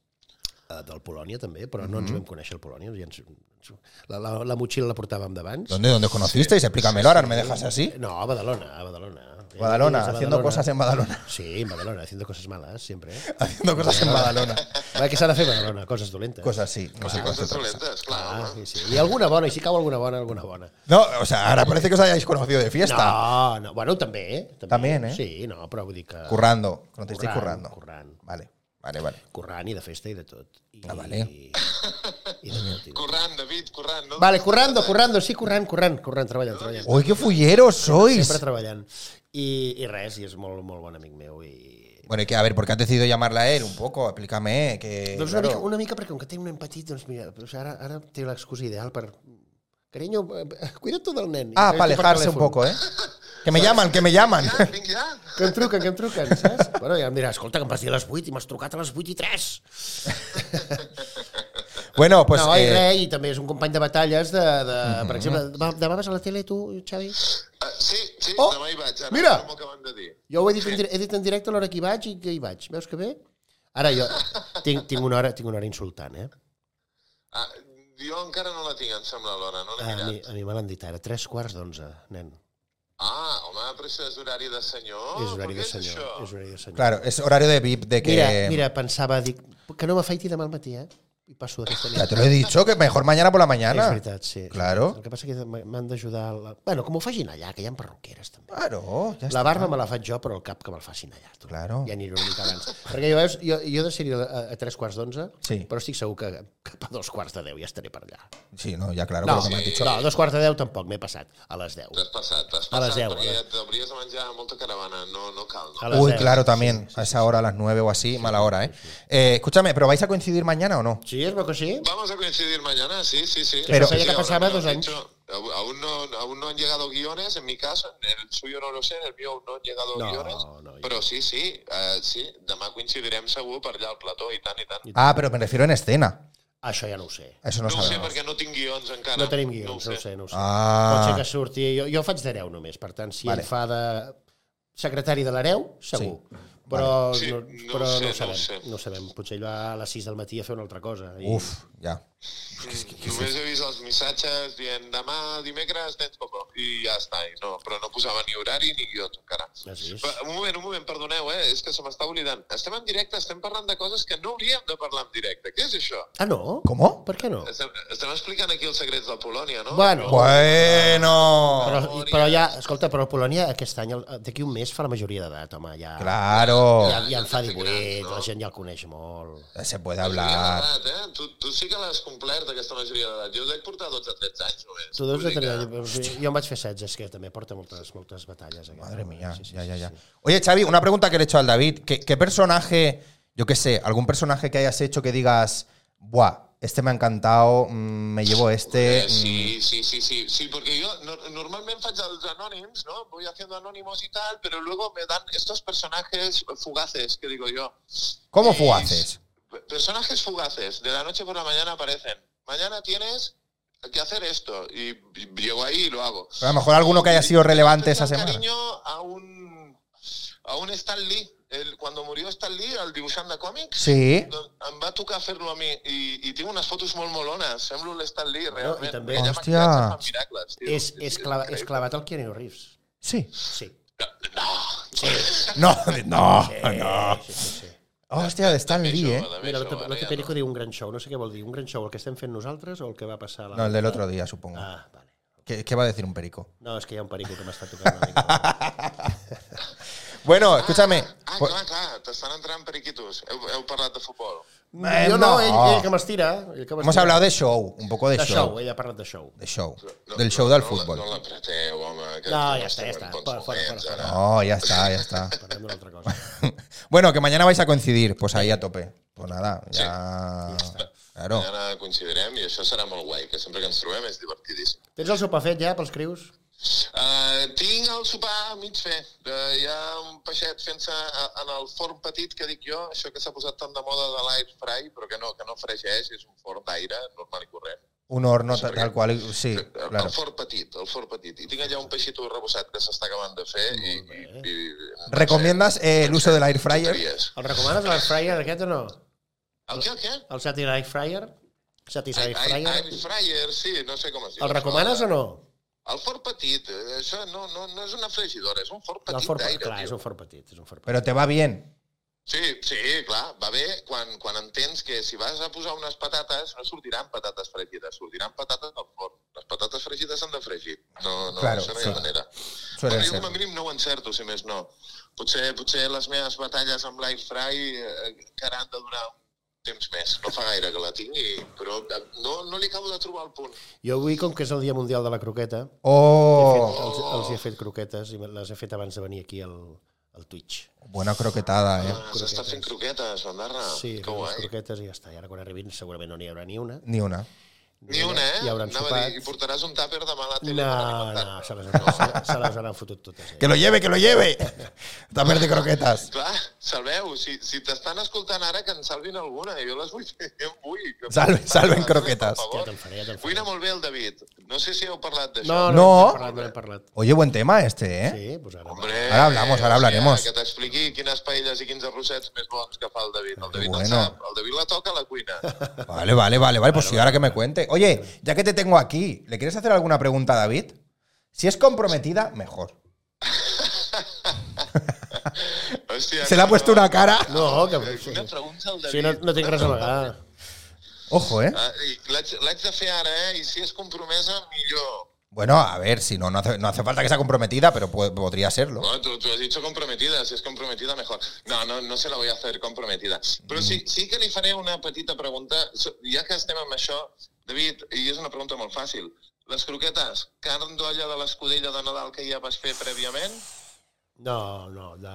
Speaker 2: eh, del Polònia també, però no
Speaker 1: Mhm.
Speaker 2: ens vam conèixer al Polònia. Ja ens, ens- la, la, la motxilla la portàvem d'abans.
Speaker 1: ¿Dónde, dónde os conocisteis? Explícamelo, ahora me dejas así.
Speaker 2: No, a Badalona, a Badalona.
Speaker 1: Badalona,
Speaker 2: Ell és de
Speaker 1: haciendo cosas en Badalona. (laughs)
Speaker 2: Sí, en Badalona, haciendo cosas malas, siempre.
Speaker 1: Haciendo cosas en Badalona.
Speaker 2: Va, que s'ha de fer a Badalona, coses dolentes.
Speaker 1: Cosas así. No, sé
Speaker 3: Sí,
Speaker 1: cuál es
Speaker 3: coses
Speaker 1: otra cosa.
Speaker 3: Ah, dolentes, clar.
Speaker 2: Ah, sí,
Speaker 3: home.
Speaker 2: sí. I alguna bona, i si cau alguna bona, alguna bona.
Speaker 1: No, o sea, ahora parece que os hayáis conocido de fiesta.
Speaker 2: No, no, bueno, també. eh, També,
Speaker 1: També, eh?
Speaker 2: Sí, no, pero vull dir que...
Speaker 1: Currando. No te estoy
Speaker 2: currant,
Speaker 1: currando.
Speaker 2: currant.
Speaker 1: Vale, vale, vale.
Speaker 2: Currant i de festa i de tot. I,
Speaker 1: Ah, vale.
Speaker 2: I, i de tot. i de tot.
Speaker 3: Currant, David, currant, no? Ah,
Speaker 2: Vale, currando, currando, sí, currant, currant, currant, treballant, treballant.
Speaker 1: Uy, qué fulleros
Speaker 2: Sempre
Speaker 1: sois.
Speaker 2: treballant. I, I res, i és molt, molt bon amic meu. I...
Speaker 1: Bueno, y que a ver, ¿por qué has decidido llamarla a él? Un poco, explícame. Que,
Speaker 2: Doncs una,
Speaker 1: claro.
Speaker 2: mica, una mica perquè com que té un nen petit, doncs mira, doncs ara, ara té l'excusa ideal per... Carinyo, eh, cuida't tu del nen. I
Speaker 1: Ah,
Speaker 2: que
Speaker 1: para
Speaker 2: estic per
Speaker 1: alejarse un
Speaker 2: telèfon.
Speaker 1: poco, ¿eh? Que me llaman, que me llaman. (laughs)
Speaker 3: Ja, vinc ja.
Speaker 2: (laughs) Que em truquen, que em truquen, saps? bueno, ja em dirà, escolta, que em vas dir a les 8 i m'has trucat a les 8 i 3.
Speaker 1: Bueno, pues.
Speaker 2: Pues, no, i
Speaker 1: eh,
Speaker 2: res, i també és un company de batalles de... de Per exemple, demà, demà vas a la tele, tu, Xavi?
Speaker 3: Ah, sí, sí,
Speaker 2: Oh,
Speaker 3: demà hi vaig. Ara,
Speaker 2: mira.
Speaker 3: Com ho acaben de dir.
Speaker 2: Jo ho he dit, en, dir- he dit en directe a l'hora que hi vaig i que hi vaig. Veus que bé? Ara jo tinc, tinc, una, hora, tinc una hora insultant, eh?
Speaker 3: Ah, jo encara no la tinc, em sembla, l'hora, no l'he
Speaker 2: A Ah, mi,
Speaker 3: mirat.
Speaker 2: a mi me l'han dit ara, tres quarts d'onze, nen.
Speaker 3: Ah, home, però això és horari de senyor.
Speaker 2: és horari
Speaker 3: Oh, Per
Speaker 2: de
Speaker 3: què
Speaker 2: senyor,
Speaker 3: això?
Speaker 2: és horari de senyor.
Speaker 1: Claro, es horario de VIP de que.
Speaker 2: Mira, mira, pensava, dic, que no m'afaiti demà al matí, eh? I passo d'aquesta
Speaker 1: Ya
Speaker 2: nit.
Speaker 1: te lo he dicho, que mejor mañana por la
Speaker 2: És
Speaker 1: mañana.
Speaker 2: veritat, sí.
Speaker 1: Claro.
Speaker 2: El que passa que m'han d'ajudar... a La... Bueno, com ho facin allà, que hi ha perruqueres, també.
Speaker 1: Claro, ya
Speaker 2: La
Speaker 1: está.
Speaker 2: barba me la faig jo, però el cap que me'l facin allà. Tu.
Speaker 1: Claro.
Speaker 2: Ja aniré una mica abans. Perquè jo, veus, jo, jo decidiré a, a tres quarts d'onze,
Speaker 1: Sí.
Speaker 2: però estic segur que cap a dos quarts de deu ja estaré per allà.
Speaker 1: Sí, no, ya claro,
Speaker 2: No,
Speaker 1: con lo que me has dicho.
Speaker 2: no dos quarts de deu tampoc, m'he passat. A les deu.
Speaker 3: T'has passat, t'has
Speaker 2: A les
Speaker 3: passat,
Speaker 2: deu,
Speaker 3: perquè
Speaker 2: a les-
Speaker 3: ja t'hauries de menjar molta caravana, no, no cal,
Speaker 2: A
Speaker 3: no?
Speaker 2: les
Speaker 1: Uy,
Speaker 2: deu.
Speaker 1: claro, también. a esa hora, a las 9 o así, mala hora, ¿eh? Eh, Escúchame, ¿pero vais a coincidir mañana o no?
Speaker 2: Sí, es veu que sí?
Speaker 3: Vamos a coincidir mañana, sí, sí, sí.
Speaker 2: Pero-
Speaker 3: Sí,
Speaker 2: Sabía que
Speaker 3: ahora
Speaker 2: pasaba
Speaker 3: me lo
Speaker 2: dos
Speaker 3: has
Speaker 2: años.
Speaker 3: dicho. Au- Aún no, aún no han llegado guiones, en mi caso, en el suyo no lo sé, en el mío aún no han llegado
Speaker 2: No,
Speaker 3: guiones.
Speaker 2: no, jo-
Speaker 3: Però sí, sí, eh, sí, demà coincidirem segur per allà al plató, i tant, i tant.
Speaker 1: Ah, pero me refiero en escena.
Speaker 2: Això ja no ho sé.
Speaker 1: Eso no,
Speaker 3: No, ho sé
Speaker 1: sabemos.
Speaker 3: perquè no tinc guions encara.
Speaker 2: No tenim guions, no ho sé, no ho sé. Pot ser
Speaker 1: Ah,
Speaker 2: que surti... Jo, jo faig d'hereu només, per tant, si
Speaker 1: Vale.
Speaker 2: ell fa de secretari de l'hereu, segur. Però,
Speaker 3: Sí,
Speaker 2: no,
Speaker 3: no ho
Speaker 2: però no,
Speaker 3: sé, no
Speaker 2: ho
Speaker 3: ho
Speaker 2: sabem,
Speaker 3: sé.
Speaker 2: no ho sabem. Potser ell va a les 6 del matí a fer una altra cosa. I...
Speaker 1: uf, ya.
Speaker 3: Només he vist els missatges dient demà dimecres tens coco i ja està, i no, però no posava ni horari ni guions encara.
Speaker 2: Has vist?
Speaker 3: Però, un moment, un moment, perdoneu, eh? és que se m'està oblidant. Estem en directe, estem parlant de coses que no hauríem de parlar en directe. Què és això?
Speaker 2: Ah, no?
Speaker 1: ¿Cómo?
Speaker 2: Per què no?
Speaker 3: Estem, estem explicant aquí els secrets de Polònia, no?
Speaker 2: Bueno.
Speaker 1: Bueno.
Speaker 2: Però, però ja, escolta, però Polònia aquest any, el- d'aquí un mes fa la majoria d'edat, home, ja,
Speaker 1: Claro.
Speaker 2: ja, ja en fa 18,
Speaker 3: No?
Speaker 2: la gent ja el coneix molt.
Speaker 1: Se puede
Speaker 3: Majoria
Speaker 1: hablar.
Speaker 3: d'edat, eh? Tu, tu sí que l'has complert, aquesta majoria d'edat. Jo us he portat 12 a 13 anys només.
Speaker 2: Tu deus de
Speaker 3: Vull dir que-
Speaker 2: tenir... Jo em vaig fer 16, és que també porta moltes, moltes batalles. Aquest,
Speaker 1: Madre
Speaker 2: home.
Speaker 1: mía,
Speaker 2: Sí, sí,
Speaker 1: ya,
Speaker 2: sí,
Speaker 1: ya, ya.
Speaker 2: sí.
Speaker 1: Oye, Xavi, una pregunta que le he hecho al David. ¿Qué, qué personaje, yo qué sé, algún personaje que hayas hecho que digas, buah, este me ha encantado, mm, me llevo este.
Speaker 3: Eh, sí, sí, sí, sí, sí, porque yo no- normalmente faig els anònims, ¿no? Voy haciendo anónimos y tal, pero luego me dan estos personajes fugaces, que digo yo.
Speaker 1: mm". ¿Cómo
Speaker 3: Y-
Speaker 1: fugaces?
Speaker 3: Personajes fugaces, de la noche por la mañana aparecen. Mañana tienes que hacer esto y llego ahí y lo hago.
Speaker 1: Pero a lo mejor alguno que haya sido relevante esa
Speaker 3: especial
Speaker 1: semana.
Speaker 3: cariño a un, a un Stan Lee. El- cuando murió Stan Lee, al dibuixant de còmics,
Speaker 1: Sí.
Speaker 3: doncs em va tocar fer-lo a mi i, i tinc unes fotos molt molones, semblo l'Stan Lee, realment.
Speaker 2: i també-
Speaker 3: Allà
Speaker 1: Hòstia.
Speaker 3: maquillatge fa miracles, tio.
Speaker 2: És, és, clava, és clavat al Keanu Reeves.
Speaker 1: Sí.
Speaker 2: Sí. (laughs)
Speaker 1: No, no, no.
Speaker 2: Sí, sí, sí.
Speaker 1: Hostia, de Stan
Speaker 3: També
Speaker 1: Lee,
Speaker 3: jove,
Speaker 1: ¿eh?
Speaker 3: també
Speaker 2: Mira,
Speaker 3: jove,
Speaker 2: l'Ote
Speaker 3: ja
Speaker 2: Perico diu un gran show. No sé què vol dir. Un gran show, el que estem fent nosaltres o el que va passar... La
Speaker 1: No, el del otro día, supongo.
Speaker 2: Ah, vale.
Speaker 1: ¿Qué, qué va a decir un perico?
Speaker 2: No, és que hi ha un perico que m'està tocant una mica.
Speaker 1: (laughs) Bueno, escúchame.
Speaker 3: Ah,
Speaker 1: pues-
Speaker 3: clar, clar, t'estan entrant periquitos. Heu, heu parlat de futbol.
Speaker 1: (laughs) Eh,
Speaker 2: jo no,
Speaker 1: no.
Speaker 2: ell, ell que m'estira. ell que
Speaker 1: Hemos
Speaker 2: m'estira.
Speaker 1: hablado de show, un poco de,
Speaker 2: pues de
Speaker 1: show.
Speaker 2: show. Ell ha parlat de show.
Speaker 1: De show.
Speaker 3: No,
Speaker 1: del
Speaker 3: no,
Speaker 1: show del
Speaker 3: no,
Speaker 1: fútbol.
Speaker 3: No l'apreteu, home. Que
Speaker 2: No,
Speaker 3: que
Speaker 2: ja està, ja
Speaker 3: estem
Speaker 2: està.
Speaker 3: en bons
Speaker 2: Fora, fora,
Speaker 3: moments,
Speaker 2: fora,
Speaker 3: ara.
Speaker 1: No, ya está, ya está. (laughs)
Speaker 2: Parlem d'una altra cosa.
Speaker 1: Bueno, que mañana vais a coincidir, pues ahí a tope. Pues nada, ya. Claro.
Speaker 3: Mañana coincidirem i això serà molt guai, que sempre que ens trobem és divertidíssim.
Speaker 2: Tens el sopar fet ja pels crius?
Speaker 3: Uh, tinc el sopar mig fer. Uh, hi ha un peixet fent-se a- en el forn petit que dic jo, això que s'ha posat tan de moda de l'air fry, però que no, que no fregeix, és un forn d'aire normal i corrent. Eh,
Speaker 1: Un horno ta- tal cual. Sí, claro.
Speaker 3: El forn petit, el forn petit. I tinc allà un peixito rebossat que s'està acabant de fer i... i, i
Speaker 1: ¿Recomiendas eh, el uso del air fryer?
Speaker 3: Tonteries.
Speaker 2: El recomanes a l'air fryer aquest o no?
Speaker 3: El què, el què?
Speaker 2: El Saturday Night Fryer? Saturday
Speaker 3: Air
Speaker 2: Night Fryer?
Speaker 3: Air fryer, sí, no sé com es diu.
Speaker 2: El recomanes o no?
Speaker 3: El forn petit, eh, això no, no, no és una fregidora, és un forn
Speaker 2: El
Speaker 3: petit
Speaker 2: forn,
Speaker 3: d'aire.
Speaker 2: clar,
Speaker 3: tio.
Speaker 2: és un forn petit. És un forn petit.
Speaker 1: Pero te va bien.
Speaker 3: Sí, sí, clar, va bé quan, quan entens que si vas a posar unes patates no sortiran patates fregides, sortiran patates del forn. Les patates fregides s'han de fregir. No, no,
Speaker 1: Claro,
Speaker 3: això no hi
Speaker 1: sí.
Speaker 3: ha manera.
Speaker 1: Suele
Speaker 3: Però jo
Speaker 1: ser.
Speaker 3: com a mínim no ho encerto, si més no. Potser, potser les meves batalles amb l'air fry eh, encara han de durar un temps més. No fa gaire que la tingui, però eh, no, no li acabo de trobar el punt.
Speaker 2: Jo avui, com que és el Dia Mundial de la Croqueta,
Speaker 1: Oh,
Speaker 2: els, els he fet croquetes i me- les he fet abans de venir aquí al, al Twitch.
Speaker 1: buena croquetada, eh.
Speaker 3: Ah, S'està fent croquetes, bandarra.
Speaker 2: Sí, he
Speaker 3: que
Speaker 2: fet les
Speaker 3: guai.
Speaker 2: croquetes i ja està. I ara quan arribin segurament no n'hi haurà ni una.
Speaker 1: Ni una.
Speaker 3: Ni una, eh?
Speaker 2: Hi hauran
Speaker 3: Anava a dir,
Speaker 2: sopats.
Speaker 3: i portaràs un tàper demà a la
Speaker 2: No,
Speaker 3: tele. per
Speaker 2: no,
Speaker 3: alimentar-te.
Speaker 2: se les, hauran- se les hauran fotut totes.
Speaker 1: ¡Que
Speaker 2: Eh?
Speaker 1: lo lleve, que lo lleve! (laughs) Taper de croquetas.
Speaker 3: Clar, salveu, si, si t'estan escoltant ara que en salvin alguna, jo les vull (laughs) fer, jo en vull. Que
Speaker 1: Salven-
Speaker 3: per
Speaker 1: salven
Speaker 3: favor,
Speaker 1: croquetes.
Speaker 3: per favor.
Speaker 2: Ja te'n faré, ja te'n faré.
Speaker 3: Cuina molt bé el David, no sé si heu
Speaker 2: No,
Speaker 3: parlat d'això.
Speaker 2: no, no,
Speaker 1: No.
Speaker 2: hem parlat, no hem parlat.
Speaker 1: Oye, buen tema este, eh.
Speaker 2: Sí, pues ara...
Speaker 3: Hombre,
Speaker 1: Ara hablamos, ara
Speaker 3: o sigui,
Speaker 1: hablaremos.
Speaker 3: Que t'expliqui quines paelles i quins arrossets més bons que fa el David. El David
Speaker 1: bueno.
Speaker 3: bueno. no sap, el David la toca a
Speaker 1: (laughs)
Speaker 3: la cuina.
Speaker 1: Vale, vale, vale, vale. Pues sí, ahora que me cuente. Oye, ya que te tengo aquí, ¿le quieres hacer alguna pregunta a David? Si es comprometida, mejor.
Speaker 3: Hòstia,
Speaker 1: Se le ha
Speaker 3: no,
Speaker 1: puesto
Speaker 3: no.
Speaker 1: una Oh, cara.
Speaker 2: No, que...
Speaker 3: Quina pregunta al David.
Speaker 2: Sí, no, no tinc res a amagar.
Speaker 1: Ojo, eh.
Speaker 3: Ah, i L'haig l'haig de fer ara, eh? I si és compromesa, millor.
Speaker 1: Bueno, a ver, si no, no hace, no hace falta que sea comprometida, pero pu- podría serlo.
Speaker 2: Ah,
Speaker 3: No, tú, tú has dicho comprometida, si es comprometida mejor. No, no, no se la voy a hacer comprometida. Però sí, sí que li faré una petita pregunta, So- ja que estem amb això, David, i és una pregunta molt fàcil. Les croquetes, carn d'olla de l'escudella de Nadal que ja vas fer prèviament?
Speaker 2: No, no, de,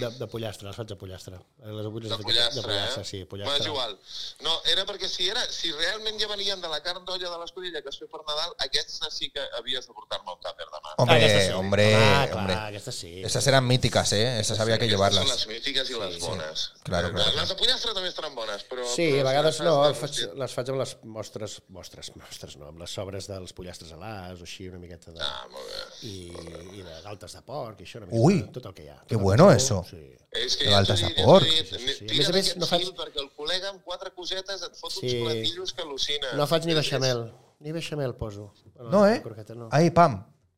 Speaker 2: de, de pollastre, les faig de pollastre. Les ampolles
Speaker 3: De pollastre,
Speaker 2: de pollastre
Speaker 3: eh?
Speaker 2: sí,
Speaker 3: Bueno, és
Speaker 2: pollastre.
Speaker 3: igual. No, era perquè si, era, si realment ja venien de la carn d'olla de l'escudella que has fet per Nadal, aquesta sí que havies de portar-me un tàper demà.
Speaker 1: Hombre,
Speaker 2: Aquesta sí.
Speaker 1: hombre,
Speaker 2: ah, clar,
Speaker 1: hombre.
Speaker 2: Aquesta sí.
Speaker 1: Esas eran míticas, ¿eh? Esas había que
Speaker 3: Aquestes Són
Speaker 1: llevarlas.
Speaker 3: les mítiques i les bones.
Speaker 1: Claro, claro.
Speaker 3: Les de pollastre també estaran bones, però...
Speaker 2: Sí,
Speaker 3: però
Speaker 2: a vegades
Speaker 3: les
Speaker 2: no,
Speaker 3: de
Speaker 2: les faig,
Speaker 3: rostit-
Speaker 2: les faig amb les mostres, mostres, mostres, no, amb les sobres dels pollastres alars o així, una miqueta de...
Speaker 3: Ah, molt bé.
Speaker 2: I, i de galtes de porc, i això una miqueta.
Speaker 1: Uy,
Speaker 2: tot el que hi ha.
Speaker 1: Que
Speaker 2: Tot el
Speaker 1: bueno,
Speaker 2: sabó,
Speaker 1: eso.
Speaker 2: Sí.
Speaker 3: És que
Speaker 1: Però
Speaker 3: ja
Speaker 1: alta
Speaker 3: t'ho dic, ja
Speaker 1: sabor.
Speaker 3: t'ho dic,
Speaker 2: Sí, sí, sí. A
Speaker 3: tira
Speaker 2: més a més,
Speaker 3: d'aquest
Speaker 2: no
Speaker 3: no
Speaker 2: faig-
Speaker 3: perquè el col·lega amb quatre cosetes et fot uns
Speaker 2: Sí.
Speaker 3: platillos que al·lucina.
Speaker 2: No faig ni beixamel. Ni beixamel poso. a la
Speaker 1: No, eh?
Speaker 2: Croqueta, este no.
Speaker 1: Ahí, pam.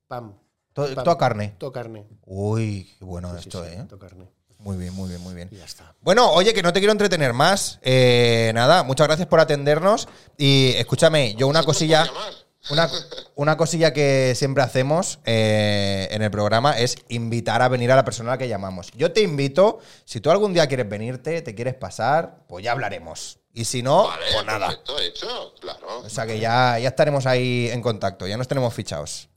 Speaker 2: Pam.
Speaker 1: To-
Speaker 2: Pam.
Speaker 1: toda carne.
Speaker 2: Toda carne.
Speaker 1: Uy, qué bueno
Speaker 2: Sí,
Speaker 1: esto,
Speaker 2: sí,
Speaker 1: ¿eh?
Speaker 2: Toda carne.
Speaker 1: Muy bien, muy bien, muy bien.
Speaker 2: Y ya está.
Speaker 1: Bueno, oye, que no te quiero entretener más. Eh, nada, muchas gracias por atendernos. Y escúchame, yo una
Speaker 3: Sempre
Speaker 1: cosilla.
Speaker 3: pots llamar.
Speaker 1: Una, una cosilla que siempre hacemos eh, en el programa es invitar a venir a la persona a la que llamamos. Yo te invito, si tú algún día quieres venirte, te quieres pasar, pues ya hablaremos. Y si no,
Speaker 3: Vale,
Speaker 1: pues nada.
Speaker 3: perfecto, hecho, claro.
Speaker 1: O sea que ya, ya estaremos ahí en contacto, ya nos tenemos fichados.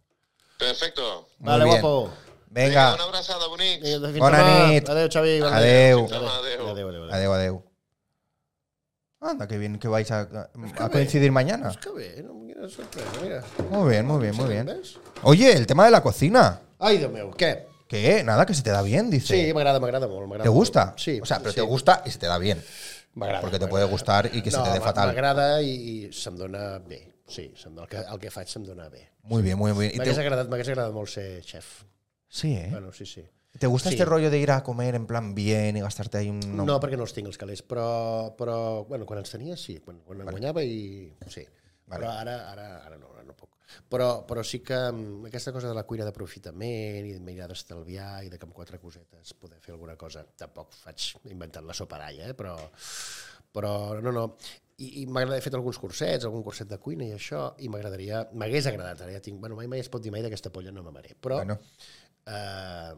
Speaker 3: Perfecto.
Speaker 1: Muy
Speaker 2: Vale,
Speaker 1: bien.
Speaker 2: guapo.
Speaker 1: Venga,
Speaker 3: Una abrazada, bonic.
Speaker 2: Vinga, fins
Speaker 1: Bona
Speaker 2: demà.
Speaker 1: nit.
Speaker 2: Adéu, Xavi. Bona nit.
Speaker 1: Adéu.
Speaker 3: Adéu.
Speaker 2: Adéu, adéu, adéu.
Speaker 1: adeu, adeu. Anda, qué bien que vais a, a coincidir mañana.
Speaker 2: És que bé, no mira, sorpresa, mira.
Speaker 1: Muy bien, muy bien, muy bien.
Speaker 2: Ves?
Speaker 1: Oye, el tema de la cocina.
Speaker 2: Ai, Déu meu, què?
Speaker 1: ¿Qué? Nada, que se te da bien,
Speaker 2: Sí,
Speaker 1: dice.
Speaker 2: m'agrada, m'agrada molt. m'agrada
Speaker 1: ¿Te gusta?
Speaker 2: molt. Sí.
Speaker 1: O sea, pero
Speaker 2: sí.
Speaker 1: te gusta y se te da bien.
Speaker 2: M'agrada.
Speaker 1: Porque te
Speaker 2: m'agrada.
Speaker 1: puede gustar y que se te dé
Speaker 2: m'a-
Speaker 1: fatal.
Speaker 2: M'agrada i, i se'm dona bé. Sí, se'm dona, el, que, el que faig se'm dona bé.
Speaker 1: Muy bien, muy bien. ¿Y
Speaker 2: M'hagués
Speaker 1: te,
Speaker 2: agradat, m'hagués agradat molt ser xef.
Speaker 1: sí, ¿eh?
Speaker 2: Bueno, sí, sí.
Speaker 1: ¿Te gusta
Speaker 2: sí.
Speaker 1: este rollo de ir a comer en plan bien y gastarte ahí un...
Speaker 2: Mm, No. no, perquè no els tinc els calés, però, però bueno, quan els tenia sí, quan, quan vale. guanyava i sí. Vale. Però ara, ara, ara no, ara no puc. Però, però sí que mm, aquesta cosa de la cuina d'aprofitament i de mirar d'estalviar i de que amb quatre cosetes poder fer alguna cosa, tampoc faig inventant la sopa d'all, eh? però, però no, no. I, i m'agrada, he fet alguns cursets, algun curset de cuina i això, i m'agradaria, m'hagués agradat, ara ja tinc, bueno, mai, mai es pot dir mai d'aquesta polla, no m'amaré, però...
Speaker 1: Bueno,
Speaker 2: Eh,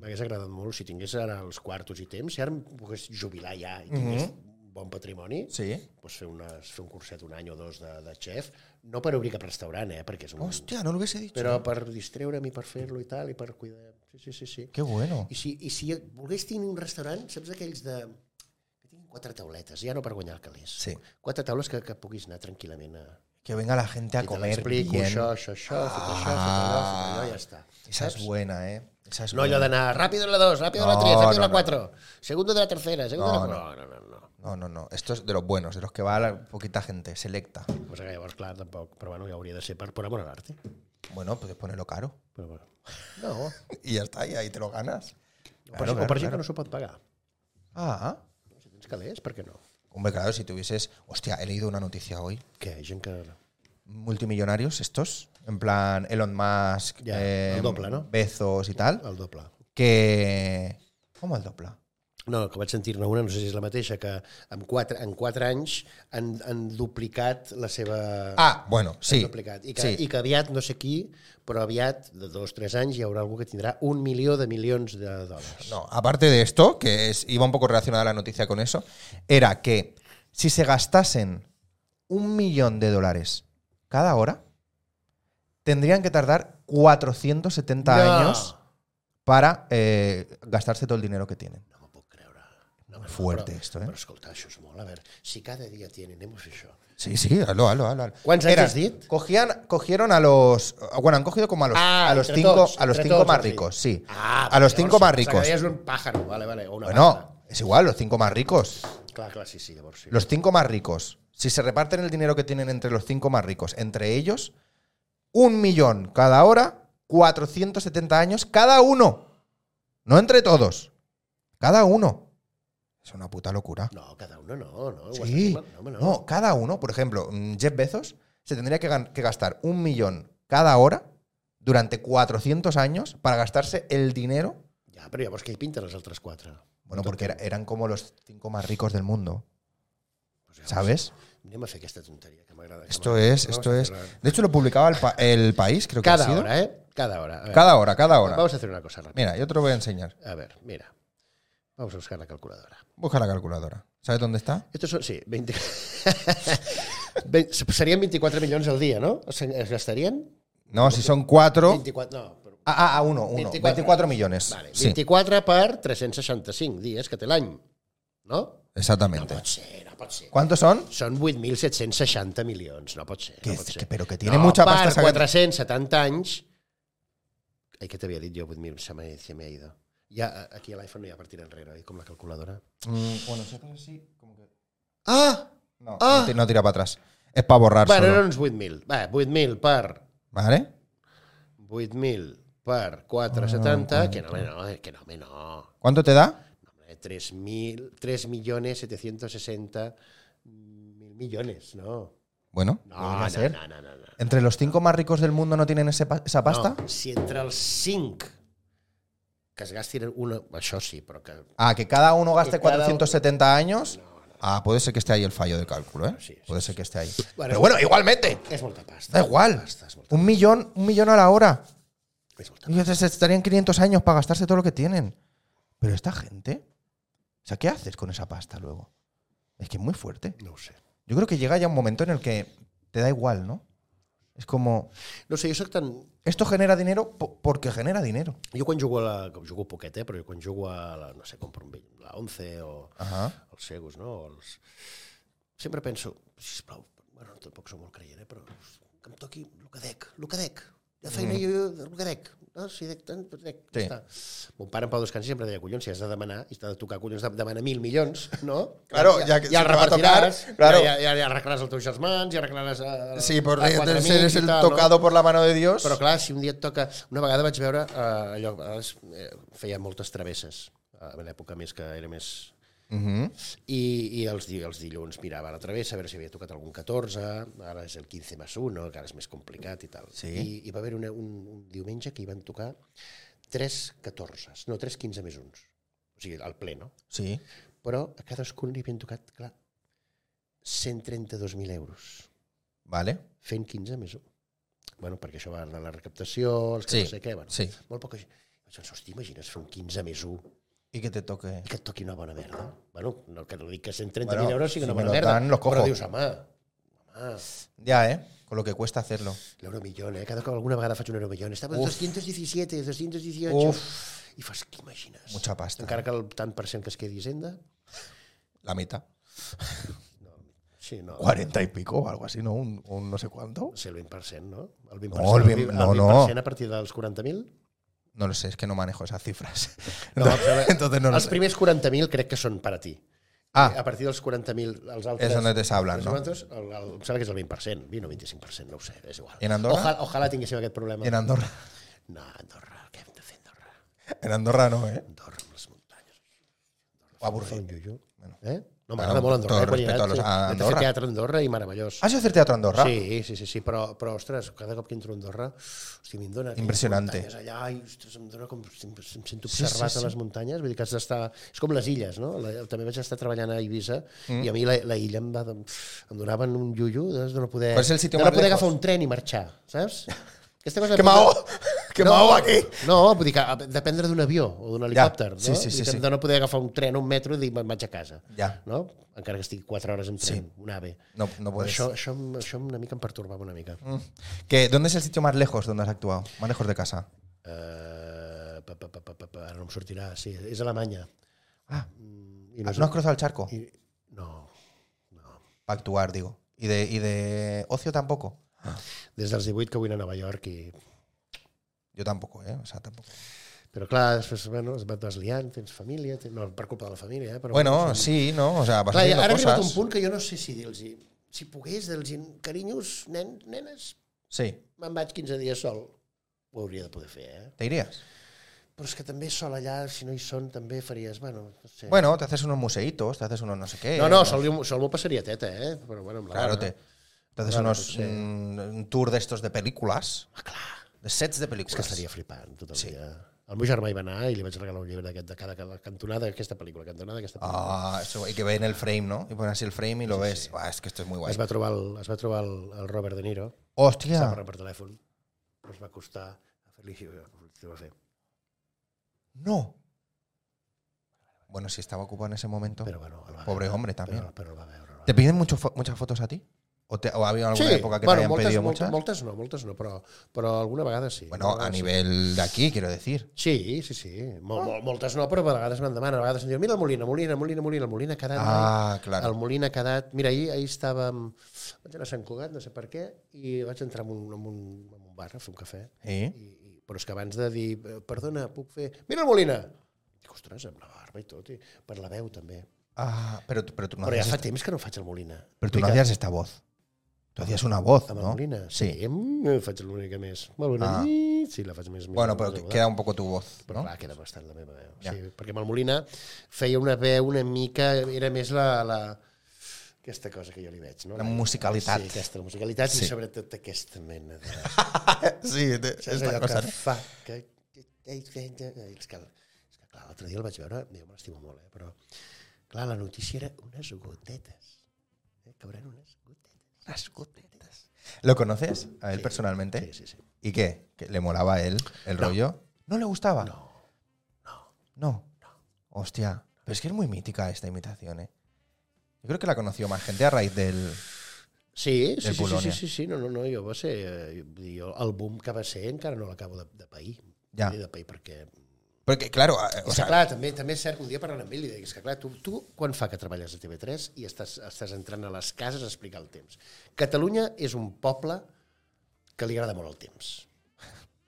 Speaker 2: m'hagués agradat molt si tingués ara els quartos i temps, si ara em pogués jubilar ja i tingués mm -hmm. bon patrimoni, sí.
Speaker 1: Mhm. sí.
Speaker 2: doncs fer, unes, fer un curset un any o dos de, de xef, no per obrir cap restaurant, eh, perquè és un...
Speaker 1: Hostia, no lo hubiese dicho.
Speaker 2: Però per distreure'm i per fer-lo i tal, i per cuidar... Sí, sí, sí, sí.
Speaker 1: Qué bueno.
Speaker 2: I si, I si volgués tenir un restaurant, saps aquells de... que tinguin quatre tauletes, ja no per guanyar el calés.
Speaker 1: Sí.
Speaker 2: Quatre taules que, que puguis anar tranquil·lament a...
Speaker 1: Que venga la gente a
Speaker 2: I te
Speaker 1: comer
Speaker 2: l'explico,
Speaker 1: bien. Ah.
Speaker 2: això, això, això, ah. fica això, fica allò, fica allò, ja està.
Speaker 1: Esa es buena, ¿eh? Esa es
Speaker 2: No
Speaker 1: buena.
Speaker 2: allò d'anar ràpido en la 2, ràpido en la
Speaker 1: No,
Speaker 2: 3, ràpido en
Speaker 1: no,
Speaker 2: la
Speaker 1: no.
Speaker 2: 4, segundo de la tercera, segundo
Speaker 1: No,
Speaker 2: de la... No, no, no. no.
Speaker 1: No, no, no. Esto es de los buenos, de los que va la poquita gente, selecta.
Speaker 2: Pues que llavors, clar, tampoc, però bueno, ja hauria de ser per, per amor a l'arte.
Speaker 1: Bueno, puedes ponerlo caro. (laughs)
Speaker 2: Però bueno. No, o
Speaker 1: Y ya está, y ahí te lo ganas.
Speaker 2: per, claro, o per gent que no s'ho pot pagar.
Speaker 1: Ah,
Speaker 2: Si tens calés, per què no?
Speaker 1: hombre, claro, si tuvieses. Hostia, he leído una noticia hoy.
Speaker 2: Què, gent que...
Speaker 1: Multimillonarios estos, en plan Elon Musk, eh,
Speaker 2: Ya, el doble, ¿no? Ah.
Speaker 1: Bezos y tal,
Speaker 2: El doble.
Speaker 1: que. ¿Cómo el doble?
Speaker 2: No, que vaig sentir-ne una, no sé si és la mateixa, que en 4, en 4 anys han, han duplicat la seva...
Speaker 1: Ah, bueno, sí.
Speaker 2: duplicat. I que,
Speaker 1: sí.
Speaker 2: I que aviat, no sé qui, però aviat, de dos o tres anys, hi haurà algú que tindrà un milió de milions de dòlars.
Speaker 1: No, aparte de esto, que es, iba un poco relacionada la noticia con eso, era que si se gastasen un millón de dólares cada hora, tendrían que tardar 470
Speaker 2: No.
Speaker 1: años para eh, gastarse todo el dinero que tienen.
Speaker 2: No m'ho puc creure. No, no,
Speaker 1: Fuerte,
Speaker 2: però,
Speaker 1: esto, eh?
Speaker 2: Però escolta, això és molt. A veure, si cada dia tienen, hemos això.
Speaker 1: Sí, sí, hazlo, hazlo, hazlo. hazlo.
Speaker 2: ¿Cuántos
Speaker 1: Era,
Speaker 2: años did?
Speaker 1: Cogían, cogieron a los. Bueno, han cogido como a los,
Speaker 2: Ah,
Speaker 1: a los
Speaker 2: entre
Speaker 1: cinco,
Speaker 2: tots,
Speaker 1: a los
Speaker 2: entre
Speaker 1: cinco
Speaker 2: tots,
Speaker 1: más
Speaker 2: sí.
Speaker 1: ricos, sí.
Speaker 2: Ah,
Speaker 1: a los
Speaker 2: llavors
Speaker 1: cinco más ricos.
Speaker 2: S'acabaria és un pájaro, vale, vale, o una pájara.
Speaker 1: Bueno, es igual, los cinco más ricos.
Speaker 2: Clar, clar, sí, sí, llavors sí.
Speaker 1: Los cinco más ricos. Si se reparten el dinero que tienen entre los cinco más ricos, entre ellos, un millón cada hora, 470 años cada uno. No entre todos. Cada uno. Es una puta locura.
Speaker 2: No, cada uno no, no. ho has
Speaker 1: Sí.
Speaker 2: de dir, No, home, no.
Speaker 1: No, cada uno, por ejemplo, mm, Jeff Bezos se tendría que, gan- que gastar un millón cada hora durante 400 años para gastarse el dinero.
Speaker 2: Ja, però llavors què hi pinten els altres quatre?
Speaker 1: Bueno,
Speaker 2: Tot
Speaker 1: porque era-
Speaker 2: el-
Speaker 1: eran como los cinco más ricos del mundo,
Speaker 2: Pues llavors,
Speaker 1: ¿sabes?
Speaker 2: Anem a fer aquesta tonteria que m'agrada. que
Speaker 1: Esto
Speaker 2: m'agrada.
Speaker 1: es,
Speaker 2: Vamos
Speaker 1: esto
Speaker 2: a
Speaker 1: es.
Speaker 2: hacerla.
Speaker 1: De hecho, lo publicaba el, pa- el país, creo que ha
Speaker 2: Cada
Speaker 1: sido.
Speaker 2: hora, eh? Cada hora. A veure,
Speaker 1: Cada hora, cada hora.
Speaker 2: Vamos a hacer una cosa rápida.
Speaker 1: Mira, yo te lo voy a enseñar.
Speaker 2: A ver, mira. Vamos a buscar la calculadora.
Speaker 1: Busca la calculadora. ¿Sabes dónde está?
Speaker 2: Estos son, sí, (laughs) 20... Ve- serien 24 milions al dia, no? Es es gastarien?
Speaker 1: No, si son cuatro.
Speaker 2: 24, no, però...
Speaker 1: Ah, ah, ah, uno, uno. 24,
Speaker 2: 24.
Speaker 1: millones.
Speaker 2: Vale,
Speaker 1: Sí,
Speaker 2: 24 per 365 dies que té l'any, no? No
Speaker 1: exactamente.
Speaker 2: pot ser, no pot ser.
Speaker 1: ¿Cuántos son?
Speaker 2: Són 8.760 milions, no pot ser.
Speaker 1: Que-
Speaker 2: no pot ser.
Speaker 1: que- pero que tiene mucha
Speaker 2: per
Speaker 1: pasta esa
Speaker 2: 470 anys... Ai, què t'havia dit jo? 8.000, se m'ha se m'ha ido. Ja, eh, aquí a l'iPhone no hi ha per tirar enrere, oi? com la calculadora.
Speaker 1: Mm, bueno, nosotros sí, como que.
Speaker 2: Ah!
Speaker 1: No,
Speaker 2: Ah.
Speaker 1: no ti- no tira para atrás. Es para borrar
Speaker 2: Bueno,
Speaker 1: solo.
Speaker 2: eren uns 8.000. Va, 8.000 per
Speaker 1: ¿Vale?
Speaker 2: 8.000 per 4,70, que no, home, no, que no, home, no.
Speaker 1: ¿Cuánto te da?
Speaker 2: No, hombre, 3.000, 3 millones 760 mil millones, no.
Speaker 1: Bueno,
Speaker 2: No,
Speaker 1: podría
Speaker 2: no,
Speaker 1: ser.
Speaker 2: no, no, no, no.
Speaker 1: ¿Entre los cinco más ricos del mundo no tienen ese pa- esa pasta?
Speaker 2: No, si entre els 5 que es gastin una... Això sí, però que...
Speaker 1: Ah, que cada uno gaste
Speaker 2: Que cada
Speaker 1: 470 años.
Speaker 2: No, no.
Speaker 1: Ah, puede ser que esté ahí el fallo de cálculo, ¿eh?
Speaker 2: Sí, sí,
Speaker 1: Puede ser que esté ahí.
Speaker 2: Bueno,
Speaker 1: Pero bueno, igualmente.
Speaker 2: És molta pasta.
Speaker 1: Da igual.
Speaker 2: Pasta, és, molta,
Speaker 1: Un millón, un millón a la hora.
Speaker 2: és molta
Speaker 1: Ellos se estarían 500 años para gastarse todo lo que tienen. Pero esta gente, o sea, ¿qué haces con esa pasta luego? Es que es muy fuerte.
Speaker 2: No ho sé.
Speaker 1: Yo creo que llega ya un momento en el que te da igual, ¿no? Es como,
Speaker 2: No sé, jo soc tan...
Speaker 1: esto genera dinero po- porque genera dinero.
Speaker 2: Jo quan jugo a la... Com jugo poquet, eh? Però jo quan jugo a la... No sé, compro un vell, la 11 o...
Speaker 1: Ajá.
Speaker 2: els cegos, no? Els... Sempre penso, sisplau, bueno, tampoc sóc molt creient, eh, però que em toqui el que dec, el que dec. La feina mm. jo, jo, el que dec. No? Si dec tant, doncs dec.
Speaker 1: Sí.
Speaker 2: Sí. Està. Mon pare en Pau Descansi sempre deia, collons, si has de demanar, i t'ha de tocar, collons, de- demana mil milions, no?
Speaker 1: (laughs) Claro, ja que
Speaker 2: ja
Speaker 1: si te va
Speaker 2: el
Speaker 1: a
Speaker 2: repartiràs,
Speaker 1: tocar, claro.
Speaker 2: ja, ja, ja arreglaràs els teus germans, ja arreglaràs... A, a,
Speaker 1: Sí, por
Speaker 2: a quatre
Speaker 1: ser
Speaker 2: amics
Speaker 1: es
Speaker 2: i
Speaker 1: el
Speaker 2: tal, no?
Speaker 1: tocado por la mano de Dios.
Speaker 2: Però clar, si un dia et toca... Una vegada vaig veure, eh, allò, a vegades eh, feia moltes travesses, eh, a l'època més que era més,
Speaker 1: Ujú.
Speaker 2: i, i els, di- els dilluns mirava la travessa a veure si havia tocat algun 14, ara és el 15 més 1, que ara és més complicat i tal.
Speaker 1: Sí.
Speaker 2: I, i va haver una, un, un diumenge que hi van tocar 3 14, no, 3 15 més 1. O sigui, al ple, no?
Speaker 1: Sí.
Speaker 2: Però a cadascun li havien tocat, clar, 132.000 euros,
Speaker 1: Vale.
Speaker 2: fent 15 més 1. Bueno, perquè això va anar a la recaptació, els que
Speaker 1: Sí,
Speaker 2: no sé què, bueno,
Speaker 1: sí.
Speaker 2: molt poca gent. Vaig pensar, hosti, imagines fer un 15 més 1
Speaker 1: Y que te toque.
Speaker 2: i que et toqui una bona merda. Bueno, no, que no dic que 130.000
Speaker 1: Bueno,
Speaker 2: bueno, euros sigui una
Speaker 1: si
Speaker 2: bona
Speaker 1: me lo
Speaker 2: merda,
Speaker 1: dan, lo cojo.
Speaker 2: però dius, home, home
Speaker 1: Ya, ¿eh? Con lo que cuesta hacerlo.
Speaker 2: l'euromillón, eh? Cada cop alguna vegada faig un euromillón. Estava
Speaker 1: Uf.
Speaker 2: Uf. 217, 218...
Speaker 1: Uf.
Speaker 2: Uf. I fas, què imagines?
Speaker 1: Mucha pasta.
Speaker 2: Encara que el tant per cent que es quedi Hisenda...
Speaker 1: La mitad.
Speaker 2: Sí, no.
Speaker 1: 40 y pico o algo así, ¿no? Un, un no sé cuánto.
Speaker 2: Sí, el 20%, no? El 20%,
Speaker 1: No, el vint-
Speaker 2: el
Speaker 1: no, no.
Speaker 2: 20% a partir dels 40.000?
Speaker 1: No lo sé, es que no manejo esas cifras.
Speaker 2: (laughs) No, a veure,
Speaker 1: (laughs) Entonces no lo
Speaker 2: els
Speaker 1: sé.
Speaker 2: primers 40.000 crec que són per a ti.
Speaker 1: Ah,
Speaker 2: a partir dels 40.000, els altres...
Speaker 1: És on et deshablen,
Speaker 2: els
Speaker 1: no?
Speaker 2: altres, El, el, em sembla que és el 20%, 20 o 25%, no ho sé, és igual.
Speaker 1: I en Andorra?
Speaker 2: Ojalà, ojalà tinguéssim aquest problema.
Speaker 1: en Andorra.
Speaker 2: No, Andorra, què hem de fer a Andorra?
Speaker 1: En Andorra no, ¿eh?
Speaker 2: Andorra, amb les muntanyes.
Speaker 1: O aburrido.
Speaker 2: Fa un lluio.
Speaker 1: Bueno.
Speaker 2: Eh? No,
Speaker 1: Amb
Speaker 2: m'agrada molt Andorra.
Speaker 1: tot
Speaker 2: eh, quan hi he
Speaker 1: respecte
Speaker 2: anat,
Speaker 1: a los- a
Speaker 2: he anat
Speaker 1: Ah, Andorra. Ah,
Speaker 2: fer teatre a Andorra i meravellós.
Speaker 1: ¿Has hecho hacer teatro a Andorra?
Speaker 2: Sí, sí, sí, sí, però, però ostres, cada cop que entro a Andorra, hosti, mi em dona... aquelles
Speaker 1: Impressionante.
Speaker 2: muntanyes Allà, i, ostres, em dona com... Em, em sento
Speaker 1: Sí, sí,
Speaker 2: observat
Speaker 1: sí.
Speaker 2: a les muntanyes, vull dir que has d'estar... És com les illes, no? La, també vaig estar treballant a Eivissa
Speaker 1: Mm.
Speaker 2: i a mi la, la illa em, va, em donaven un llullo de, de no poder...
Speaker 1: Però és el sitio
Speaker 2: de no
Speaker 1: más
Speaker 2: poder
Speaker 1: lejos.
Speaker 2: agafar un tren i marxar,
Speaker 1: (laughs)
Speaker 2: saps? Aquesta cosa
Speaker 1: ¡Que me
Speaker 2: (laughs)
Speaker 1: ahogo! ¡Que me ahogo aquí!
Speaker 2: No, vull dir que a- dependre d'un avió o d'un helicòpter,
Speaker 1: Sí,
Speaker 2: no?
Speaker 1: sí, sí,
Speaker 2: Vull dir que
Speaker 1: sí.
Speaker 2: De no poder agafar un tren o un metro i dir me'n vaig a casa.
Speaker 1: Ja.
Speaker 2: No? Encara que estigui 4 hores en tren, un AVE.
Speaker 1: No, no puedes.
Speaker 2: Això, això, em- això una mica em pertorbava una mica. Mm.
Speaker 1: ¿Qué- ¿Dónde es el sitio más lejos donde has actuado? Más lejos de casa.
Speaker 2: Uh, pa, pa, pa, pa, pa, pa, ara no em sortirà. Sí, és Alemanya.
Speaker 1: Ah,
Speaker 2: Mm, I
Speaker 1: ¿no has cruzado el charco?
Speaker 2: i, no.
Speaker 1: Para actuar, digo. ¿Y de, y de ocio tampoco?
Speaker 2: Des dels 18 que vull anar a Nova York i...
Speaker 1: Yo tampoco, ¿eh? O sea, tampoco.
Speaker 2: Però clar, després bueno, es va- vas liant, tens família, tens... no per culpa de la família, eh? Però
Speaker 1: Bueno, sí, ¿no? O sea, vas
Speaker 2: Clar,
Speaker 1: haciendo
Speaker 2: ara ha arribat un
Speaker 1: cosas.
Speaker 2: punt que jo no sé si dir-los, si pogués, dir-los, carinyos, nens, nenes,
Speaker 1: Sí.
Speaker 2: me'n vaig 15 dies sol. Ho hauria de poder fer, eh?
Speaker 1: ¿Te irías?
Speaker 2: Però és que també sol allà, si no hi són, també faries, bueno, no sé.
Speaker 1: Bueno, te haces unos museitos, te haces unos no sé qué.
Speaker 2: no, no, sol, sol m'ho passaria teta, eh? Però bueno, amb la
Speaker 1: Claro,
Speaker 2: dona.
Speaker 1: te, te haces
Speaker 2: Claro,
Speaker 1: unos
Speaker 2: sí.
Speaker 1: mm, un tour de estos de películas,
Speaker 2: Ah, clar,
Speaker 1: de sets de
Speaker 2: és
Speaker 1: películas.
Speaker 2: que estaria flipant tot el
Speaker 1: Sí.
Speaker 2: sí. dia. El meu germà hi va anar i li vaig regalar un llibre d'aquest de cada, cada cantonada d'aquesta pel·lícula, cantonada d'aquesta pel·lícula.
Speaker 1: Ah, eso, y que ven el frame, ¿no? Y pones así el frame y lo ves. Buah, es que esto es muy guay.
Speaker 2: es va trobar, el, es va trobar el, el Robert De Niro, yeah.
Speaker 1: Hostia,
Speaker 2: per, per telèfon, però es va costar a fer-li així, ho va fer.
Speaker 1: no. Bueno, si estaba ocupado en ese momento.
Speaker 2: Però bueno, el va
Speaker 1: Pobre
Speaker 2: veure.
Speaker 1: hombre también.
Speaker 2: Però, però el va veure. el va
Speaker 1: ¿Te piden mucho fo- muchas fotos a ti? ¿O, te- o ha habido alguna época que te hayan pedido muchas?
Speaker 2: moltes no, moltes no, però, però alguna vegada sí.
Speaker 1: bueno, a
Speaker 2: Alguna vegada sí.
Speaker 1: nivel de aquí, quiero decir.
Speaker 2: Sí, sí, sí. Mol, mol, moltes no, però a vegades me'n demanen. A vegades em diuen, mira el Molina, Molina, Molina, Molina, el Molina ha quedat... noi.
Speaker 1: Ah, claro.
Speaker 2: El Molina ha quedat... Mira, ahir, ahir estàvem... Vaig anar a Sant Cugat, no sé per què, i vaig entrar en un, en un, en un bar a fer un cafè.
Speaker 1: Sí.
Speaker 2: I, i, però és que abans de dir, "Eh, perdona, puc fer... Mira el Molina! Dic, ostres, amb la barba i tot, i per la veu també.
Speaker 1: Ah, pero, tú- pero tú no
Speaker 2: però ja
Speaker 1: hacías,
Speaker 2: fa
Speaker 1: esta-
Speaker 2: temps que no faig el Molina.
Speaker 1: pero tú no
Speaker 2: Explica.
Speaker 1: hacías esta voz. Tu hacías una voz,
Speaker 2: Amb
Speaker 1: ¿no?
Speaker 2: la Molina?
Speaker 1: Sí.
Speaker 2: Mm, faig l'única més. Molt bona
Speaker 1: Ah.
Speaker 2: nit. Sí, la faig més...
Speaker 1: Bueno,
Speaker 2: més
Speaker 1: pero
Speaker 2: aguda.
Speaker 1: queda un poco tu voz, ¿no?
Speaker 2: Però clar, queda bastant la meva veu.
Speaker 1: Ja.
Speaker 2: Sí, perquè amb el Molina feia una veu una mica... Era més la... la aquesta cosa que jo li veig, no?
Speaker 1: La musicalitat.
Speaker 2: Sí, aquesta la musicalitat sí.
Speaker 1: Sí.
Speaker 2: i sobretot aquesta mena de...
Speaker 1: (laughs) sí, te-
Speaker 2: Saps
Speaker 1: esta
Speaker 2: allò
Speaker 1: cosa,
Speaker 2: que
Speaker 1: ¿no?
Speaker 2: fa... Que, que, que, que, que, eh, és que, és que clar, l'altre dia el vaig veure, jo me l'estimo molt, eh? però clar, la notícia era unes gotetes. Eh? Cauran unes gotetes. Les gotetes.
Speaker 1: ¿Lo conoces a él
Speaker 2: Sí,
Speaker 1: personalmente?
Speaker 2: Sí, sí, sí.
Speaker 1: ¿Y qué? ¿Que ¿Le molaba a él el
Speaker 2: No.
Speaker 1: rollo? ¿No le gustaba?
Speaker 2: No.
Speaker 1: No. Hostia. Pero es que es muy mítica esta imitación, ¿eh? Yo creo que la conoció más gente a raíz del.
Speaker 2: Sí, sí, sí, sí,
Speaker 1: Polònia.
Speaker 2: sí, sí, sí, no, no, no, jo va ser, eh, vull dir, jo, el boom que va ser encara no l'acabo de, de pair,
Speaker 1: Ja.
Speaker 2: Vull dir, de pair perquè...
Speaker 1: Porque, claro, a- o
Speaker 2: O
Speaker 1: sea,
Speaker 2: clar, també, també és cert que un dia parlant amb ell li deia, és que clar, tu, tu quan fa que treballes a TV3 i estàs, estàs entrant a les cases a explicar el temps? Catalunya és un poble que li agrada molt el temps.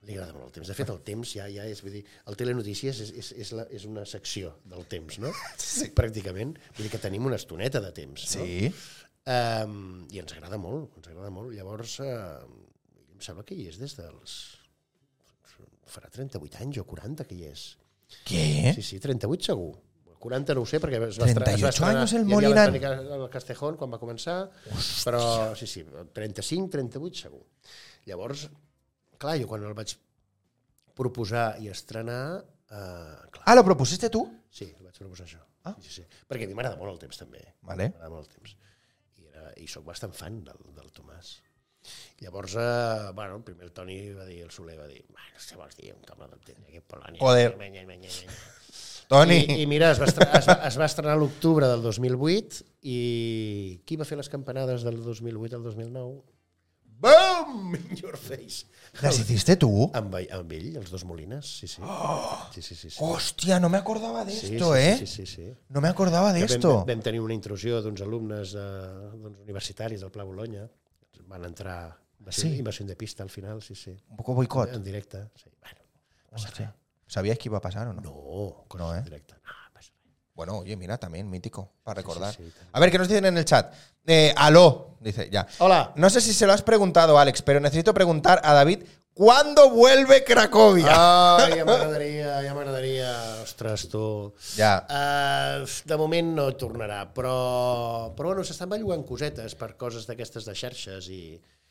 Speaker 2: Li agrada molt el temps. De fet, el temps ja, ja és... Vull dir, el Telenotícies és, és, és, la, és una secció del temps, no? Sí. Pràcticament. Vull dir que tenim una estoneta de temps, no?
Speaker 1: sí.
Speaker 2: Um, I ens agrada molt, ens agrada molt. Llavors, uh, em sembla que hi és des dels... Farà 38 anys o 40 que hi és.
Speaker 1: ¿Qué?
Speaker 2: Sí, sí, 38 segur. 40 no ho sé, perquè es va estrenar... es
Speaker 1: 38
Speaker 2: va estrenar-
Speaker 1: anys el
Speaker 2: hi havia
Speaker 1: Molinan.
Speaker 2: l'Antoni Ca- El Castejón, quan va començar, Hòstia. però sí, sí, 35, 38 segur. Llavors, clar, jo quan el vaig proposar i estrenar, eh, clar,
Speaker 1: Ah, ¿lo propusiste tú?
Speaker 2: sí, el vaig proposar això.
Speaker 1: Ah.
Speaker 2: Sí, sí, sí. Perquè a mi m'agrada molt el temps, també.
Speaker 1: Vale.
Speaker 2: M'agrada molt el temps. I, era, i sóc bastant fan del, del Tomàs. Llavors, eh, bueno, primer el Toni va dir, el Soler va dir, bueno, què vols dir, un cable del temps aquí a Polònia.
Speaker 1: Joder.
Speaker 2: Menya, menya, menya.
Speaker 1: Tony.
Speaker 2: I, I mira, es va estrenar, es va, es va estrenar a l'octubre del 2008 i qui va fer les campanades del 2008 al 2009? (laughs) Boom! In your face.
Speaker 1: ¿Las hiciste tú?
Speaker 2: Amb, ell- amb ell, els dos Molines, sí, sí. Sí, sí, sí. sí.
Speaker 1: Hostia, no me acordaba de
Speaker 2: Sí,
Speaker 1: Oh! esto,
Speaker 2: sí,
Speaker 1: ¿eh?
Speaker 2: Sí, sí, sí, sí.
Speaker 1: No me acordaba de
Speaker 2: Que
Speaker 1: esto.
Speaker 2: Vam, vam tenir una intrusió d'uns alumnes eh, d'uns universitaris del Pla Bologna. Van entrar... Va ser
Speaker 1: Sí.
Speaker 2: sí. invasió de pista al final, sí, sí.
Speaker 1: Un poco boicot.
Speaker 2: En directe. Sí. Bueno,
Speaker 1: Hostia. ¿Sabías que iba a pasar o no?
Speaker 2: no, coses
Speaker 1: No, eh?
Speaker 2: en directe. No, pasa res.
Speaker 1: Bueno, oye, mira, también mítico, para recordar.
Speaker 2: sí, también.
Speaker 1: A ver, ¿qué nos dicen en el chat? Eh, aló, dice, ya.
Speaker 2: Hola.
Speaker 1: No sé si se lo has preguntado, Alex, pero necesito preguntar a David ¿cuándo vuelve
Speaker 2: Ah.
Speaker 1: Cracovia?
Speaker 2: Ai, ja m'agradaria, ja m'agradaria. Ostres, tu...
Speaker 1: Ya.
Speaker 2: Uh, de moment no tornarà, però, però bueno, s'estan bellugant cosetes per coses d'aquestes de xarxes i...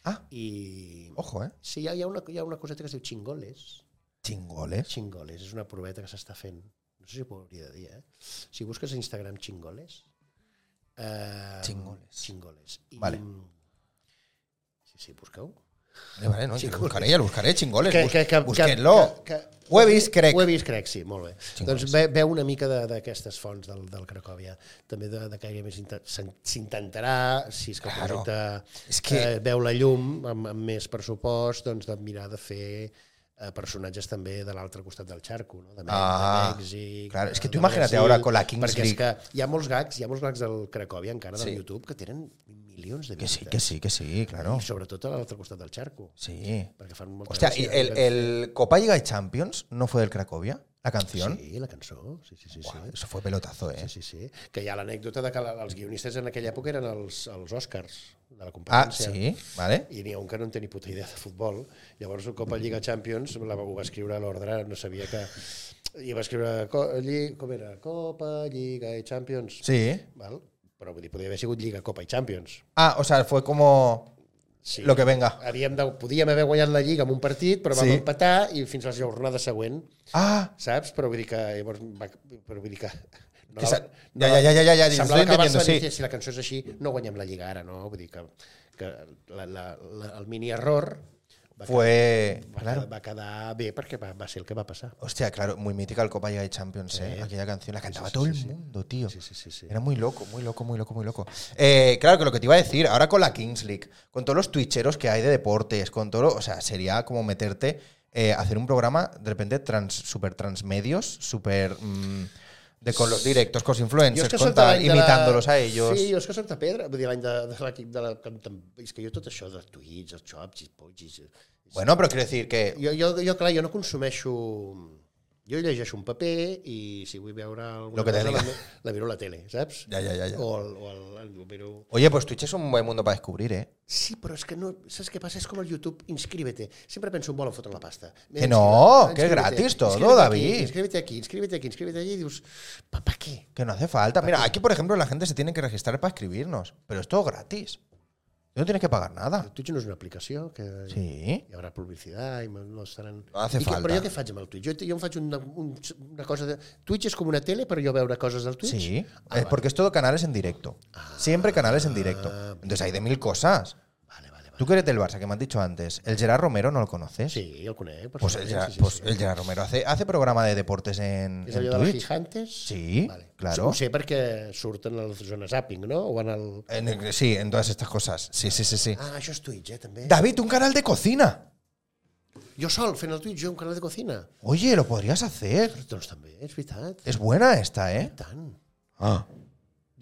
Speaker 1: Ah,
Speaker 2: i
Speaker 1: ojo, ¿eh?
Speaker 2: sí, hi ha, hi, ha una, hi ha una coseta que es diu xingoles.
Speaker 1: Chingoles.
Speaker 2: Xingoles, és una proveta que s'està fent. No sé si ho hauria de dir, eh? Si busques a Instagram xingoles... Eh,
Speaker 1: Xingoles.
Speaker 2: Xingoles. I, mm,
Speaker 1: Vale.
Speaker 2: Sí, sí, busqueu.
Speaker 1: Vale, vale, no, yo lo buscaré, ya lo buscaré, chingoles.
Speaker 2: Que-
Speaker 1: Bus-
Speaker 2: que- que-
Speaker 1: busquenlo.
Speaker 2: que- que-
Speaker 1: Webis, crec.
Speaker 2: Ho he vist, crec, sí, molt bé. Doncs ve, veu una mica de- d'aquestes fonts del, del Cracòvia. També de, de caire més inte- s'in- s'intentarà, si és que
Speaker 1: Claro.
Speaker 2: el projecte
Speaker 1: És que-
Speaker 2: eh, veu la llum, amb, amb més pressupost, doncs de mirar de fer eh, personatges també de l'altre costat del xarco, no? de, Mèxic,
Speaker 1: Ah,
Speaker 2: de Mèxic...
Speaker 1: claro, és que
Speaker 2: de-
Speaker 1: tu
Speaker 2: de
Speaker 1: imagina't
Speaker 2: Brasil,
Speaker 1: ara con la Kings
Speaker 2: perquè és
Speaker 1: League.
Speaker 2: que hi ha molts gags, hi ha molts gags del Cracòvia encara del
Speaker 1: Sí.
Speaker 2: YouTube que tenen milions de
Speaker 1: Que
Speaker 2: visites.
Speaker 1: sí, que sí, que sí, claro.
Speaker 2: I sobretot a l'altre costat del xarco.
Speaker 1: Sí.
Speaker 2: Perquè fan molta eh?
Speaker 1: Hostia, ¿y
Speaker 2: gràcia.
Speaker 1: el, el Copa Liga y Champions no fue del Cracovia? ¿La canción?
Speaker 2: Sí, la cançó, sí, sí, sí. sí.
Speaker 1: Buah, Eso fue pelotazo, ¿eh?
Speaker 2: Sí, sí, sí. Que hi ha l'anècdota de que la- els guionistes en aquella època eren els, els Oscars de la
Speaker 1: Ah,
Speaker 2: competència.
Speaker 1: sí, vale.
Speaker 2: I n'hi ha un que no en té ni puta idea de futbol. Llavors, un cop a Lliga Champions, la, ho va escriure a l'ordre, no sabia que... I va escriure, co, lli, com era? Copa, Lliga i Champions.
Speaker 1: Sí.
Speaker 2: Val? Però vull dir, podria haver sigut Lliga, Copa i Champions.
Speaker 1: Ah, o sea, fue como
Speaker 2: Sí.
Speaker 1: lo que venga.
Speaker 2: Havíem de, podíem haver guanyat la Lliga amb un partit, però vam
Speaker 1: Sí.
Speaker 2: empatar i fins a la jornada següent
Speaker 1: Ah,
Speaker 2: saps? Però vull dir que llavors va, però vull dir que no
Speaker 1: Que sa- ja, ja, ja, ja, ja, ja, ja, estoy
Speaker 2: semblava que el
Speaker 1: entendiendo,
Speaker 2: Barça
Speaker 1: sí.
Speaker 2: dice, si la cançó és així, no guanyem la Lliga ara, no? Vull dir que, que la, la, la, el mini error va,
Speaker 1: fue.
Speaker 2: quedar, va,
Speaker 1: Claro.
Speaker 2: quedar, va quedar bé perquè va, va ser el que va passar.
Speaker 1: Hostia, claro, muy mítica el Copa Liga de Champions, ¿eh?
Speaker 2: Sí.
Speaker 1: Aquella canción la cantaba
Speaker 2: sí,
Speaker 1: todo
Speaker 2: sí,
Speaker 1: el
Speaker 2: sí.
Speaker 1: mundo, tío.
Speaker 2: Sí, sí, sí, sí.
Speaker 1: Era muy loco, muy loco, muy loco, muy loco. Eh, claro que lo que te iba a decir, ahora con la Kings League, con todos los twitcheros que hay de deportes, con todo, lo- o sea, sería como meterte, eh, hacer un programa de repente trans, super transmedios, super mm, de con los directos, con los influencers, con
Speaker 2: de
Speaker 1: tal,
Speaker 2: l'any de la-
Speaker 1: imitándolos a ellos.
Speaker 2: Sí, jo és que soc de pedra. Vull dir, l'any de, de l'equip de la... com tam- És que jo tot això de tuits, els xops, i pogis... i-
Speaker 1: Bueno, pero quiero decir que
Speaker 2: Jo, jo, jo, clar, jo no consumeixo... Jo llegeixo un paper i si vull veure alguna
Speaker 1: Lo que te
Speaker 2: cosa la,
Speaker 1: diga.
Speaker 2: la miro a la tele, saps?
Speaker 1: Ja, ja, ja, ja.
Speaker 2: O, el, o el, el, ho miro...
Speaker 1: Oye, pues Twitch es un buen mundo para descubrir, ¿eh?
Speaker 2: Sí, però és que no... Saps què passa? És com el YouTube, inscríbete. Sempre penso, em volen fotre la pasta.
Speaker 1: Que no,
Speaker 2: Inscríbete,
Speaker 1: que es gratis todo,
Speaker 2: inscríbete aquí,
Speaker 1: David.
Speaker 2: Inscríbete aquí, inscríbete aquí, inscríbete allí, i dius, papá, què?
Speaker 1: Que no hace falta. Mira, aquí, por ejemplo, la gente se tiene que registrar para escribirnos. Pero es todo gratis. No tienes que pagar nada.
Speaker 2: Twitch no és una aplicació que
Speaker 1: Sí.
Speaker 2: hi haurà publicitat i no estaran...
Speaker 1: No hace
Speaker 2: I què-
Speaker 1: falta.
Speaker 2: Però jo què faig amb el Twitch? Jo, jo em faig una, un, una cosa de... Twitch és com una tele, però jo veure coses del Twitch?
Speaker 1: Sí,
Speaker 2: Ah,
Speaker 1: eh,
Speaker 2: vale. Ah,
Speaker 1: porque es todo canales en directo. Siempre canales en directo. Entonces hay de mil cosas.
Speaker 2: Vale, vale, vale.
Speaker 1: Tú que eres del Barça, que me has dicho antes, el Gerard Romero no lo conoces.
Speaker 2: Sí, el conec.
Speaker 1: Pues el
Speaker 2: perfectament,
Speaker 1: Gerard,
Speaker 2: sí, sí,
Speaker 1: pues
Speaker 2: sí.
Speaker 1: el Gerard Romero hace, hace programa de deportes en,
Speaker 2: És
Speaker 1: en
Speaker 2: allò de les
Speaker 1: Twitch.
Speaker 2: gigantes?
Speaker 1: Sí, claro.
Speaker 2: Ho sé perquè surten a la zona zapping, no? O en el...
Speaker 1: En el- sí, en todas estas cosas. Sí, sí, sí, sí.
Speaker 2: Ah, això és Twitch, eh, també.
Speaker 1: David, un canal de cocina.
Speaker 2: Jo sol, fent el Twitch, jo un canal de cocina.
Speaker 1: Oye, lo podrías hacer.
Speaker 2: Doncs també, és veritat.
Speaker 1: Es buena esta, ¿eh?
Speaker 2: I tant.
Speaker 1: Ah.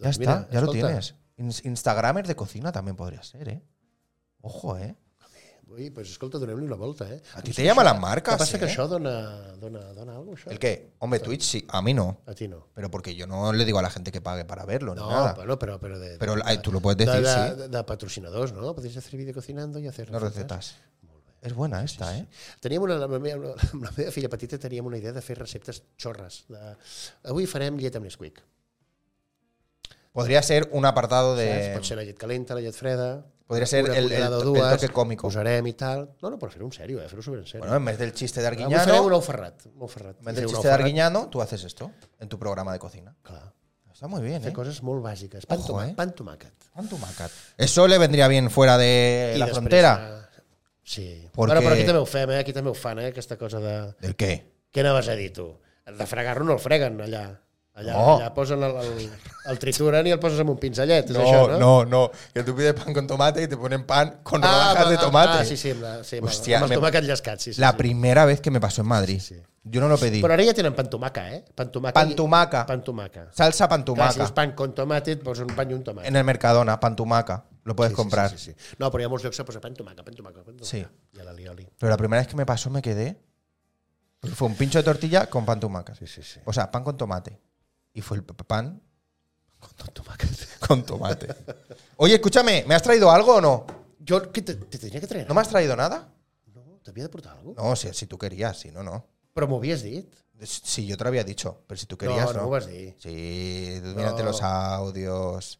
Speaker 1: Ya
Speaker 2: Doncs
Speaker 1: está,
Speaker 2: mira,
Speaker 1: ya lo
Speaker 2: escolta.
Speaker 1: tienes. Ins- Instagramers de cocina también podría ser, ¿eh? Ojo, ¿eh?
Speaker 2: Ui, pues escolta, donem-li una volta, eh?
Speaker 1: A ti te llaman las marcas,
Speaker 2: Que passa
Speaker 1: eh?
Speaker 2: que això dona, dona, dona alguna cosa, això?
Speaker 1: ¿El qué? Hombre, Twitch sí, a mí no.
Speaker 2: A ti no.
Speaker 1: Pero porque yo no le digo a la gente que pague para verlo, ni
Speaker 2: No,
Speaker 1: nada.
Speaker 2: bueno, pero, pero de,
Speaker 1: Pero,
Speaker 2: de-
Speaker 1: ay, tú lo puedes decir,
Speaker 2: de,
Speaker 1: sí.
Speaker 2: de- de patrocinadores, ¿no? Podéis hacer vídeo cocinando y hacer
Speaker 1: Las recetas. Es buena esta, ¿eh?
Speaker 2: Teníem una, amb, la meva, amb la meva filla petita teníem una idea de fer receptes xorres. De, avui farem llet amb Nesquik.
Speaker 1: Podría ser un apartado
Speaker 2: Eh,
Speaker 1: de.
Speaker 2: pot ser la llet calenta, la llet freda...
Speaker 1: Podria ser
Speaker 2: una
Speaker 1: el- el
Speaker 2: cullerada o
Speaker 1: to- el toque cómico.
Speaker 2: Posarem i tal. No, no, però fer-ho en sèrio, eh? Fer-ho super en sèrio.
Speaker 1: Bueno, en vez del chiste de
Speaker 2: avui farem un
Speaker 1: Arguiñano,
Speaker 2: ou ferrat. Un ou ferrat.
Speaker 1: en vez del
Speaker 2: Fer un ou
Speaker 1: chiste de
Speaker 2: ferrat,
Speaker 1: Arguiñano, tú haces esto en tu programa de cocina.
Speaker 2: Clar.
Speaker 1: Está muy bien,
Speaker 2: Fer
Speaker 1: ¿eh?
Speaker 2: coses molt bàsiques. Pan,
Speaker 1: Ojo,
Speaker 2: Ojo,
Speaker 1: eh?
Speaker 2: eh? pan tomàquet.
Speaker 1: Pan tumacat. Eso le vendría bien fuera de
Speaker 2: I
Speaker 1: la
Speaker 2: després,
Speaker 1: frontera.
Speaker 2: eh, Sí.
Speaker 1: Perquè-
Speaker 2: Perquè... Bueno, però aquí també ho fem, eh? Aquí també ho fan, eh? Aquesta cosa de...
Speaker 1: ¿Del qué?
Speaker 2: Què anaves a dir, tu? El De fregar-lo no el freguen, allà. Allà,
Speaker 1: No.
Speaker 2: allà posen el, el, el trituren i el poses amb un pinzellet. és
Speaker 1: No,
Speaker 2: això, no?
Speaker 1: no, no. Que tú pides pan con tomate y te ponen pan con rodajas
Speaker 2: va,
Speaker 1: de tomate.
Speaker 2: Ah, sí, sí, amb, la, sí,
Speaker 1: Hòstia,
Speaker 2: amb, Hòstia, amb
Speaker 1: me-
Speaker 2: el tomàquet llascat. Sí, sí,
Speaker 1: La
Speaker 2: sí.
Speaker 1: primera vez que me pasó en Madrid.
Speaker 2: Sí, sí.
Speaker 1: Yo no lo pedí.
Speaker 2: Però ara ja tenen pan tomaca, eh? Pan tomaca.
Speaker 1: Pan
Speaker 2: i-
Speaker 1: tomaca.
Speaker 2: Pan tomaca.
Speaker 1: Salsa
Speaker 2: Clar, si
Speaker 1: pantumaca.
Speaker 2: és pan con tomate, et posa un pan i un tomàquet.
Speaker 1: En el Mercadona, pantumaca. Lo puedes comprar.
Speaker 2: Sí, sí, sí, sí. No, però hi ha molts llocs que posa pan tomaca, pan tomaca, pan tomaca.
Speaker 1: Sí.
Speaker 2: I a l'alioli.
Speaker 1: Pero la primera vez que me pasó me quedé. porque fue un pincho de tortilla con pantumaca.
Speaker 2: sí, sí.
Speaker 1: O sea, pan con tomate. Y fue el p- pan
Speaker 2: Con tomàquet.
Speaker 1: con tomate. (laughs) Oye, escúchame, ¿me has traído algo o no?
Speaker 2: Jo, què te, te tenia que traer?
Speaker 1: ¿No me has traído nada?
Speaker 2: No, t'havia de portar alguna cosa?
Speaker 1: No, si, si tú querías, si no, no.
Speaker 2: Pero Però m'ho havies dit.
Speaker 1: Si si yo te lo había dicho, pero si tú querías,
Speaker 2: no,
Speaker 1: no.
Speaker 2: no ho vas dir.
Speaker 1: Sí, tú mírate
Speaker 2: No.
Speaker 1: los audios.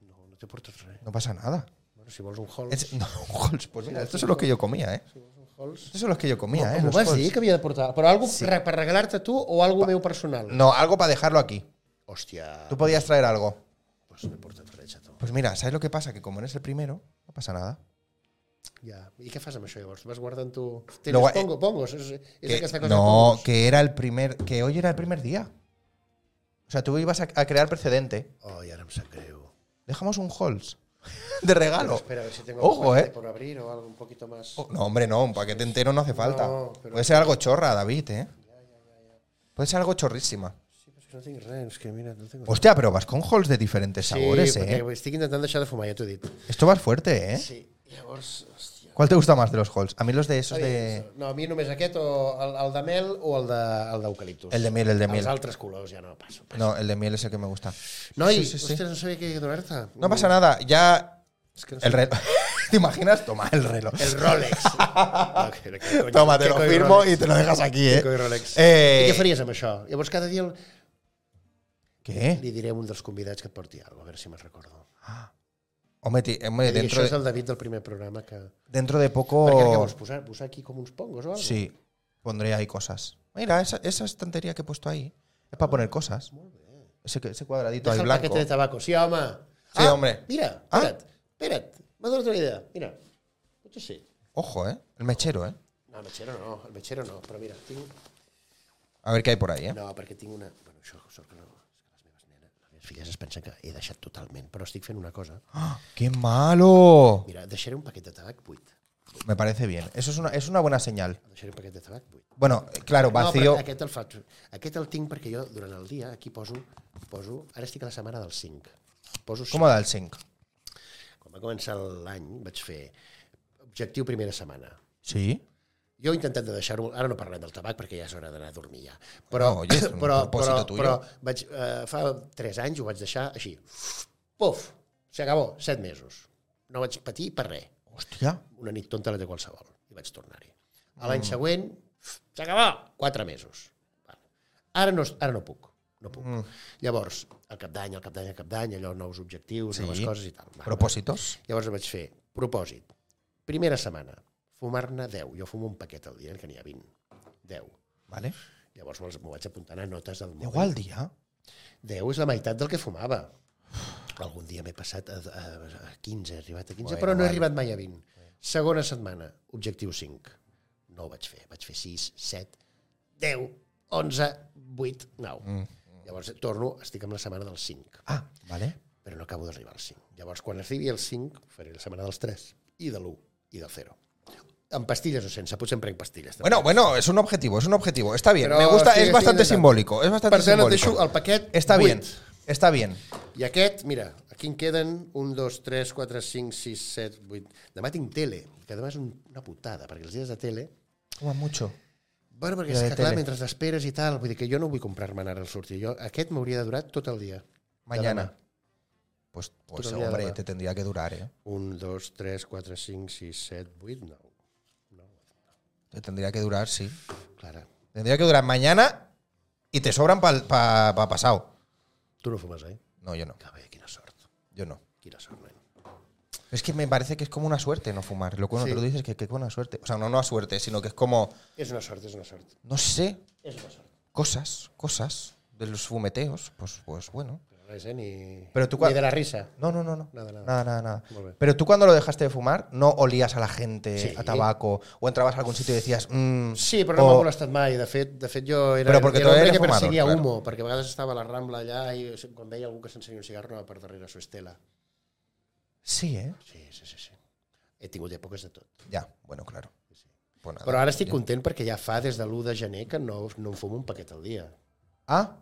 Speaker 2: No, no t'he portat res.
Speaker 1: No pasa nada.
Speaker 2: Bueno, si vols un Halls...
Speaker 1: Es- no, (laughs) Halls, pues mira, estos son los que yo comía, ¿eh?
Speaker 2: Si vols un Halls...
Speaker 1: Estos son los que yo comía, ¿eh?
Speaker 2: M'ho
Speaker 1: los
Speaker 2: vas
Speaker 1: Halls.
Speaker 2: dir que havia de portar? Però algo sí. per regalar-te tu o algo meu personal?
Speaker 1: No, algo para dejarlo aquí.
Speaker 2: Hòstia,
Speaker 1: Tú podías traer algo.
Speaker 2: pues no he portat res, xato.
Speaker 1: Pues mira, ¿sabes lo que pasa? Que como eres el primero, no pasa nada.
Speaker 2: Ja. I què fas amb això llavors? Vas guardant tu... Tens
Speaker 1: Luego, eh,
Speaker 2: pongo, pongos? És, és
Speaker 1: Que-
Speaker 2: aquesta cosa de
Speaker 1: no,
Speaker 2: pongos?
Speaker 1: que era el primer, que hoy era el primer día. O sea, tú ibas a, a crear precedente.
Speaker 2: Oh, i ara em sap greu.
Speaker 1: Dejamos un Halls (laughs) de regalo.
Speaker 2: Espera, a ver si tengo
Speaker 1: Ojo,
Speaker 2: algo
Speaker 1: eh.
Speaker 2: por abrir o algo un poquito más...
Speaker 1: Oh, No, hombre, no, un paquete entero no hace falta.
Speaker 2: No, pero-
Speaker 1: Puede ser algo chorra, David, ¿eh? Puede ser algo chorrísima.
Speaker 2: Sí, però és que no tinc res, és que mira, no tengo...
Speaker 1: Hostia, pero vas con Halls de diferentes
Speaker 2: sí,
Speaker 1: sabores,
Speaker 2: perquè
Speaker 1: ¿eh?
Speaker 2: estic intentant deixar de fumar, ja t'ho he dit.
Speaker 1: Esto vas fuerte, ¿eh?
Speaker 2: Sí, llavors, hòstia...
Speaker 1: ¿Cuál te gusta más de los Halls? A mí los de esos de...
Speaker 2: No, a mi només aquest o el, el de mel o el de el d'eucaliptus.
Speaker 1: El de miel, el de miel.
Speaker 2: Els altres colors ja no passo. passo.
Speaker 1: No, el de miel es el que me gusta.
Speaker 2: Noi,
Speaker 1: Sí, sí, sí.
Speaker 2: ostres, no sabia què donar-te.
Speaker 1: No pasa nada, ya...
Speaker 2: És que no
Speaker 1: El
Speaker 2: sé.
Speaker 1: reloj... (laughs) ¿Te imaginas? Toma el reloj.
Speaker 2: El
Speaker 1: (laughs)
Speaker 2: Rolex. no, que- que coño,
Speaker 1: Toma, te
Speaker 2: que
Speaker 1: lo
Speaker 2: coi
Speaker 1: firmo
Speaker 2: Rolex,
Speaker 1: y te lo dejas aquí,
Speaker 2: que
Speaker 1: ¿eh?
Speaker 2: coi Rolex.
Speaker 1: Eh,
Speaker 2: I què faries amb això? Llavors cada dia el-
Speaker 1: ¿Qué?
Speaker 2: li diré a un dels convidats que et porti alguna cosa, a veure si me'n recordo.
Speaker 1: Hombre, ti- hombre,
Speaker 2: I
Speaker 1: Eh, dentro,
Speaker 2: això és
Speaker 1: de,
Speaker 2: el David del primer programa que...
Speaker 1: dentro de
Speaker 2: Perquè ara què
Speaker 1: poco...
Speaker 2: vols posar? Posar aquí com uns pongos o alguna
Speaker 1: Sí, pondré ahí cosas. Mira, esa, esa estantería que he puesto ahí es para poner cosas. Ese, que- ese cuadradito ahí
Speaker 2: Deja el
Speaker 1: blanco.
Speaker 2: paquete de tabaco. Sí, home.
Speaker 1: Sí, hombre.
Speaker 2: Mira,
Speaker 1: Ah.
Speaker 2: espera't, espera't. M'ha donat una idea. Mira, potser sí.
Speaker 1: Ojo, ¿eh? El mechero, ¿eh?
Speaker 2: No, el mechero no, el mechero no. Però mira, tinc...
Speaker 1: A ver qué hay por ahí, ¿eh?
Speaker 2: No, perquè tinc una... Bueno, això, sort que no... És que les meves nenes, les meves filles es pensen que he deixat totalment, però estic fent una cosa.
Speaker 1: ¡Ah! ¡Qué malo!
Speaker 2: Mira, deixaré un paquet de tabac buit.
Speaker 1: Me parece bien. Eso es una, es una buena señal.
Speaker 2: Deixaré un paquet de tabac buit.
Speaker 1: Bueno, eh, claro,
Speaker 2: No,
Speaker 1: vacío.
Speaker 2: però aquest el faig. Aquest el tinc perquè jo durant el dia aquí poso... poso ara estic a la setmana del 5. Poso
Speaker 1: ¿Cómo da el sync?
Speaker 2: Quan va començar l'any vaig fer objectiu primera setmana.
Speaker 1: Sí.
Speaker 2: Jo he intentat de deixar-ho... Ara no parlem del tabac perquè ja és hora d'anar a dormir ja. Però,
Speaker 1: No, oye, és un
Speaker 2: (laughs) però, però,
Speaker 1: propósito tuyo.
Speaker 2: però vaig, eh, fa 3 anys ho vaig deixar així. Puf! S'acabó. 7 mesos. No vaig patir per res.
Speaker 1: Hòstia.
Speaker 2: Una nit tonta la té qualsevol. I vaig tornar-hi. A
Speaker 1: Mm.
Speaker 2: l'any següent, s'ha acabat. Quatre mesos. Vale. Ara, no, ara no puc. No puc. Mm. Llavors, al cap d'any, al cap d'any, al cap d'any, allò, nous objectius,
Speaker 1: Sí.
Speaker 2: sí. noves coses i tal. Vale.
Speaker 1: Propòsitos.
Speaker 2: Llavors vaig fer, propòsit, primera setmana, fumar-ne 10. Jo fumo un paquet al dia, que n'hi ha 20. 10.
Speaker 1: Vale.
Speaker 2: Llavors me'ls- m'ho vaig apuntant a notes del mòbil.
Speaker 1: Deu al dia.
Speaker 2: 10 és la meitat del que fumava. Algun dia m'he passat a, a, a 15, he arribat a 15,
Speaker 1: Bueno,
Speaker 2: bueno, però no he
Speaker 1: vale.
Speaker 2: arribat mai a 20. Segona setmana, objectiu 5. No ho vaig fer. Vaig fer 6, 7, 10, 11, 8, 9. Mm. Llavors torno, estic amb la setmana del 5,
Speaker 1: Ah, vale.
Speaker 2: però no acabo d'arribar al 5. Llavors, quan arribi al 5, faré la setmana dels 3, i de l'1, i del 0. Amb pastilles o sense, potser em prenc pastilles. també.
Speaker 1: Bueno, bueno, es un objetivo, es un objetivo. Está bien.
Speaker 2: Pero
Speaker 1: Me gusta,
Speaker 2: sí,
Speaker 1: es
Speaker 2: sí,
Speaker 1: bastante
Speaker 2: intentando.
Speaker 1: simbólico. Es bastante
Speaker 2: per tant, et deixo
Speaker 1: simbólico.
Speaker 2: el paquet
Speaker 1: Está
Speaker 2: buit.
Speaker 1: bien. Está bien.
Speaker 2: I aquest, mira, aquí en queden 1, 2, 3, 4, 5, 6, 7, 8... Demà tinc tele, que demà és un- una putada, perquè els dies de tele...
Speaker 1: Como mucho.
Speaker 2: Bueno, perquè
Speaker 1: Dia
Speaker 2: és
Speaker 1: de
Speaker 2: que, clar,
Speaker 1: tele.
Speaker 2: mentre t'esperes i tal, vull dir que jo no vull comprar-me'n ara al sortir. Jo, aquest m'hauria de durar tot el dia.
Speaker 1: Mañana. Pues, pues
Speaker 2: Otro día de
Speaker 1: hombre,
Speaker 2: verdad.
Speaker 1: te tendría que durar, ¿eh?
Speaker 2: 1, 2, 3, 4, 5, 6, 7, 8, 9.
Speaker 1: Te tendría que durar, sí.
Speaker 2: Clara,
Speaker 1: Tendría que durar mañana y te sobran para pasado.
Speaker 2: tu no fumes, eh?
Speaker 1: No, yo no.
Speaker 2: Que bé, quina sort.
Speaker 1: Yo no.
Speaker 2: Quina sort, nen.
Speaker 1: Es que me parece que es como una suerte no fumar. Lo que uno
Speaker 2: Sí.
Speaker 1: te lo dices que que es buena suerte. O sea, no, no a suerte, sino que es como,
Speaker 2: És una sort, és una sort.
Speaker 1: no sé,
Speaker 2: És una sort.
Speaker 1: cosas, cosas de los fumeteos. Pues, pues bueno.
Speaker 2: Res, eh? Ni,
Speaker 1: Pero tú quan- Ah.
Speaker 2: ni de la risa.
Speaker 1: No, no, no, no.
Speaker 2: Nada, nada.
Speaker 1: Nada, nada, nada.
Speaker 2: Molt bé.
Speaker 1: Pero tú cuando lo dejaste de fumar, ¿no olías a la gente,
Speaker 2: Sí.
Speaker 1: a tabaco? ¿O entrabas a algún sitio y decías... mm,
Speaker 2: Sí, però no
Speaker 1: o-
Speaker 2: m'ha molestat mai. De fet, de fet jo era,
Speaker 1: Però perquè
Speaker 2: era
Speaker 1: tu
Speaker 2: l'home
Speaker 1: eres
Speaker 2: que perseguia
Speaker 1: fumador,
Speaker 2: humo, perquè a vegades estava a la Rambla allà i quan veia algú que s'encenia un cigarro anava per darrere a su estela.
Speaker 1: Sí, ¿eh?
Speaker 2: Sí, sí, sí, sí. He tingut èpoques de tot.
Speaker 1: Ya, bueno, claro. Pues nada.
Speaker 2: Però ara estic content perquè ja fa des de l'1 de gener que no, no em fumo un paquet al dia.
Speaker 1: Ah,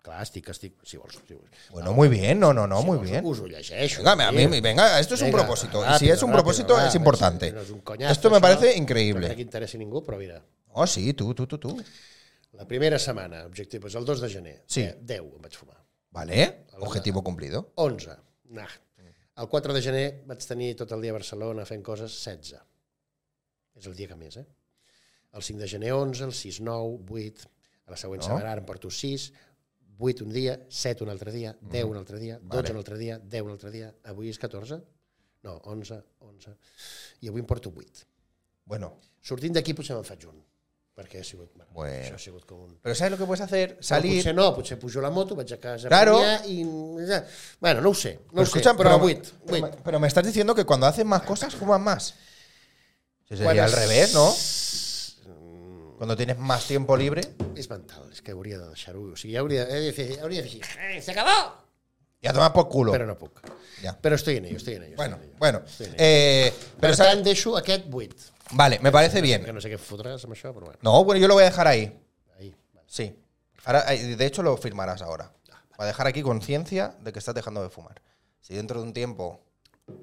Speaker 2: Clar, estic, estic... Si vols, si vols.
Speaker 1: bueno, muy bien. No, no, no,
Speaker 2: si
Speaker 1: muy
Speaker 2: vols,
Speaker 1: bien.
Speaker 2: Us ho llegeixo.
Speaker 1: Venga, a mí-
Speaker 2: Mira.
Speaker 1: venga, esto es un
Speaker 2: Venga,
Speaker 1: propósito. Y si
Speaker 2: ràpido,
Speaker 1: es un
Speaker 2: ràpido,
Speaker 1: propósito,
Speaker 2: va,
Speaker 1: es
Speaker 2: va,
Speaker 1: importante.
Speaker 2: no és un coñazo,
Speaker 1: Esto me
Speaker 2: això.
Speaker 1: parece
Speaker 2: No crec
Speaker 1: increíble.
Speaker 2: que interessi a ningú, però mira.
Speaker 1: Oh, sí, tú, tú, tú, tú.
Speaker 2: La primera setmana, objectiu, és el 2 de gener.
Speaker 1: Sí.
Speaker 2: Eh, 10 em vaig fumar.
Speaker 1: Vale, objetivo cumplido.
Speaker 2: 11. Nah. El 4 de gener vaig tenir tot el dia a Barcelona fent coses 16. És el dia que més, eh? El 5 de gener 11, el 6, 9, 8. A la següent
Speaker 1: No.
Speaker 2: no. setmana ara em porto 6, 8 un dia, 7 un altre dia, 10 un altre dia, 12
Speaker 1: Mm. Vale.
Speaker 2: un altre dia, 10 un altre dia. Avui és 14? No, 11, 11. I avui em porto 8.
Speaker 1: Bueno,
Speaker 2: Sortint d'aquí potser me'n faig un, perquè ha sigut, bueno,
Speaker 1: Bueno.
Speaker 2: això ha sigut com un...
Speaker 1: pero ¿sabes lo que puedes hacer?
Speaker 2: Però
Speaker 1: Salir.
Speaker 2: Potser no, potser pujo a la moto, vaig a casa
Speaker 1: Claro.
Speaker 2: Premià i... ja. Bueno, no ho sé, no
Speaker 1: Pero
Speaker 2: ho sé,
Speaker 1: escucha,
Speaker 2: però
Speaker 1: me-
Speaker 2: 8,
Speaker 1: pero
Speaker 2: 8.
Speaker 1: me- Pero me estás diciendo que cuando haces más cosas, fuman más. Sí, sería
Speaker 2: Bueno,
Speaker 1: al revés, ¿no?
Speaker 2: és-
Speaker 1: Cuando tienes más tiempo libre.
Speaker 2: És mental, és que hauria de deixar-ho. O sigui, hauria, hauria de fer... Hauria de fer... "Eh, Se acabó!
Speaker 1: Ya tomas por culo.
Speaker 2: Però no puc.
Speaker 1: Ya.
Speaker 2: Pero estoy en ello, estoy en ello.
Speaker 1: bueno,
Speaker 2: estoy en ello.
Speaker 1: bueno.
Speaker 2: Sí.
Speaker 1: Eh, pero
Speaker 2: Per
Speaker 1: ¿sabes?
Speaker 2: tant, deixo aquest 8.
Speaker 1: Vale, me parece
Speaker 2: Que
Speaker 1: bien.
Speaker 2: no sé què fotràs amb això, però bueno.
Speaker 1: No, bueno, yo lo voy a dejar ahí.
Speaker 2: Ahí. Vale.
Speaker 1: Sí. Ahora, eh, de hecho, lo firmarás ahora.
Speaker 2: Ah,
Speaker 1: Para dejar aquí conciencia de que estás dejando de fumar. Si dentro de un tiempo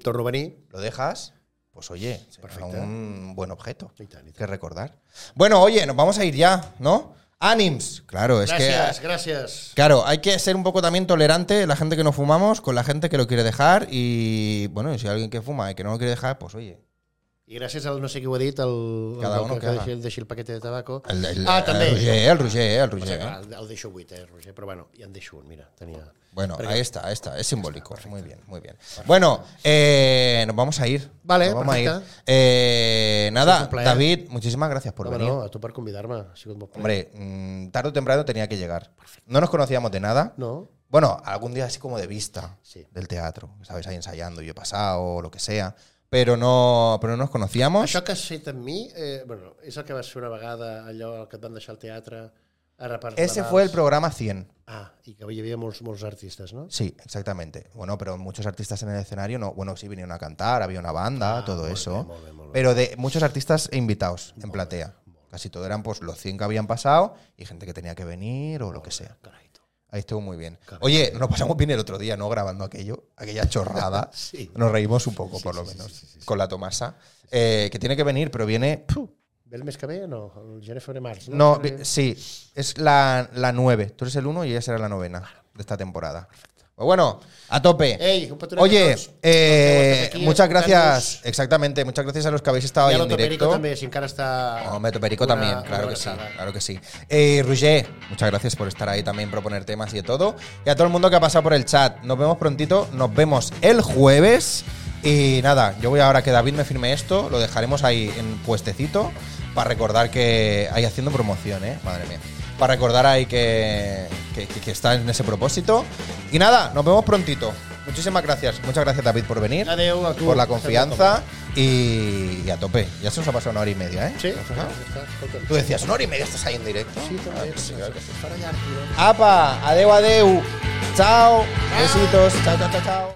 Speaker 2: Torno a venir.
Speaker 1: lo dejas, pues oye, será
Speaker 2: Perfecto.
Speaker 1: un buen objeto
Speaker 2: I tant, i tant.
Speaker 1: que recordar. Bueno, oye, nos vamos a ir ya, ¿no? Ánims. Claro, es que
Speaker 2: Gràcies, gràcies.
Speaker 1: Claro, hay que ser un poco también tolerante la gente que no fumamos con la gente que lo quiere dejar y bueno, y si alguien que fuma y que no lo quiere dejar, pues oye.
Speaker 2: I gràcies al no sé qui ho ha dit, el,
Speaker 1: Cada
Speaker 2: el
Speaker 1: uno
Speaker 2: que,
Speaker 1: que
Speaker 2: que deixi,
Speaker 1: haga.
Speaker 2: deixi el paquet de tabaco.
Speaker 1: El, el-
Speaker 2: ah,
Speaker 1: el
Speaker 2: Pues també.
Speaker 1: Roger, el Roger, eh, el
Speaker 2: O sigui,
Speaker 1: Roger.
Speaker 2: clar,
Speaker 1: eh.
Speaker 2: el, el deixo 8, eh, Roger, però bueno, ja en deixo un, mira, tenia...
Speaker 1: Bueno, ahí está, ahí está, es simbólico. muy bien, muy bien. Bueno, eh, nos vamos a ir.
Speaker 2: Vale,
Speaker 1: nos vamos a ir.
Speaker 2: perfecto.
Speaker 1: Eh,
Speaker 2: Ha
Speaker 1: nada,
Speaker 2: sido un placer.
Speaker 1: David, muchísimas gracias por
Speaker 2: No,
Speaker 1: venir.
Speaker 2: no, a tu per convidar-me, ha sigut molt
Speaker 1: Hombre,
Speaker 2: plaer.
Speaker 1: mm, tarde o temprano tenía que llegar. No nos conocíamos de nada.
Speaker 2: No?
Speaker 1: Bueno, algún día así como de vista
Speaker 2: Sí.
Speaker 1: del teatro. Estabais ahí ensayando, yo he pasado, o lo que sea. Pero no, pero no nos conocíamos.
Speaker 2: Això que has fet amb mi, eh, bueno, és el que vas fer una vegada, allò que et van deixar al teatre, ara per
Speaker 1: Ese
Speaker 2: Nadals.
Speaker 1: fue el programa 100.
Speaker 2: Ah, i que hi havia molts, molts artistes, no?
Speaker 1: Sí, exactamente. Bueno, pero muchos artistas en el escenario no. Bueno, sí vinieron a cantar, había una banda,
Speaker 2: Ah,
Speaker 1: todo
Speaker 2: molt
Speaker 1: eso.
Speaker 2: bé, molt bé, molt bé.
Speaker 1: Pero de muchos artistas e invitados en platea. Casi todo eran pues los 100 que habían pasado y gente que tenía que venir o lo que sea.
Speaker 2: Ah, Carai, tu.
Speaker 1: Ahí estuvo muy bien.
Speaker 2: Caray.
Speaker 1: Oye, nos pasamos bien el otro día, ¿no? Grabando aquello, aquella
Speaker 2: (laughs)
Speaker 1: chorrada.
Speaker 2: Sí.
Speaker 1: Nos reímos un poco, por lo menos, con la Tomasa, eh, que tiene que venir, pero viene... ¡puf!
Speaker 2: Ve el mes que ve o no? El gener, febrer, març, no?
Speaker 1: No, vi- sí, es la, la 9. Tú eres el 1 y ella será la novena de esta temporada. Pues bueno, a tope.
Speaker 2: Ey, un patronazo a
Speaker 1: Oye,
Speaker 2: tots.
Speaker 1: eh,
Speaker 2: Esteu aquí
Speaker 1: muchas gracias.
Speaker 2: escoltant-nos.
Speaker 1: Exactamente, muchas gracias a los que habéis estado
Speaker 2: I
Speaker 1: ahí
Speaker 2: a
Speaker 1: en
Speaker 2: l'Otoperico
Speaker 1: directo.
Speaker 2: també, si encara està...
Speaker 1: Hombre, Toperico
Speaker 2: una-
Speaker 1: también, claro que sí,
Speaker 2: embarassada.
Speaker 1: claro que sí. Eh, Roger, muchas gracias por estar ahí también, proponer temas y de todo. Y a todo el mundo que ha pasado por el chat, nos vemos prontito, nos vemos el jueves. Y nada, yo voy ahora que David me firme esto, lo dejaremos ahí en puestecito para recordar que ahí haciendo promoción, ¿eh? Madre mía. Para recordar ahí que, que, que- que está en ese propósito. Y nada, nos vemos prontito. Muchísimas gracias. Muchas gracias David por venir,
Speaker 2: Adeu a tu.
Speaker 1: por la
Speaker 2: Estàs molt
Speaker 1: confianza y, y a tope. Ya se nos ha pasado una hora y media, ¿eh?
Speaker 2: Sí,
Speaker 1: ¿Te has fijado?
Speaker 2: ja està, escolta'm.
Speaker 1: Tú decías, una hora y media estás ahí en directo.
Speaker 2: Sí,
Speaker 1: Ah,
Speaker 2: també.
Speaker 1: sí, claro que sí.
Speaker 2: Para allà, tio.
Speaker 1: ¡Apa! ¡Adeu, adeu! ¡Chao! Besitos. Chao, chao, chao, chao.